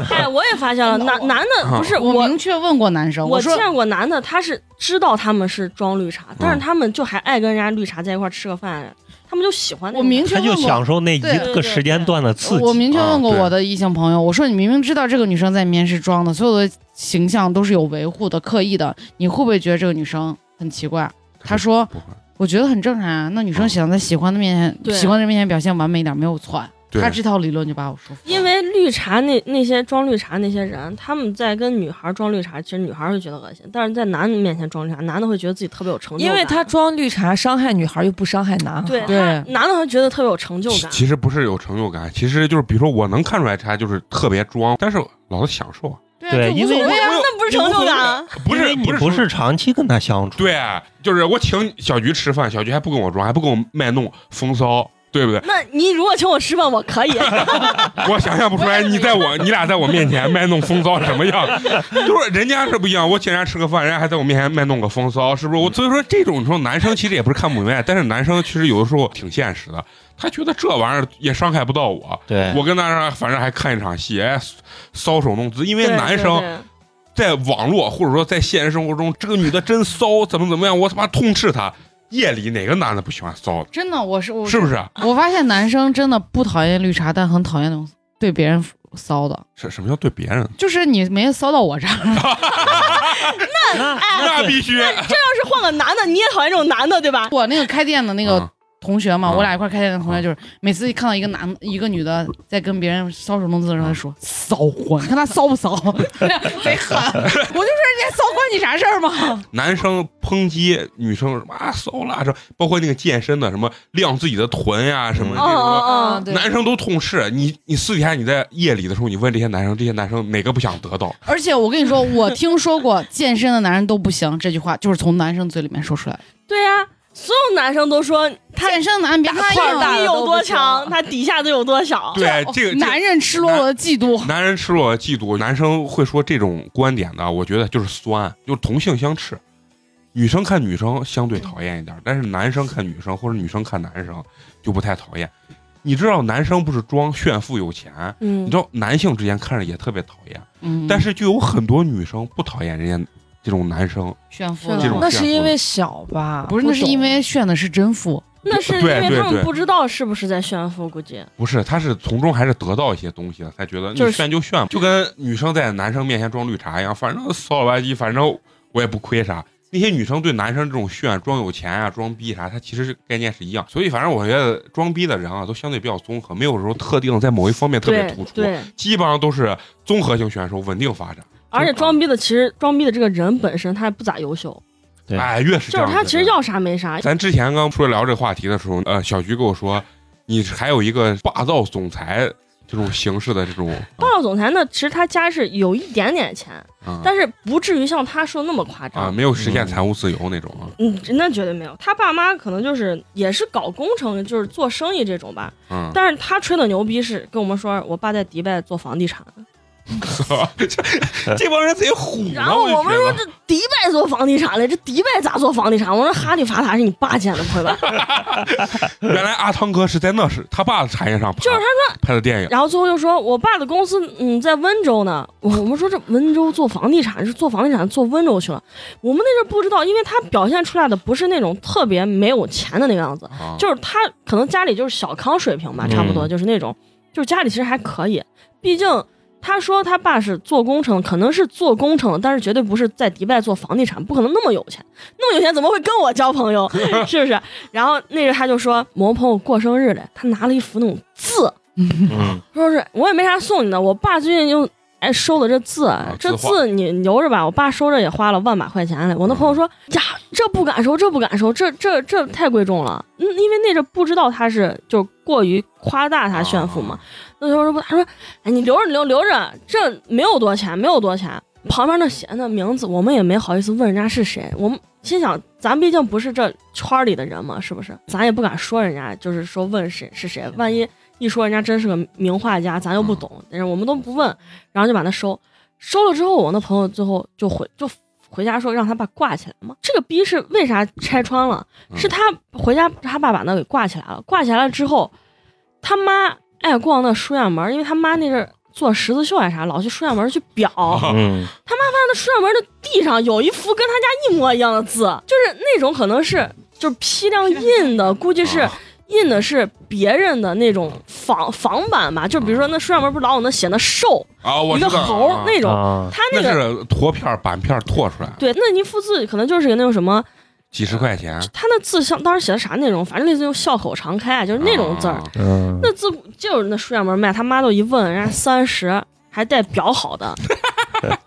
[SPEAKER 5] 哎，我也发现了，男男的不是
[SPEAKER 1] 我
[SPEAKER 5] 我，
[SPEAKER 1] 明确问过男生，
[SPEAKER 5] 我
[SPEAKER 1] 说
[SPEAKER 5] 见过男的，他是知道他们是装绿茶，但
[SPEAKER 3] 嗯
[SPEAKER 5] 是他们就还爱跟人家绿茶在一块儿吃个饭，他们就喜欢那
[SPEAKER 1] 我
[SPEAKER 5] 种
[SPEAKER 1] 明确
[SPEAKER 6] 他就
[SPEAKER 1] 问过
[SPEAKER 6] 享受那一
[SPEAKER 1] 对
[SPEAKER 5] 对
[SPEAKER 6] 个
[SPEAKER 5] 对
[SPEAKER 6] 时间段的刺
[SPEAKER 1] 我
[SPEAKER 6] 激。
[SPEAKER 1] 明确
[SPEAKER 3] 啊
[SPEAKER 1] 问过
[SPEAKER 3] 对
[SPEAKER 1] 我的异性朋友，我说你明明知道这个女生在里面是装的，所有的形象都是有维护的、刻意的，你会不会觉得这个女生很奇怪？他说
[SPEAKER 3] 不会，
[SPEAKER 1] 我觉得很正常啊，那女生想在喜欢的面前、
[SPEAKER 5] 对
[SPEAKER 1] 喜欢的人面前表现完美一点没有错啊。
[SPEAKER 3] 对
[SPEAKER 1] 他这套理论就把我说服了，
[SPEAKER 5] 因为绿茶那那些装绿茶那些人，他们在跟女孩装绿茶，其实女孩会觉得恶心，但是在男人面前装绿茶，男的会觉得自己特别有
[SPEAKER 3] 哦
[SPEAKER 5] 成就感。
[SPEAKER 4] 因为他装绿茶伤害女孩又不伤害 男孩，
[SPEAKER 5] 对
[SPEAKER 1] 对
[SPEAKER 5] 他男的会觉得特别有成就
[SPEAKER 3] 其
[SPEAKER 5] 感。
[SPEAKER 3] 其实不是有成就感，其实就是比如说我能看出来他就是特别装，但是老子享受啊，
[SPEAKER 6] 对因为
[SPEAKER 5] 对呀，那不是成就感啊，
[SPEAKER 3] 不
[SPEAKER 6] 因
[SPEAKER 3] 是
[SPEAKER 6] 为你不
[SPEAKER 3] 是。
[SPEAKER 6] 是长期跟他相处，
[SPEAKER 3] 对，就是我请小菊吃饭，小菊还不跟我装，还不跟我卖弄风骚，对不对？
[SPEAKER 5] 那你如果请我吃饭，我 可以。
[SPEAKER 3] 我想象不出来，你在我你俩在我面前卖弄风骚是什么样，就是人家是不一样。我请人家吃个饭，人家还在我面前卖弄个风骚，是不是？我所以说这种时候，男生其实也不是看不明白，但是男生其实有的时候挺现实的，他觉得这玩意儿也伤害不到我。
[SPEAKER 6] 对
[SPEAKER 3] 我跟他说反正还看一场戏，哎，搔首弄姿，因为
[SPEAKER 5] 对
[SPEAKER 3] 男
[SPEAKER 5] 对
[SPEAKER 3] 生
[SPEAKER 5] 对
[SPEAKER 3] 在网络或者说在现实生活中，这个女的真骚，怎么怎么样，我他妈痛斥她。夜里哪个男的不喜欢骚的？
[SPEAKER 1] 真的我是我
[SPEAKER 3] 是不啊是？
[SPEAKER 1] 我发现男生真的不讨厌绿茶，但很讨厌那种对别人骚的，
[SPEAKER 3] 什什么叫对别人？
[SPEAKER 1] 就是你没骚到我这儿，
[SPEAKER 6] 那
[SPEAKER 3] 那必须
[SPEAKER 5] 要是换个男的，你也讨厌这种男的，对吧？
[SPEAKER 1] 我那个开店的那个
[SPEAKER 3] 嗯
[SPEAKER 1] 同学嘛，
[SPEAKER 3] 嗯
[SPEAKER 1] 我俩一块儿开店的同
[SPEAKER 3] 嗯
[SPEAKER 1] 学，就是每次一看到一个男一个女的在跟别人搔首弄姿的时候，他说骚货，你看他骚不骚？ 贼狠！我就说人家骚关你啥事儿吗？
[SPEAKER 3] 男生抨击女生什么啊骚啦，这包括那个健身的什么亮自己的臀呀、什么
[SPEAKER 6] 嗯
[SPEAKER 3] 这
[SPEAKER 5] 哦
[SPEAKER 3] 种的。
[SPEAKER 5] 哦哦，
[SPEAKER 4] 啊对
[SPEAKER 3] 男生都痛斥你，你私底下你在夜里的时候，你问这些男生，这些男生哪个不想得到？
[SPEAKER 1] 而且我跟你说，我听说过健身的男人都不行这句话，就是从男生嘴里面说出来的。
[SPEAKER 5] 对呀，所有男生都说他
[SPEAKER 1] 健身的男人别看
[SPEAKER 4] 块儿大
[SPEAKER 1] 硬，
[SPEAKER 5] 底
[SPEAKER 4] 的
[SPEAKER 5] 有
[SPEAKER 4] 都不
[SPEAKER 5] 多
[SPEAKER 4] 行
[SPEAKER 5] 强，他底下得有多小。
[SPEAKER 3] 对，这个这
[SPEAKER 1] 哎男
[SPEAKER 3] 个
[SPEAKER 1] 人赤裸裸的嫉妒。
[SPEAKER 3] 男人赤裸嫉妒，男生会说这种观点的，我觉得就是酸，就是同性相斥。女生看女生相对讨厌一点，但是男生看女生或者女生看男生就不太讨厌。你知道男生不是装炫富有钱，你
[SPEAKER 5] 嗯
[SPEAKER 3] 知，道男性之间看着也特别讨厌。
[SPEAKER 1] 嗯，
[SPEAKER 3] 但是就有很多女生不讨厌人家这种男生，
[SPEAKER 1] 炫富哦
[SPEAKER 4] 是
[SPEAKER 3] 这
[SPEAKER 4] 的
[SPEAKER 3] 种
[SPEAKER 4] 那是因为小吧？
[SPEAKER 1] 不是，那是
[SPEAKER 4] 懂
[SPEAKER 1] 因为炫的是真富。
[SPEAKER 5] 那是因
[SPEAKER 3] 对
[SPEAKER 5] 为
[SPEAKER 3] 对
[SPEAKER 5] 他们
[SPEAKER 3] 对
[SPEAKER 5] 不知道是不是在炫富，估计。
[SPEAKER 3] 不是，他是从中还是得到一些东西的，才觉得
[SPEAKER 5] 就是
[SPEAKER 3] 你炫就炫，就跟女生在男生面前装绿茶一样，反正骚了吧唧，反正我也不亏啥。那些女生对男生这种炫、装有钱啊、装逼啥，它其实是概念是一样。所以，反正我觉得装逼的人啊，都相对比较综合，没有说特定在某一方面特别
[SPEAKER 5] 对
[SPEAKER 3] 突出，
[SPEAKER 5] 对，
[SPEAKER 3] 基本上都是综合性选手稳定发展。
[SPEAKER 5] 而且装逼的其实装逼的这个人本身他也不咋优秀，
[SPEAKER 6] 对
[SPEAKER 3] 哎，越是这
[SPEAKER 5] 就是
[SPEAKER 3] 样，
[SPEAKER 5] 他其实要啥没啥。
[SPEAKER 3] 咱之前刚出来聊这话题的时候，呃，小菊跟我说，你还有一个霸道总裁这种形式的这种，
[SPEAKER 5] 霸道总裁呢，其实他家是有一点点钱，
[SPEAKER 3] 啊
[SPEAKER 5] 但是不至于像他说那么夸
[SPEAKER 3] 啊，
[SPEAKER 5] 张。
[SPEAKER 3] 没有实现财务自由那种啊，
[SPEAKER 5] 嗯，那绝对没有。他爸妈可能就是也是搞工程，就是做生意这种吧。
[SPEAKER 3] 嗯，
[SPEAKER 5] 但是他吹的牛逼是跟我们说，我爸在迪拜做房地产。
[SPEAKER 3] 这帮人贼虎呢。
[SPEAKER 5] 然后
[SPEAKER 3] 我
[SPEAKER 5] 我们说这迪拜做房地产嘞，这迪拜咋做房地产？我说哈利法塔是你爸建的，朋友们。
[SPEAKER 3] 这原来阿汤哥是在那是他爸的产业上爬，
[SPEAKER 5] 就是
[SPEAKER 3] 他拍的电影，
[SPEAKER 5] 然后最后就说我爸的公司嗯在温州呢，我我们说这温州做房地产是做房地产做温州去了，我们那阵儿不知道，因为他表现出来的不是那种特别没有钱的那个样子，
[SPEAKER 3] 啊
[SPEAKER 5] 就是他可能家里就是小康水平吧，
[SPEAKER 6] 嗯
[SPEAKER 5] 差不多就是那种，就是家里其实还可以，毕竟他说他爸是做工程，可能是做工程，但是绝对不是在迪拜做房地产，不可能那么有钱，那么有钱怎么会跟我交朋友？ 是不是？然后那时他就说，某朋友过生日嘞，他拿了一幅那种字，
[SPEAKER 6] 嗯，
[SPEAKER 5] 说是我也没啥送你的，我爸最近又哎收的这字，这
[SPEAKER 3] 啊字画
[SPEAKER 5] 字你留着吧，我爸收着也花了万把块钱嘞。我那朋友说
[SPEAKER 3] 嗯
[SPEAKER 5] 呀，这不敢收，这不敢收，这这这太贵重了，嗯，因为那阵不知道他是就过于夸大他炫富
[SPEAKER 3] 啊
[SPEAKER 5] 嘛。那时候说不，他说哎你留着你留留着，这没有多钱，没有多钱。旁边那写那名字，我们也没好意思问人家是谁，我们心想，咱毕竟不是这圈儿里的人嘛，是不是？咱也不敢说人家，就是说问谁是谁，万一一说人家真是个名画家，咱又不懂，但是我们都不问，然后就把它收。收了之后，我那朋友最后就回就回家说让他爸挂起来嘛。这个逼是为啥拆穿了？
[SPEAKER 3] 嗯
[SPEAKER 5] 是他回家他爸把那给挂起来了。挂起来了之后，他妈爱逛那书院门，因为他妈那阵儿做十字绣还是啥，老去书院门去裱。
[SPEAKER 3] 啊
[SPEAKER 6] 嗯，
[SPEAKER 5] 那书院门的地上有一幅跟他家一模一样的字，就是那种可能是就是批量印的，估计是
[SPEAKER 3] 啊
[SPEAKER 5] 印的是别人的那种仿仿版吧。就比如说那书院门不是老有那写那兽
[SPEAKER 3] 啊，我
[SPEAKER 5] 一
[SPEAKER 3] 知
[SPEAKER 5] 个
[SPEAKER 3] 道
[SPEAKER 5] 猴
[SPEAKER 3] 啊
[SPEAKER 5] 儿那种，
[SPEAKER 6] 啊，
[SPEAKER 5] 他
[SPEAKER 3] 那
[SPEAKER 5] 那个
[SPEAKER 3] 是拓片儿板片儿拓出来，
[SPEAKER 5] 对，那一幅字可能就是那种什么，
[SPEAKER 3] 几十块钱，
[SPEAKER 5] 他那字像当时写的啥内容，反正类似于笑口常开啊，就是那种字儿
[SPEAKER 3] 啊。。
[SPEAKER 6] 嗯，
[SPEAKER 5] 那字就是那书院门卖，他妈都一问，人家三十还带裱 好的，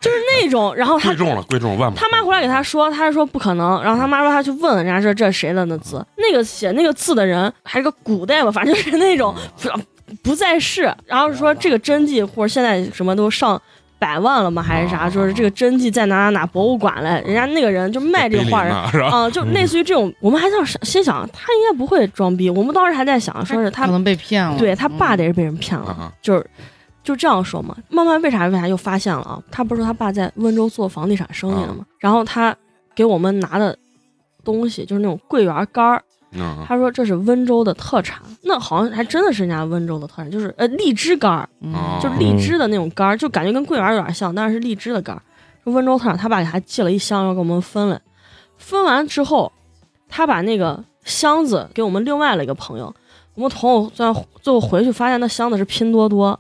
[SPEAKER 5] 就是那种。然后他
[SPEAKER 3] 贵重了，贵重了万把。嗯
[SPEAKER 5] 他妈回来给他说，他说不可能，然后他妈说他去问人家说这是谁的那字，那个写那个字的人还是个古代吧，反正就是那种不
[SPEAKER 3] 嗯
[SPEAKER 5] 不在世，然后说这个真迹或者现在什么都上百万了吗？还
[SPEAKER 3] 啊
[SPEAKER 5] 是啥？就是这个真迹在哪哪哪博物馆嘞，人家那个人就卖这个画
[SPEAKER 3] 碑林嗯
[SPEAKER 5] 人。
[SPEAKER 3] 呢是吧？
[SPEAKER 5] 啊、就类似于这种，我们还想心想，他应该不会装逼。我们当时还在想，说是他
[SPEAKER 1] 可能被骗了，
[SPEAKER 5] 对他爸
[SPEAKER 1] 嗯
[SPEAKER 5] 得是被人骗了，
[SPEAKER 3] 嗯啊
[SPEAKER 5] 就是就这样说嘛。慢慢为啥为啥又发现了啊？他不是说他爸在温州做房地产生意的嘛？然后他给我们拿的东西就是那种桂圆干儿，
[SPEAKER 3] 嗯，
[SPEAKER 5] 他说这是温州的特产，那好像还真的是人家温州的特产，就是呃荔枝干儿，
[SPEAKER 3] 啊
[SPEAKER 1] 嗯，
[SPEAKER 5] 就是荔枝的那种干儿，就感觉跟桂圆有点像，但是是荔枝的干儿。说温州特产，他爸给他寄了一箱，要给我们分了。分完之后，他把那个箱子给我们另外的一个朋友，我们朋友最后最后回去发现那箱子是拼多多，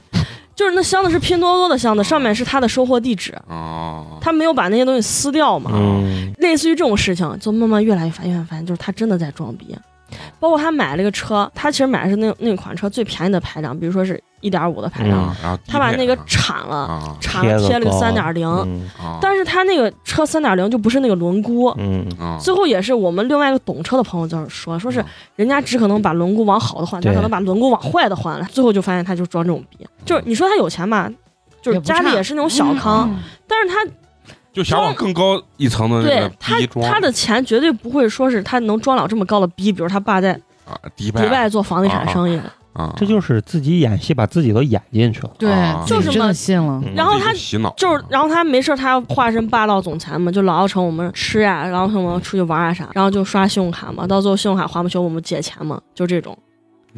[SPEAKER 5] 就是那箱子是拼多多的箱子，上面是他的收货地址，
[SPEAKER 3] 哦，
[SPEAKER 5] 他没有把那些东西撕掉嘛。
[SPEAKER 6] 嗯，
[SPEAKER 5] 类似于这种事情，就慢慢越来越发现，越来越发现就是他真的在装逼。包括他买了个车，他其实买的是那那款车最便宜的排量，比如说是一点五的排量，
[SPEAKER 6] 嗯
[SPEAKER 3] 然后
[SPEAKER 5] 他把那个
[SPEAKER 3] 低配
[SPEAKER 5] 铲了，
[SPEAKER 3] 啊
[SPEAKER 5] 铲了贴了个三点零，
[SPEAKER 6] 嗯
[SPEAKER 3] 啊，
[SPEAKER 5] 但是他那个车三点零就不是那个轮毂。
[SPEAKER 6] 嗯，
[SPEAKER 3] 啊
[SPEAKER 5] 最后也是我们另外一个懂车的朋友就是说，说是
[SPEAKER 3] 嗯
[SPEAKER 5] 人家只可能把轮毂往好的换，他
[SPEAKER 6] 对
[SPEAKER 5] 可能把轮毂往坏的换了。最后就发现他就装这种逼，就是你说他有钱吧，就是
[SPEAKER 1] 也不
[SPEAKER 5] 家里
[SPEAKER 1] 差
[SPEAKER 5] 也是那种小康，
[SPEAKER 1] 嗯
[SPEAKER 5] 但是他
[SPEAKER 3] 就想往更高一层的那个
[SPEAKER 5] 对他
[SPEAKER 3] 逼装，
[SPEAKER 5] 他的钱绝对不会说是他能装了这么高的逼，比如他爸在
[SPEAKER 3] 啊迪
[SPEAKER 5] 迪拜做房地产生意，
[SPEAKER 3] 啊，
[SPEAKER 6] 这就是自己演戏，把自己都演进去了。
[SPEAKER 1] 对
[SPEAKER 3] 啊，
[SPEAKER 1] 自己
[SPEAKER 5] 就是
[SPEAKER 1] 真
[SPEAKER 5] 嘛
[SPEAKER 1] 的信了，
[SPEAKER 6] 嗯
[SPEAKER 5] 然后他
[SPEAKER 3] 这就洗脑，啊
[SPEAKER 5] 就是，然后他没事儿，他要化身霸道总裁嘛，就老要请我们吃呀、然后什么出去玩啊啥，然后就刷信用卡嘛，到最后信用卡还不起，我们借钱嘛，就这种，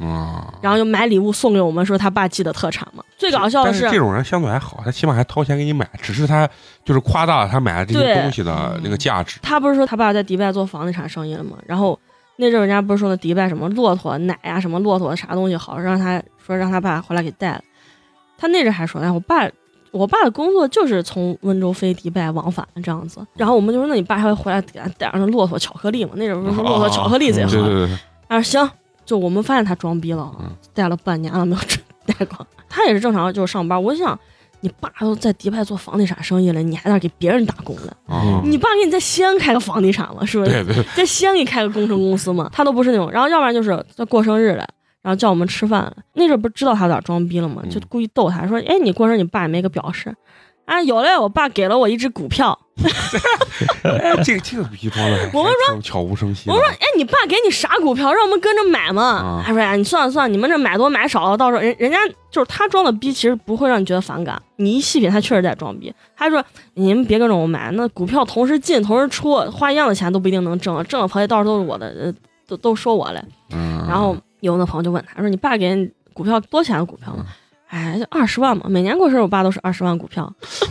[SPEAKER 3] 啊，
[SPEAKER 5] 然后就买礼物送给我们，说他爸寄的特产嘛。最搞笑的
[SPEAKER 3] 但是这种人相对还好，他起码还掏钱给你买，只是他就是夸大了他买的这些
[SPEAKER 5] 对嗯
[SPEAKER 3] 东西的那个价值。
[SPEAKER 5] 他不是说他爸在迪拜做房地产生意了吗？然后那阵儿人家不是说那迪拜什么骆驼奶呀、什么骆驼啥东西好，让他说让他爸回来给带了。他那阵儿还说，哎，我爸我爸的工作就是从温州飞迪拜往返这样子。然后我们就说，那你爸还会回来给他带上那骆驼巧克力吗？那阵儿不是说骆驼巧克力最
[SPEAKER 3] 对
[SPEAKER 5] 好？
[SPEAKER 3] 对对，对
[SPEAKER 5] 啊，行，就我们发现他装逼了
[SPEAKER 3] 嗯，
[SPEAKER 5] 带了半年了没有真带过。他也是正常就是上班，我就想。你爸都在迪拜做房地产生意了，你还在那儿给别人打工呢？
[SPEAKER 3] 啊，
[SPEAKER 5] 嗯你爸给你在西安开个房地产吗？是不是？
[SPEAKER 3] 对对，
[SPEAKER 5] 在西安给开个工程公司嘛，他都不是那种。然后要不然就是在过生日了，然后叫我们吃饭了。那阵儿不是知道他有点装逼了嘛，
[SPEAKER 3] 嗯
[SPEAKER 5] 就故意逗他说：“哎，你过生日你爸也没个表示。”啊，有嘞，我爸给了我一只股票。
[SPEAKER 3] 哎，这个这个逼装的，
[SPEAKER 5] 我们
[SPEAKER 3] 说悄无声息
[SPEAKER 5] 我
[SPEAKER 3] 的。
[SPEAKER 5] 说：“哎，你爸给你啥股票，让我们跟着买嘛
[SPEAKER 3] 啊？”
[SPEAKER 5] 他说：“哎，你算了算了，你们这买多买少，到时候人人家就是他装的逼，其实不会让你觉得反感。你一细品，他确实在装逼。他说：你们别跟着我买，那股票同时进同时出，花一样的钱都不一定能挣，挣了回来到时候都是我的，呃，都都说我嘞。”
[SPEAKER 3] 嗯，啊
[SPEAKER 5] 然后有那朋友就问他说：“你爸给你股票多少钱的股票吗？”哎，就二十万嘛，每年过生日我爸都是二十万股票，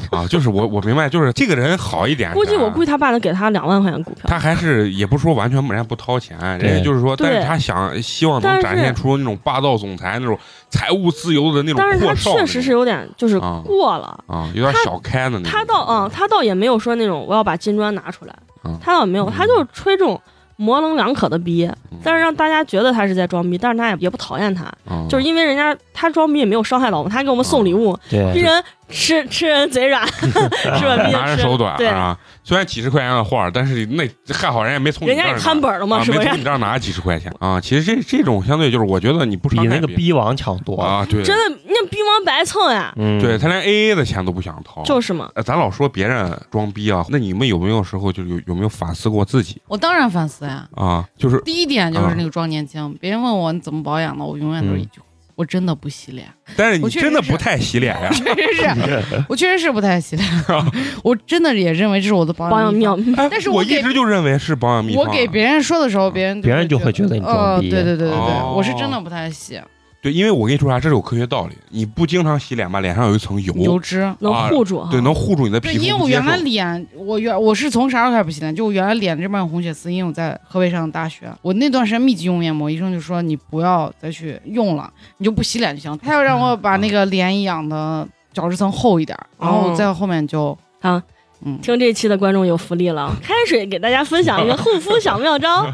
[SPEAKER 3] 啊，就是我我明白，就是这个人好一点，啊
[SPEAKER 5] 估计我估
[SPEAKER 3] 计
[SPEAKER 5] 计他爸能给他两万块钱股票。
[SPEAKER 3] 他还是也不是说完全人家不掏钱，人家
[SPEAKER 6] 对
[SPEAKER 3] 就是说，但
[SPEAKER 5] 对
[SPEAKER 3] 是他想希望
[SPEAKER 5] 但
[SPEAKER 3] 能
[SPEAKER 5] 是
[SPEAKER 3] 展现出那种霸道总裁那种财务自由的那种
[SPEAKER 5] 但是他
[SPEAKER 3] 阔少那种，
[SPEAKER 5] 确实是有点就是
[SPEAKER 3] 啊
[SPEAKER 5] 过了，
[SPEAKER 3] 啊，有点
[SPEAKER 5] 他
[SPEAKER 3] 小开的那种。
[SPEAKER 5] 他倒啊、他倒也没有说那种我要把金砖拿出来，
[SPEAKER 3] 嗯
[SPEAKER 5] 他倒没有，他就是吹这种模棱两可的逼，
[SPEAKER 3] 嗯
[SPEAKER 5] 但是让大家觉得他是在装逼，但是他也也不讨厌他，
[SPEAKER 3] 啊
[SPEAKER 5] 就是因为人家他装逼也没有伤害到我们，他给我们送礼物，逼
[SPEAKER 3] 嗯
[SPEAKER 6] 对，
[SPEAKER 5] 人吃吃人嘴软， 是吧？逼
[SPEAKER 3] 拿人
[SPEAKER 5] 人吃
[SPEAKER 3] 手短
[SPEAKER 5] 对，
[SPEAKER 3] 啊，虽然几十块钱的画儿，但是那还好人家没从你
[SPEAKER 5] 人
[SPEAKER 3] 这
[SPEAKER 5] 家
[SPEAKER 3] 儿
[SPEAKER 5] 也看
[SPEAKER 3] 拿
[SPEAKER 5] 本了嘛，
[SPEAKER 3] 啊，
[SPEAKER 5] 是
[SPEAKER 3] 没
[SPEAKER 5] 不是
[SPEAKER 3] 从？你这儿拿几十块钱啊。其实这这种相对就是，我觉得你不伤
[SPEAKER 6] 比
[SPEAKER 3] 害
[SPEAKER 6] 那个
[SPEAKER 3] 别人
[SPEAKER 6] 逼王强多了。
[SPEAKER 3] 啊，对，
[SPEAKER 5] 真的，那逼王白蹭呀，
[SPEAKER 6] 嗯，
[SPEAKER 3] 对他连 A A 的钱都不想掏，
[SPEAKER 5] 就是嘛。
[SPEAKER 3] 呃，咱老说别人装逼啊，那你们有没有时候就有有没有反思过自己
[SPEAKER 1] 我当然反思呀。
[SPEAKER 3] 啊？就是
[SPEAKER 1] 第一点就
[SPEAKER 3] 啊
[SPEAKER 1] 是那个装年轻，别人问我你怎么保养的，我永远都是一句话。
[SPEAKER 3] 嗯
[SPEAKER 1] 我真的不洗 脸，
[SPEAKER 3] 但是你
[SPEAKER 1] 我确实
[SPEAKER 3] 真的
[SPEAKER 1] 是
[SPEAKER 3] 不太洗脸呀、
[SPEAKER 1] 确实是，我确实是不太洗 脸，我真的也认为这是我的保
[SPEAKER 5] 保养
[SPEAKER 1] 秘
[SPEAKER 5] 妙
[SPEAKER 1] 方。，
[SPEAKER 3] 哎
[SPEAKER 1] 但是
[SPEAKER 3] 我
[SPEAKER 1] 我给
[SPEAKER 3] 一直就认为是保养秘方
[SPEAKER 1] 我
[SPEAKER 3] 啊。
[SPEAKER 1] 给别人说的时候，别人
[SPEAKER 6] 别人就会觉
[SPEAKER 1] 得
[SPEAKER 6] 得你
[SPEAKER 1] 呃，
[SPEAKER 6] 装
[SPEAKER 1] 对
[SPEAKER 6] 逼。
[SPEAKER 1] 对对对对，
[SPEAKER 3] 哦
[SPEAKER 1] 我是真的不太洗
[SPEAKER 3] 对，因为我跟你说啥，这是有科学道理。你不经常洗脸吧，脸上有一层油，
[SPEAKER 1] 油脂。
[SPEAKER 5] 能
[SPEAKER 3] 啊
[SPEAKER 5] 护住哈。
[SPEAKER 3] 对，能护住你的皮
[SPEAKER 1] 对，
[SPEAKER 3] 肤不接
[SPEAKER 1] 因
[SPEAKER 3] 受。
[SPEAKER 1] 为我原来脸，我原我是从啥时候开始不洗脸？就我原来脸这边有红血丝，因为我在河北上的大学，我那段时间密集用面膜，医生就说你不要再去用了，你就不洗脸就行。他要让我把那个脸养的角质层厚一点，然
[SPEAKER 3] 哦
[SPEAKER 1] 后我在后面就
[SPEAKER 5] 啊，
[SPEAKER 1] 嗯，
[SPEAKER 5] 听这一期的观众有福 利了，开水给大家分享一个护肤小妙招，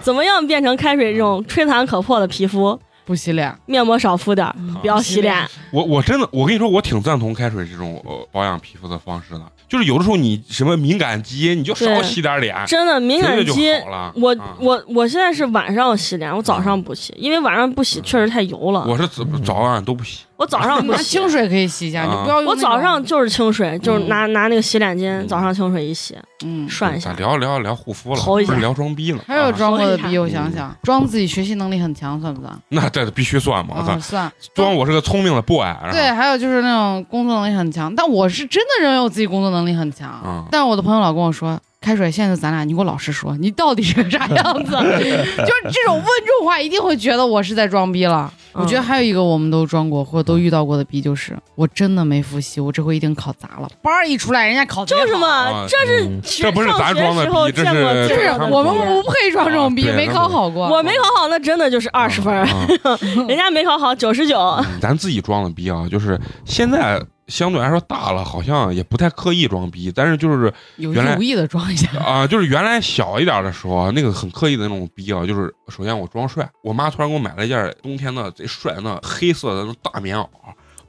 [SPEAKER 5] 怎么样变成开水这种吹弹可破的皮肤？
[SPEAKER 1] 不洗脸。
[SPEAKER 5] 面膜少敷点儿，不要洗脸。
[SPEAKER 3] 啊我我真的，我跟你说，我挺赞同开水这种呃保养皮肤的方式的。就是有的时候你什么敏感肌，你就少
[SPEAKER 5] 对
[SPEAKER 3] 洗点脸，
[SPEAKER 5] 真的，敏感
[SPEAKER 3] 绝对就
[SPEAKER 5] 肌，
[SPEAKER 3] 好了。
[SPEAKER 5] 我
[SPEAKER 3] 啊
[SPEAKER 5] 我我现在是晚上洗脸，我早上不洗，因为晚上不洗
[SPEAKER 3] 嗯
[SPEAKER 5] 确实太油了。
[SPEAKER 3] 我是早早晚都不洗，啊
[SPEAKER 5] 我早上 不
[SPEAKER 1] 拿
[SPEAKER 5] 洗
[SPEAKER 1] 清，水可以洗一下，你不要用
[SPEAKER 5] 我
[SPEAKER 1] 那种。
[SPEAKER 5] 早上就是清水，就是拿
[SPEAKER 3] 嗯
[SPEAKER 5] 拿那个洗脸巾，早上清水一洗，
[SPEAKER 1] 嗯，
[SPEAKER 5] 涮一下
[SPEAKER 3] 咱。聊聊聊护肤了，
[SPEAKER 5] 头一下
[SPEAKER 3] 不是聊装逼了。
[SPEAKER 1] 还有
[SPEAKER 3] 啊
[SPEAKER 1] 装过的
[SPEAKER 5] 说一
[SPEAKER 1] 逼，我想想，装自己学习能力很强算不算？
[SPEAKER 3] 那这必须算嘛，咱
[SPEAKER 1] 啊，算。
[SPEAKER 3] 装我是个聪明的啊 boy，然后
[SPEAKER 1] 对，还有就是那种工作能力很强，但我是真的认为我自己工作能力很强。
[SPEAKER 3] 嗯
[SPEAKER 1] 但我的朋友老跟我说：“开水，现在就咱俩，你给我老实说，你到底是个啥样子？” 就是这种问住话，一定会觉得我是在装逼了。我觉得
[SPEAKER 5] 嗯
[SPEAKER 1] 还有一个我们都装过或者都遇到过的逼，就是我真的没复习，我这回一定考砸了。班儿一出来，人家考
[SPEAKER 5] 就是
[SPEAKER 3] 啊
[SPEAKER 5] 嘛，这是
[SPEAKER 6] 嗯
[SPEAKER 5] 其实
[SPEAKER 3] 这不是
[SPEAKER 5] 上
[SPEAKER 3] 咱
[SPEAKER 5] 学
[SPEAKER 3] 装的
[SPEAKER 5] 时候
[SPEAKER 3] 逼这
[SPEAKER 5] 见过
[SPEAKER 3] 是
[SPEAKER 1] 就
[SPEAKER 5] 这
[SPEAKER 1] 是
[SPEAKER 5] 样的
[SPEAKER 1] 我们
[SPEAKER 5] 逼
[SPEAKER 1] 不配装这种逼，
[SPEAKER 3] 啊对
[SPEAKER 1] 没考好过。
[SPEAKER 5] 我没考好，那真的就是二 十分儿，
[SPEAKER 3] 啊
[SPEAKER 5] 人家没考好九十九。
[SPEAKER 3] 啊咱自己装的逼啊，就是现在相对来说大了，好像也不太刻意装逼，但是就是
[SPEAKER 1] 有意
[SPEAKER 3] 原来
[SPEAKER 1] 无意的装一下。
[SPEAKER 3] 啊、就是原来小一点的时候啊，那个很刻意的那种逼啊，就是首先我装帅，我妈突然给我买了一件冬天的贼帅的那黑色的那种大棉袄。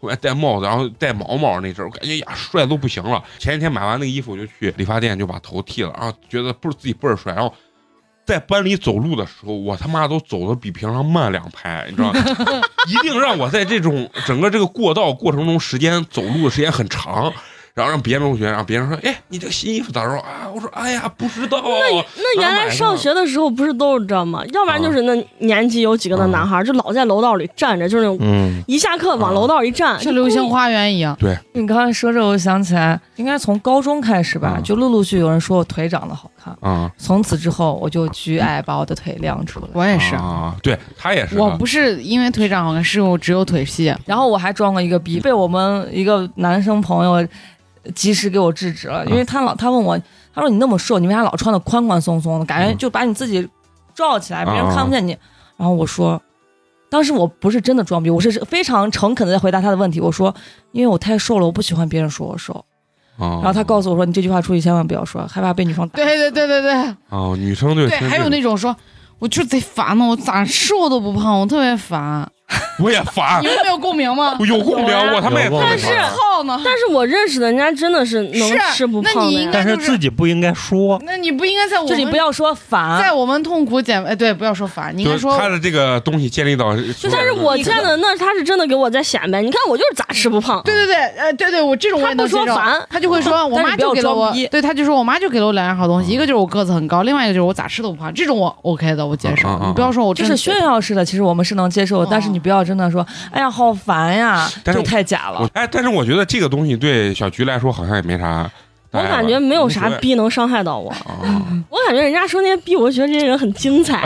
[SPEAKER 3] 后面戴帽子，然后戴毛毛那阵儿，我感觉呀帅得都不行了。前几天买完那个衣服，我就去理发店就把头剃了，然后觉得不是自己倍儿帅。然后在班里走路的时候，我他妈都走的比平常慢两拍，你知道吗？ 一定让我在这种整个这个过道过程中时间走路的时间很长，然后让别的同学，让别人说，哎，你这个新衣服咋着啊？我说，哎呀，不知道。
[SPEAKER 5] 那原来上学的时候不是都是这样吗？要不然就是那年级有几个那男孩儿，就老在楼道里站着，就是那种
[SPEAKER 6] 嗯，
[SPEAKER 5] 一下课往楼道一站，
[SPEAKER 1] 像流星
[SPEAKER 5] 花。
[SPEAKER 1] 花园一样，
[SPEAKER 4] 你刚才说这，我想起来，应该从高中开始吧，
[SPEAKER 3] 嗯
[SPEAKER 4] 就陆陆续有人说我腿长得好看。
[SPEAKER 3] 啊，
[SPEAKER 4] 从此之后，我就举矮把我的腿亮出来。
[SPEAKER 1] 我也是，
[SPEAKER 3] 啊，对他也是，
[SPEAKER 1] 我不是因为腿长好看，是因为我只有腿细。
[SPEAKER 4] 然后我还装过一个逼，被我们一个男生朋友及时给我制止了，因为他老他问我，他说你那么瘦，你为啥老穿的宽宽松松的，感觉
[SPEAKER 3] 嗯
[SPEAKER 4] 就把你自己罩起来，
[SPEAKER 3] 啊
[SPEAKER 4] 别人看不见你。然后我说，当时我不是真的装逼，我是非常诚恳的在回答他的问题。我说，因为我太瘦了，我不喜欢别人说我瘦。
[SPEAKER 3] 啊，
[SPEAKER 4] 然后他告诉我说，你这句话出去千万不要说，害怕被女生打。
[SPEAKER 1] 对对对对对
[SPEAKER 3] 啊，女生对
[SPEAKER 1] 对，还有那种说，我就贼烦呢，我咋瘦都不胖，我特别
[SPEAKER 3] 啊
[SPEAKER 1] 烦。
[SPEAKER 3] 我也烦
[SPEAKER 1] 你，们没有共鸣吗？
[SPEAKER 3] 有共鸣，我他妈也
[SPEAKER 5] 但是
[SPEAKER 1] 靠呢？
[SPEAKER 5] 但是我认识的人家真的是能
[SPEAKER 1] 是
[SPEAKER 5] 吃不
[SPEAKER 1] 那
[SPEAKER 5] 胖
[SPEAKER 1] 你
[SPEAKER 5] 的
[SPEAKER 1] 应
[SPEAKER 5] 呀，
[SPEAKER 1] 该
[SPEAKER 6] 但是
[SPEAKER 1] 就是
[SPEAKER 6] 自己不应该说。
[SPEAKER 1] 那你不应该在我
[SPEAKER 4] 就是你
[SPEAKER 1] 们
[SPEAKER 4] 不要啊说烦
[SPEAKER 1] 在，我们痛苦减哎，对，不要说烦，你应该说
[SPEAKER 3] 他的这个东西建立到，就
[SPEAKER 5] 但是我见的那他是真的给我在显摆，你看我就是咋吃不胖，
[SPEAKER 1] 对对对，呃，对对，我这种我也能接
[SPEAKER 5] 他不
[SPEAKER 1] 受
[SPEAKER 5] 说烦。
[SPEAKER 1] 他就会 说，我
[SPEAKER 4] 但是
[SPEAKER 1] 妈
[SPEAKER 4] 你不
[SPEAKER 1] 就
[SPEAKER 4] 要
[SPEAKER 1] 给了我
[SPEAKER 4] 装逼，
[SPEAKER 1] 对，他就说我妈就给了我两样好东
[SPEAKER 3] 嗯
[SPEAKER 1] 西，一个就是我个子很高，另外一个就是我咋吃都不胖，这种我 OK 的，我接受
[SPEAKER 3] 嗯嗯。嗯
[SPEAKER 1] 你不要说我
[SPEAKER 4] 就
[SPEAKER 1] 真
[SPEAKER 4] 是
[SPEAKER 1] 的
[SPEAKER 4] 炫耀式的，其实我们是能接受，但是你不要真的说，哎呀，好烦呀，
[SPEAKER 3] 但是我
[SPEAKER 4] 就太假了
[SPEAKER 3] 我。哎，但是我觉得这个东西对小菊来说好像也没啥
[SPEAKER 5] 我
[SPEAKER 3] 戴吧
[SPEAKER 5] 感觉没有啥
[SPEAKER 3] 无所谓
[SPEAKER 5] 逼能伤害到我。
[SPEAKER 3] 啊，
[SPEAKER 5] 我感觉人家说那些逼，我觉得这些人很精彩。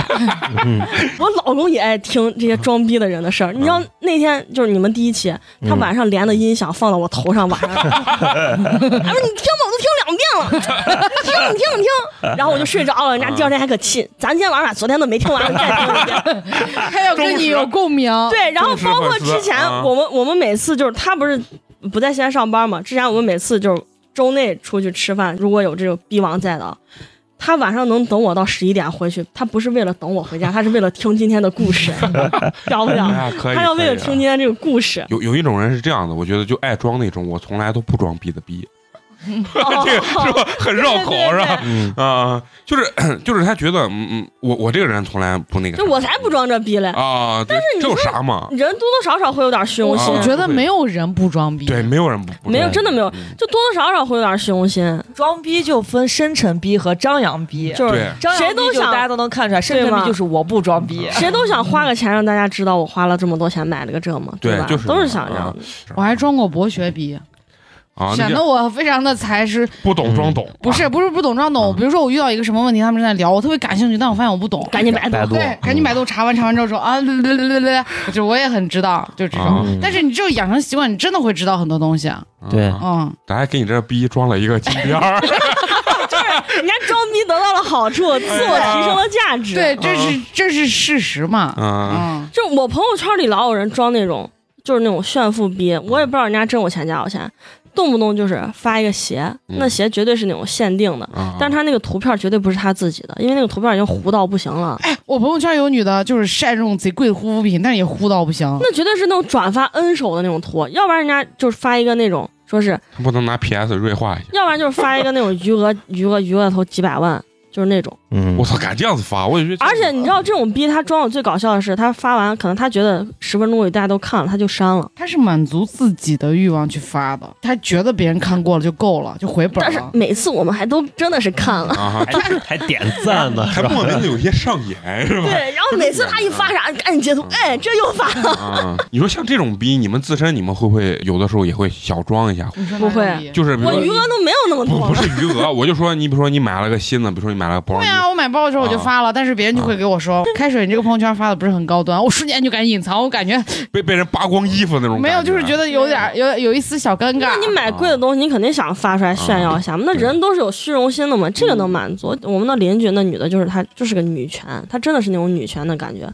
[SPEAKER 6] 嗯，
[SPEAKER 5] 我老公也爱听这些装逼的人的事儿。你知道那天就是你们第一期，他晚上连的音响放到我头上，晚上，他说你听吧，我都听两遍了，你听你听你听，然后我就睡着了。人家第二天还可气，咱今天晚上把昨天的没听完，再听一遍。
[SPEAKER 1] 他要跟你有共鸣，
[SPEAKER 5] 对，然后
[SPEAKER 3] 忠实
[SPEAKER 5] 包括
[SPEAKER 3] 粉丝
[SPEAKER 5] 之前
[SPEAKER 3] 啊
[SPEAKER 5] 我们、我们每次就是他不是不在西安上班嘛，之前我们每次就是周内出去吃饭，如果有这种逼王在的。他晚上能等我到十一点回去，他不是为了等我回家，他是为了听今天的 故事，屌不屌
[SPEAKER 3] 哎？呀，可以，
[SPEAKER 5] 他要为了
[SPEAKER 3] 可以。
[SPEAKER 5] 听今天这个故事
[SPEAKER 3] 有有一种人是这样的，我觉得就爱装那种我从来都不装逼的逼，
[SPEAKER 5] 哦
[SPEAKER 3] 啊这个是吧？很绕口
[SPEAKER 5] 对对
[SPEAKER 3] 是吧？
[SPEAKER 6] 嗯，
[SPEAKER 3] 啊，就是就是 他觉得，嗯嗯，我我这个人从来不那个啥，
[SPEAKER 5] 就我才不装 这逼嘞，
[SPEAKER 3] 啊，但是
[SPEAKER 5] 你
[SPEAKER 3] 这有
[SPEAKER 5] 说
[SPEAKER 3] 啥嘛？
[SPEAKER 5] 人多多少少会有点虚荣
[SPEAKER 1] 我
[SPEAKER 5] 心
[SPEAKER 3] 啊
[SPEAKER 1] 是，觉得没有人不装逼，
[SPEAKER 3] 对，没有人不不
[SPEAKER 5] 没有
[SPEAKER 3] 装
[SPEAKER 5] 真的没有，
[SPEAKER 3] 嗯
[SPEAKER 5] 就多多少少会有点虚荣心，
[SPEAKER 7] 装逼就分深沉逼和张扬逼，
[SPEAKER 5] 就是
[SPEAKER 3] 对，
[SPEAKER 7] 张扬
[SPEAKER 5] 谁都
[SPEAKER 7] 逼就
[SPEAKER 5] 想
[SPEAKER 7] 大家都能看出来，深
[SPEAKER 5] 对
[SPEAKER 7] 沉
[SPEAKER 5] 吗
[SPEAKER 7] 逼就是我不装
[SPEAKER 3] 啊
[SPEAKER 7] 逼。
[SPEAKER 5] 谁都想花个钱让大家知道我花了这么多钱买了个这嘛，
[SPEAKER 3] 对
[SPEAKER 5] 吧？
[SPEAKER 3] 就是啊
[SPEAKER 5] 都是
[SPEAKER 3] 这样
[SPEAKER 5] 想这样的。
[SPEAKER 1] 我还装过博学逼，
[SPEAKER 3] 啊，那
[SPEAKER 1] 显
[SPEAKER 3] 就
[SPEAKER 1] 得我非常的才识，
[SPEAKER 3] 不懂装懂，
[SPEAKER 1] 嗯不是
[SPEAKER 3] 啊
[SPEAKER 1] 不是不懂装懂。比如说我遇到一个什么问题，他们正在聊，我特别感兴趣，但我发现我不懂，
[SPEAKER 5] 赶紧百
[SPEAKER 6] 百
[SPEAKER 5] 度
[SPEAKER 6] 度
[SPEAKER 1] 对，赶紧百度查完，查完之后说啊，略略略略略，就我也很知道，就这种。
[SPEAKER 3] 啊
[SPEAKER 1] 但是你只有养成习惯，你真的会知道很多东西。
[SPEAKER 3] 啊
[SPEAKER 6] 对
[SPEAKER 1] 嗯，
[SPEAKER 3] 咱还给你这逼装了一个金边 儿，
[SPEAKER 5] 人家装逼得到了好处， 自
[SPEAKER 3] 啊
[SPEAKER 5] 我提升了价值。
[SPEAKER 1] 对，，这是这是事实嘛。
[SPEAKER 3] 嗯，
[SPEAKER 1] 嗯，
[SPEAKER 5] 就我朋友圈里老有人装那种，就是那种炫富逼，
[SPEAKER 3] 嗯
[SPEAKER 5] 我也不知道人家真有钱假有钱，动不动就是发一个鞋，
[SPEAKER 3] 嗯
[SPEAKER 5] 那鞋绝对是那种限定的，
[SPEAKER 3] 啊
[SPEAKER 5] 但是他那个图片绝对不是他自己的，因为那个图片已经糊到不行了，
[SPEAKER 1] 哎，我朋友圈有女的，就是晒这种贼贵的护肤品，但是也糊到不行。
[SPEAKER 5] 那绝对是那种转发 N 手的那种图，要不然人家就是发一个那种，说是，
[SPEAKER 3] 他不能拿 PS 锐化一下。
[SPEAKER 5] 要不然就是发一个那种余额余额余额头几百万，就是那种。
[SPEAKER 6] 嗯
[SPEAKER 3] 我，操，敢这样子啊发，我也觉得这
[SPEAKER 5] 而且你知道这种逼他装的最搞笑的是，他发完可能他觉得十分钟里大家都看了，他就删了。
[SPEAKER 1] 她是满足自己的欲望去发的，她觉得别人看过了就够了，就回本
[SPEAKER 5] 但是
[SPEAKER 1] 了。
[SPEAKER 5] 每次我们还都真的是看了，
[SPEAKER 3] 啊，
[SPEAKER 6] 还还点赞呢，
[SPEAKER 3] 还
[SPEAKER 6] 是吧？
[SPEAKER 3] 莫名的有些上瘾，是 吧？
[SPEAKER 5] 对，然后每次
[SPEAKER 3] 嗯
[SPEAKER 5] 他一发啥，赶紧截图，哎，这又发了，
[SPEAKER 3] 啊，你说像这种逼，你们自身你们会不会有的时候也会小装一下？
[SPEAKER 1] 你说
[SPEAKER 5] 不
[SPEAKER 1] 哪有
[SPEAKER 5] 会
[SPEAKER 1] 理
[SPEAKER 3] 就是比如
[SPEAKER 5] 我
[SPEAKER 3] 说
[SPEAKER 5] 余额都没有那么
[SPEAKER 3] 不
[SPEAKER 5] 多
[SPEAKER 3] 不
[SPEAKER 5] 了。
[SPEAKER 3] 是余 额，我就说你比如说你买了个新的，比如说你买了个包，
[SPEAKER 1] 对啊
[SPEAKER 5] 啊
[SPEAKER 1] 呀、我买包的时候我就发了，但是别人就会给我说：“开水，你这个朋友圈发的不是很高端。”我瞬间就敢隐藏，我感觉
[SPEAKER 3] 你被被人扒光衣服那种感，
[SPEAKER 1] 没有，就是觉得有点有有一丝小尴
[SPEAKER 5] 那
[SPEAKER 1] 尬。
[SPEAKER 5] 你
[SPEAKER 3] 啊
[SPEAKER 5] 买贵的东西，你肯定想发出来炫耀一下嘛。那人都是有虚荣心的嘛，这个
[SPEAKER 3] 嗯
[SPEAKER 5] 能满足。我们的邻居那女的，就是她，就是个女权，她真的是那种女权的感觉。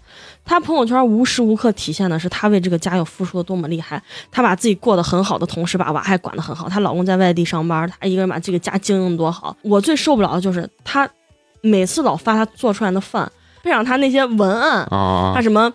[SPEAKER 5] 她朋友圈无时无刻体现的是她为这个家有付出的多么厉害，她把自己过得很好的同时，把娃还管得很好。她老公在外地上班，她一个人把这个家经营得多好。我最受不了的就是她每次老发她做出来的饭，配上她那些文案，
[SPEAKER 3] 啊啊
[SPEAKER 5] 他，什么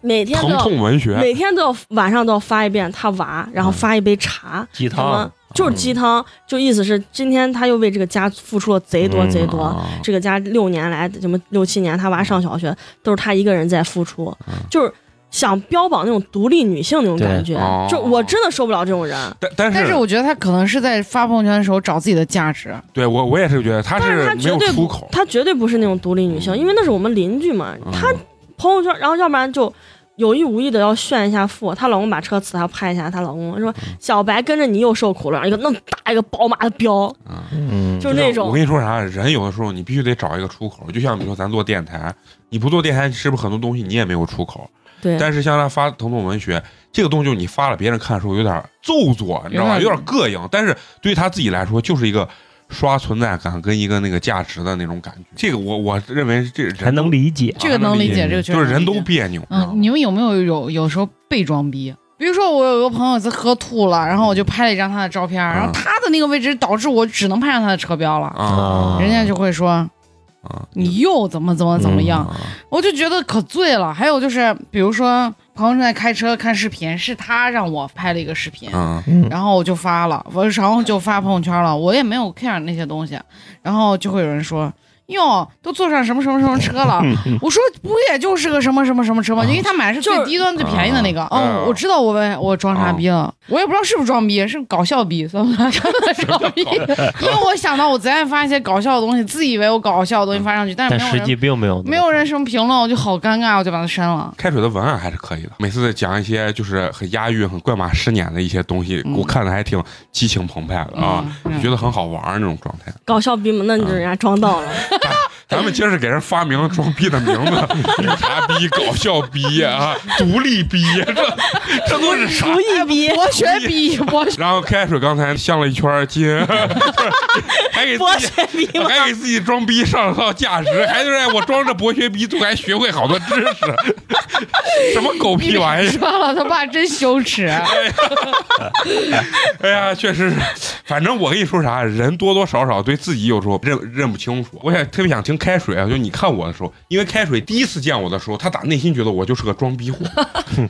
[SPEAKER 5] 每天都
[SPEAKER 3] 疼
[SPEAKER 5] 要
[SPEAKER 3] 痛文学，
[SPEAKER 5] 每天都要晚上都要发一遍他娃，然后发一杯茶，
[SPEAKER 6] 鸡
[SPEAKER 5] 什么
[SPEAKER 6] 汤，
[SPEAKER 5] 就是鸡汤，就意思是今天他又为这个家付出了贼多
[SPEAKER 6] 嗯
[SPEAKER 5] 贼多。
[SPEAKER 3] 啊
[SPEAKER 5] 这个家六年来，什么六七年，他娃上小学都是他一个人在付出，就是想标榜那种独立女性那种
[SPEAKER 6] 对
[SPEAKER 5] 感觉
[SPEAKER 3] 哦。
[SPEAKER 5] 就我真的受不了这种人，
[SPEAKER 3] 但但
[SPEAKER 1] 但是我觉得他可能是在发朋友圈的时候找自己的价值。
[SPEAKER 3] 对我我也是觉得他
[SPEAKER 5] 但是他
[SPEAKER 3] 没
[SPEAKER 5] 绝
[SPEAKER 3] 有
[SPEAKER 5] 对
[SPEAKER 3] 出
[SPEAKER 5] 不
[SPEAKER 3] 口，，
[SPEAKER 5] 他绝对不是那种独立女性，因为那是我们邻居嘛。他
[SPEAKER 3] 嗯
[SPEAKER 5] 朋友圈，然后要不然就有意无意的要炫一下富。她老公把车辞，她要拍一下她老公，说
[SPEAKER 3] 嗯
[SPEAKER 5] 小白跟着你又受苦了，然后一个那么大一个宝马的标，
[SPEAKER 3] 嗯
[SPEAKER 6] 嗯，
[SPEAKER 5] 就是那
[SPEAKER 3] 我
[SPEAKER 5] 种
[SPEAKER 3] 跟你说啥，人有的时候你必须得找一个出口，就像比如说咱做电台，你不做电台，是不是很多东西你也没有出口？
[SPEAKER 5] 对。
[SPEAKER 3] 但是像他发疼痛文学这个东西，你发了别人看的时候有点揍作，你知道吧？有
[SPEAKER 1] 有
[SPEAKER 3] 点膈应，但是对于他自己来说，就是一个刷存在感跟一个那个价值的那种感觉。这个我我认为这人
[SPEAKER 6] 还能理解
[SPEAKER 3] 啊，
[SPEAKER 1] 这个
[SPEAKER 3] 还能
[SPEAKER 1] 能
[SPEAKER 3] 理
[SPEAKER 1] 理解这个确实
[SPEAKER 3] 就是人
[SPEAKER 1] 能理
[SPEAKER 3] 都
[SPEAKER 1] 解
[SPEAKER 3] 别扭。
[SPEAKER 1] 嗯，你们有没有有有时候被装逼？比如说我有个朋友在喝吐了，然后我就拍了一张他的照片，然后他的那个位置导致我只能拍上他的车标了，
[SPEAKER 3] 啊
[SPEAKER 6] 啊
[SPEAKER 1] 人家就会说
[SPEAKER 3] 啊，
[SPEAKER 1] 你又怎么怎么怎么样，
[SPEAKER 3] 啊
[SPEAKER 1] 我就觉得可醉了。还有就是，比如说朋友正在开车看视频，是他让我拍了一个视频，
[SPEAKER 3] 啊
[SPEAKER 6] 嗯
[SPEAKER 1] 然后我就发了，我然后就发朋友圈了，我也没有 care 那些东西，然后就会有人说哟，都坐上什么什么什么车了？我说不也就是个什么什么什么车吗？因为他买的是
[SPEAKER 5] 就
[SPEAKER 1] 最
[SPEAKER 5] 是
[SPEAKER 1] 低端、最便宜的那个。
[SPEAKER 3] 嗯嗯
[SPEAKER 1] 哦，我知道我问我装啥逼了，我也不知道是不是装逼，是搞笑逼算不算真的装逼？因为我想到我昨天发一些搞笑的东西，自以为我搞笑的东西发上去，但是
[SPEAKER 6] 但
[SPEAKER 1] 没有
[SPEAKER 6] 实际
[SPEAKER 1] 人
[SPEAKER 6] 并没有那么
[SPEAKER 1] 没有人什么评论，我就好尴尬，我就把它删 了。
[SPEAKER 3] 开水的文案还是可以的，每次讲一些就是很押韵、很怪马诗年的一些东西，
[SPEAKER 1] 嗯
[SPEAKER 3] 我看的还挺激情澎湃的啊，
[SPEAKER 1] 嗯
[SPEAKER 3] 就觉得很好玩儿那种状态。
[SPEAKER 5] 搞笑逼嘛，那你就人家装到了。
[SPEAKER 3] 嗯咱们今儿是给人发明装逼的名字，绿茶逼、搞笑逼啊、独立逼，这这都是啥？
[SPEAKER 5] 一逼，
[SPEAKER 4] 哎
[SPEAKER 1] 博学逼，博学
[SPEAKER 3] 然后开水刚才相了一圈金， 还给
[SPEAKER 5] 博
[SPEAKER 3] 自己
[SPEAKER 5] 学逼嘛，
[SPEAKER 3] 还给自己装逼上了套价值，还就是我装着博学逼，最后还学会好多知识， 什么狗屁玩意儿！
[SPEAKER 1] 说了，他爸真羞耻。
[SPEAKER 3] 哎呀，确实是，反正我跟你说啥，人多多少少对自己有时候认认不清楚。我也特别想听开水啊，就你看我的时候，因为开水第一次见我的时候，他打内心觉得我就是个装逼货。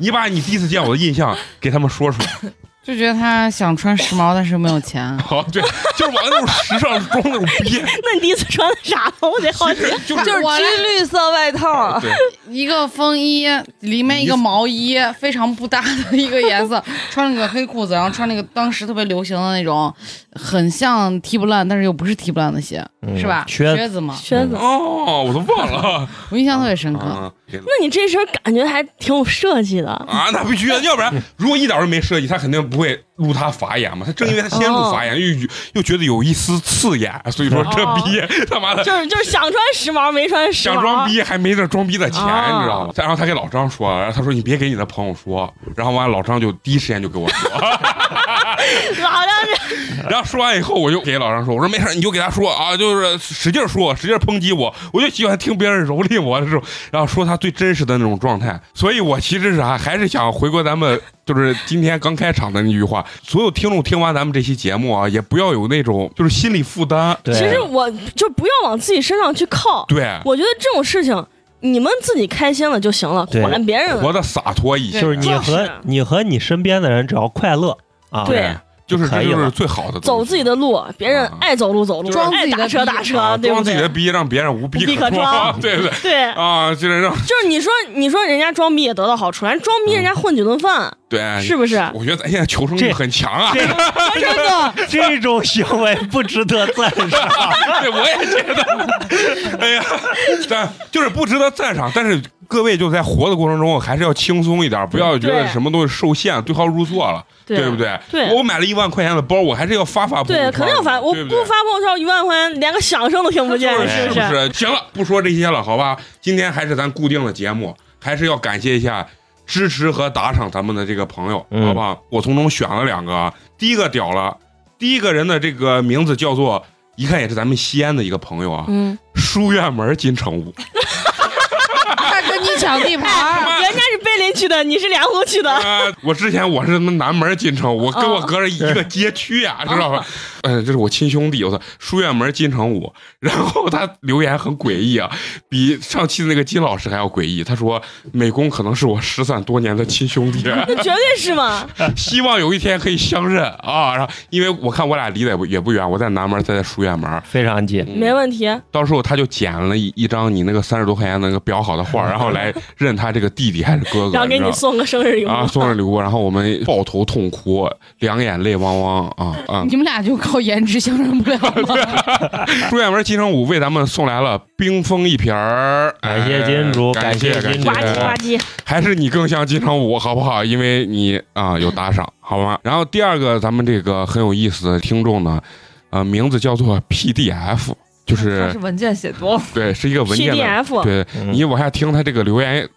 [SPEAKER 3] 你把你第一次见我的印象给他们说出来，
[SPEAKER 1] 就觉得他想穿时髦，但是又没有钱。
[SPEAKER 3] 好，对，就是我那种时尚装那种逼，
[SPEAKER 5] 那你第一次穿的啥呢？我得好奇。
[SPEAKER 3] 就是
[SPEAKER 7] 就是
[SPEAKER 1] 我来
[SPEAKER 7] 军绿色外 套，
[SPEAKER 3] 对。
[SPEAKER 1] 一个风衣，里面一个毛衣，非常不搭的一个颜色，穿了个黑裤子，然后穿那个当时特别流行的那种，很像踢不烂，但是又不是踢不烂的鞋，
[SPEAKER 6] 嗯
[SPEAKER 1] 是吧？
[SPEAKER 6] 靴
[SPEAKER 1] 靴子嘛，
[SPEAKER 5] 靴子，
[SPEAKER 3] 哦，我都忘了。
[SPEAKER 1] 我印象特别深刻。
[SPEAKER 6] 嗯
[SPEAKER 3] 啊，给了
[SPEAKER 5] 那你这身感觉还挺有设计的。
[SPEAKER 3] 啊，那必须的，要不然如果一点都没设计，他肯定不会入他法眼嘛。他正因为他先入法眼，又又觉得有一丝刺眼，所以说这逼、他妈的
[SPEAKER 5] 就是就是想穿时髦没穿时髦，
[SPEAKER 3] 想装逼还没这装逼的钱，
[SPEAKER 5] 哦
[SPEAKER 3] 你知道吗？再然后他给老张说，然后他说你别给你的朋友说，然后完了老张就第一时间就给我 说，
[SPEAKER 5] 老让人
[SPEAKER 3] 然后说完以后我就给老张说，我说没事，你就给他说啊，就是使劲说，使劲抨击我，我就喜欢听别人蹂躏我的时候，然后说他最真实的那种状态。所以我其实是啥，还是想回归咱们就是今天刚开场的那句话，所有听众听完咱们这期节目啊，也不要有那种就是心理负担。
[SPEAKER 6] 对，
[SPEAKER 5] 其实我就不要往自己身上去靠。
[SPEAKER 3] 对，
[SPEAKER 5] 我觉得这种事情，你们自己开心了就行了，
[SPEAKER 6] 对
[SPEAKER 5] 管别人了。
[SPEAKER 3] 活得洒脱一些，
[SPEAKER 6] 就是你
[SPEAKER 5] 壮
[SPEAKER 6] 和
[SPEAKER 1] 啊
[SPEAKER 5] 士
[SPEAKER 6] 你和你身边的人只要快乐啊，
[SPEAKER 5] 对
[SPEAKER 3] 就是
[SPEAKER 6] 可
[SPEAKER 3] 这
[SPEAKER 6] 以
[SPEAKER 3] 就是
[SPEAKER 6] 了
[SPEAKER 3] 最好的东西
[SPEAKER 5] 走自己的路，别人爱走路走路，
[SPEAKER 1] 装自
[SPEAKER 5] 爱
[SPEAKER 1] 己的
[SPEAKER 5] 打车打车
[SPEAKER 3] 啊，
[SPEAKER 5] 对不
[SPEAKER 3] 装自己的
[SPEAKER 5] 对？
[SPEAKER 3] 逼，让别人无逼
[SPEAKER 5] 无逼可
[SPEAKER 3] 装，
[SPEAKER 5] 装
[SPEAKER 3] 对对对
[SPEAKER 5] 对，
[SPEAKER 3] 啊，就是让
[SPEAKER 5] 就是你说你说人家装逼也得到好处，人家装逼人家混几顿饭，
[SPEAKER 3] 对，
[SPEAKER 5] 是不是？
[SPEAKER 3] 哎我觉得咱现在求生欲
[SPEAKER 6] 这
[SPEAKER 3] 很强啊，
[SPEAKER 6] 这 真的这种行为不值得赞赏。
[SPEAKER 3] 对， 我也觉得，哎呀，但就是不值得赞赏。但是各位就在活的过程中，还是要轻松一点，不要觉得
[SPEAKER 5] 对
[SPEAKER 3] 什么东西受限，对号入座了，对不？对？
[SPEAKER 5] 对
[SPEAKER 3] 我买了一万块钱的包，我还是要发发朋友
[SPEAKER 5] 对，
[SPEAKER 3] 圈
[SPEAKER 5] 肯定烦，我
[SPEAKER 3] 对不
[SPEAKER 5] 不
[SPEAKER 3] 对
[SPEAKER 5] 发朋友圈一万块钱，连个响声都听不见，
[SPEAKER 3] 是
[SPEAKER 5] 不
[SPEAKER 3] 不？是？行了，不说这些了，好吧？今天还是咱固定的节目，还是要感谢一下支持和打赏咱们的这个朋友，
[SPEAKER 6] 嗯
[SPEAKER 3] 好不好？我从中选了两个，啊，第一个屌了，第一个人的这个名字叫做，一看也是咱们西安的一个朋友啊，
[SPEAKER 5] 嗯，
[SPEAKER 3] 书院门金城武。
[SPEAKER 1] 他跟你抢地盘儿，
[SPEAKER 5] 啊人家是碑林区的，你是莲湖 区的，
[SPEAKER 3] 啊、我之前我是他妈南门进城，
[SPEAKER 5] 嗯
[SPEAKER 3] 我跟我隔着一个街区呀、知道吧？嗯、这是我亲兄弟，我操，书院门进城五。 然后他留言很诡异啊，比上期的那个金老师还要诡异。他说，美工可能是我失散多年的亲兄弟，啊
[SPEAKER 5] 那绝对是嘛。
[SPEAKER 3] 希望有一天可以相认啊。然后，因为我看我俩离得也不也不远，我在南门，他在书院门。
[SPEAKER 6] 非常近，
[SPEAKER 3] 嗯
[SPEAKER 5] 没问题，
[SPEAKER 3] 到时候他就剪了一一张你那个三十多块钱的那个裱好的画，然后来认他这个弟弟还是哥哥，
[SPEAKER 5] 然后给
[SPEAKER 3] 知道吧
[SPEAKER 5] 你送个生日礼物。
[SPEAKER 3] 啊，送上礼物，然后我们抱头痛哭，两眼泪汪汪啊 啊！
[SPEAKER 1] 你们俩就靠颜值相认不了吗？
[SPEAKER 3] 朱远文金城武为咱们送来了冰封一瓶儿，
[SPEAKER 6] 感谢
[SPEAKER 3] 哎
[SPEAKER 6] 金主
[SPEAKER 3] 感
[SPEAKER 6] 感谢
[SPEAKER 3] 感
[SPEAKER 6] 金主
[SPEAKER 5] 呱唧呱
[SPEAKER 3] 谢，
[SPEAKER 5] 唧，
[SPEAKER 3] 还是你更像金城武好不好？因为你啊有打赏，好吗？然后第二个咱们这个很有意思的听众呢，呃，名字叫做 PDF，
[SPEAKER 7] 他
[SPEAKER 3] 就
[SPEAKER 4] 啊
[SPEAKER 3] 是
[SPEAKER 7] 是文件写多了，
[SPEAKER 3] 对，是一个文件的，
[SPEAKER 5] PDF，
[SPEAKER 3] 对，
[SPEAKER 6] 嗯
[SPEAKER 3] 你往下听他这个留言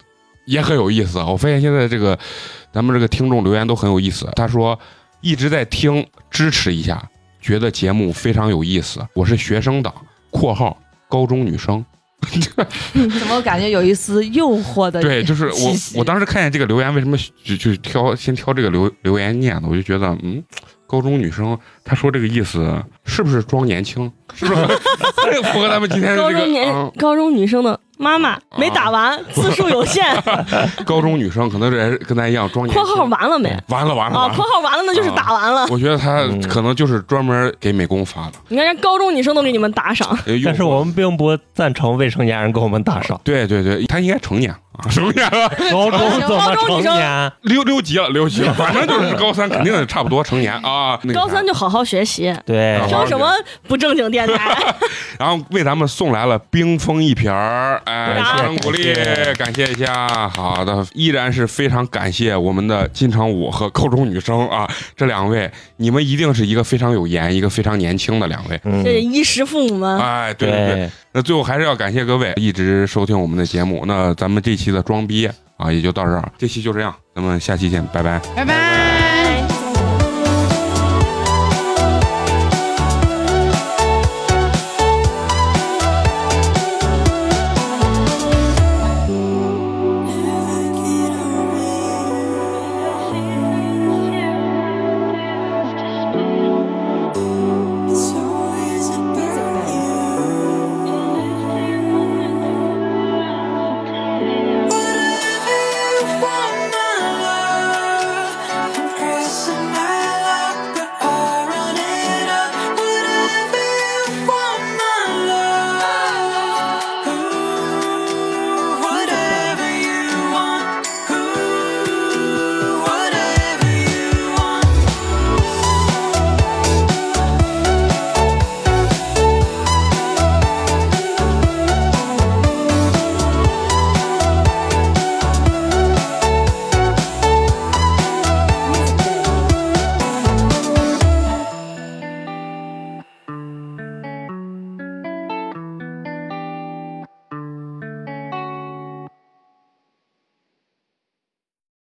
[SPEAKER 3] 也很有意思啊。我发现现在这个咱们这个听众留言都很有意思。他说一直在听，支持一下，觉得节目非常有意思。我是学生党（括号高中女生
[SPEAKER 7] 怎么感觉有一丝诱惑）。的？
[SPEAKER 3] 对，就是我
[SPEAKER 7] 气息
[SPEAKER 3] 我当时看见这个留言，为什么就就挑先挑这个留留言念呢？我就觉得嗯。高中女生，她说这个意思 是不是装年轻？是不是 符合咱们今天的
[SPEAKER 5] 高
[SPEAKER 3] 这个？啊
[SPEAKER 5] 中年
[SPEAKER 3] 嗯
[SPEAKER 5] 高中女生的妈妈没打完，字数 有限。
[SPEAKER 3] 啊高中女生可能也是跟咱一样装年
[SPEAKER 5] 括
[SPEAKER 3] 轻。
[SPEAKER 5] 号完了没？啊，
[SPEAKER 3] 完了完了完
[SPEAKER 5] 括
[SPEAKER 3] 了！
[SPEAKER 5] 号完了那就是打完了。
[SPEAKER 3] 我觉得他
[SPEAKER 6] 嗯
[SPEAKER 3] 可能就是专门给美工发 的。
[SPEAKER 5] 你看人家高中女生都给你们打赏，
[SPEAKER 3] 哎。
[SPEAKER 6] 但是我们并不赞成未成年人给我们打赏
[SPEAKER 3] 对对对，他应该成年了啊， 成年了，
[SPEAKER 6] 高中怎么成年？啊
[SPEAKER 3] 六六级了，六级了，反正就是高 三肯定差不多成年 啊。那个啥
[SPEAKER 5] 高三就好好学习，
[SPEAKER 6] 对，
[SPEAKER 3] 好好
[SPEAKER 5] 听什么不正经 电台？
[SPEAKER 3] 然后为咱们送来了冰封一瓶儿，哎，
[SPEAKER 5] 感谢
[SPEAKER 3] 掌声鼓励，感谢一下。好的，依然是非常感谢我们的金城武和高中女生啊，这两位，你们一定是一个非常有颜，一个非常年轻的两位。
[SPEAKER 6] 嗯
[SPEAKER 5] 这得衣食父母们，
[SPEAKER 3] 哎，对对对，
[SPEAKER 6] 对，
[SPEAKER 3] 那最后还是要感谢各位一直收听我们的节目。啊那咱们这期的装逼啊，也就到这儿，这期就这样，咱们下期见，拜拜。
[SPEAKER 1] 拜拜。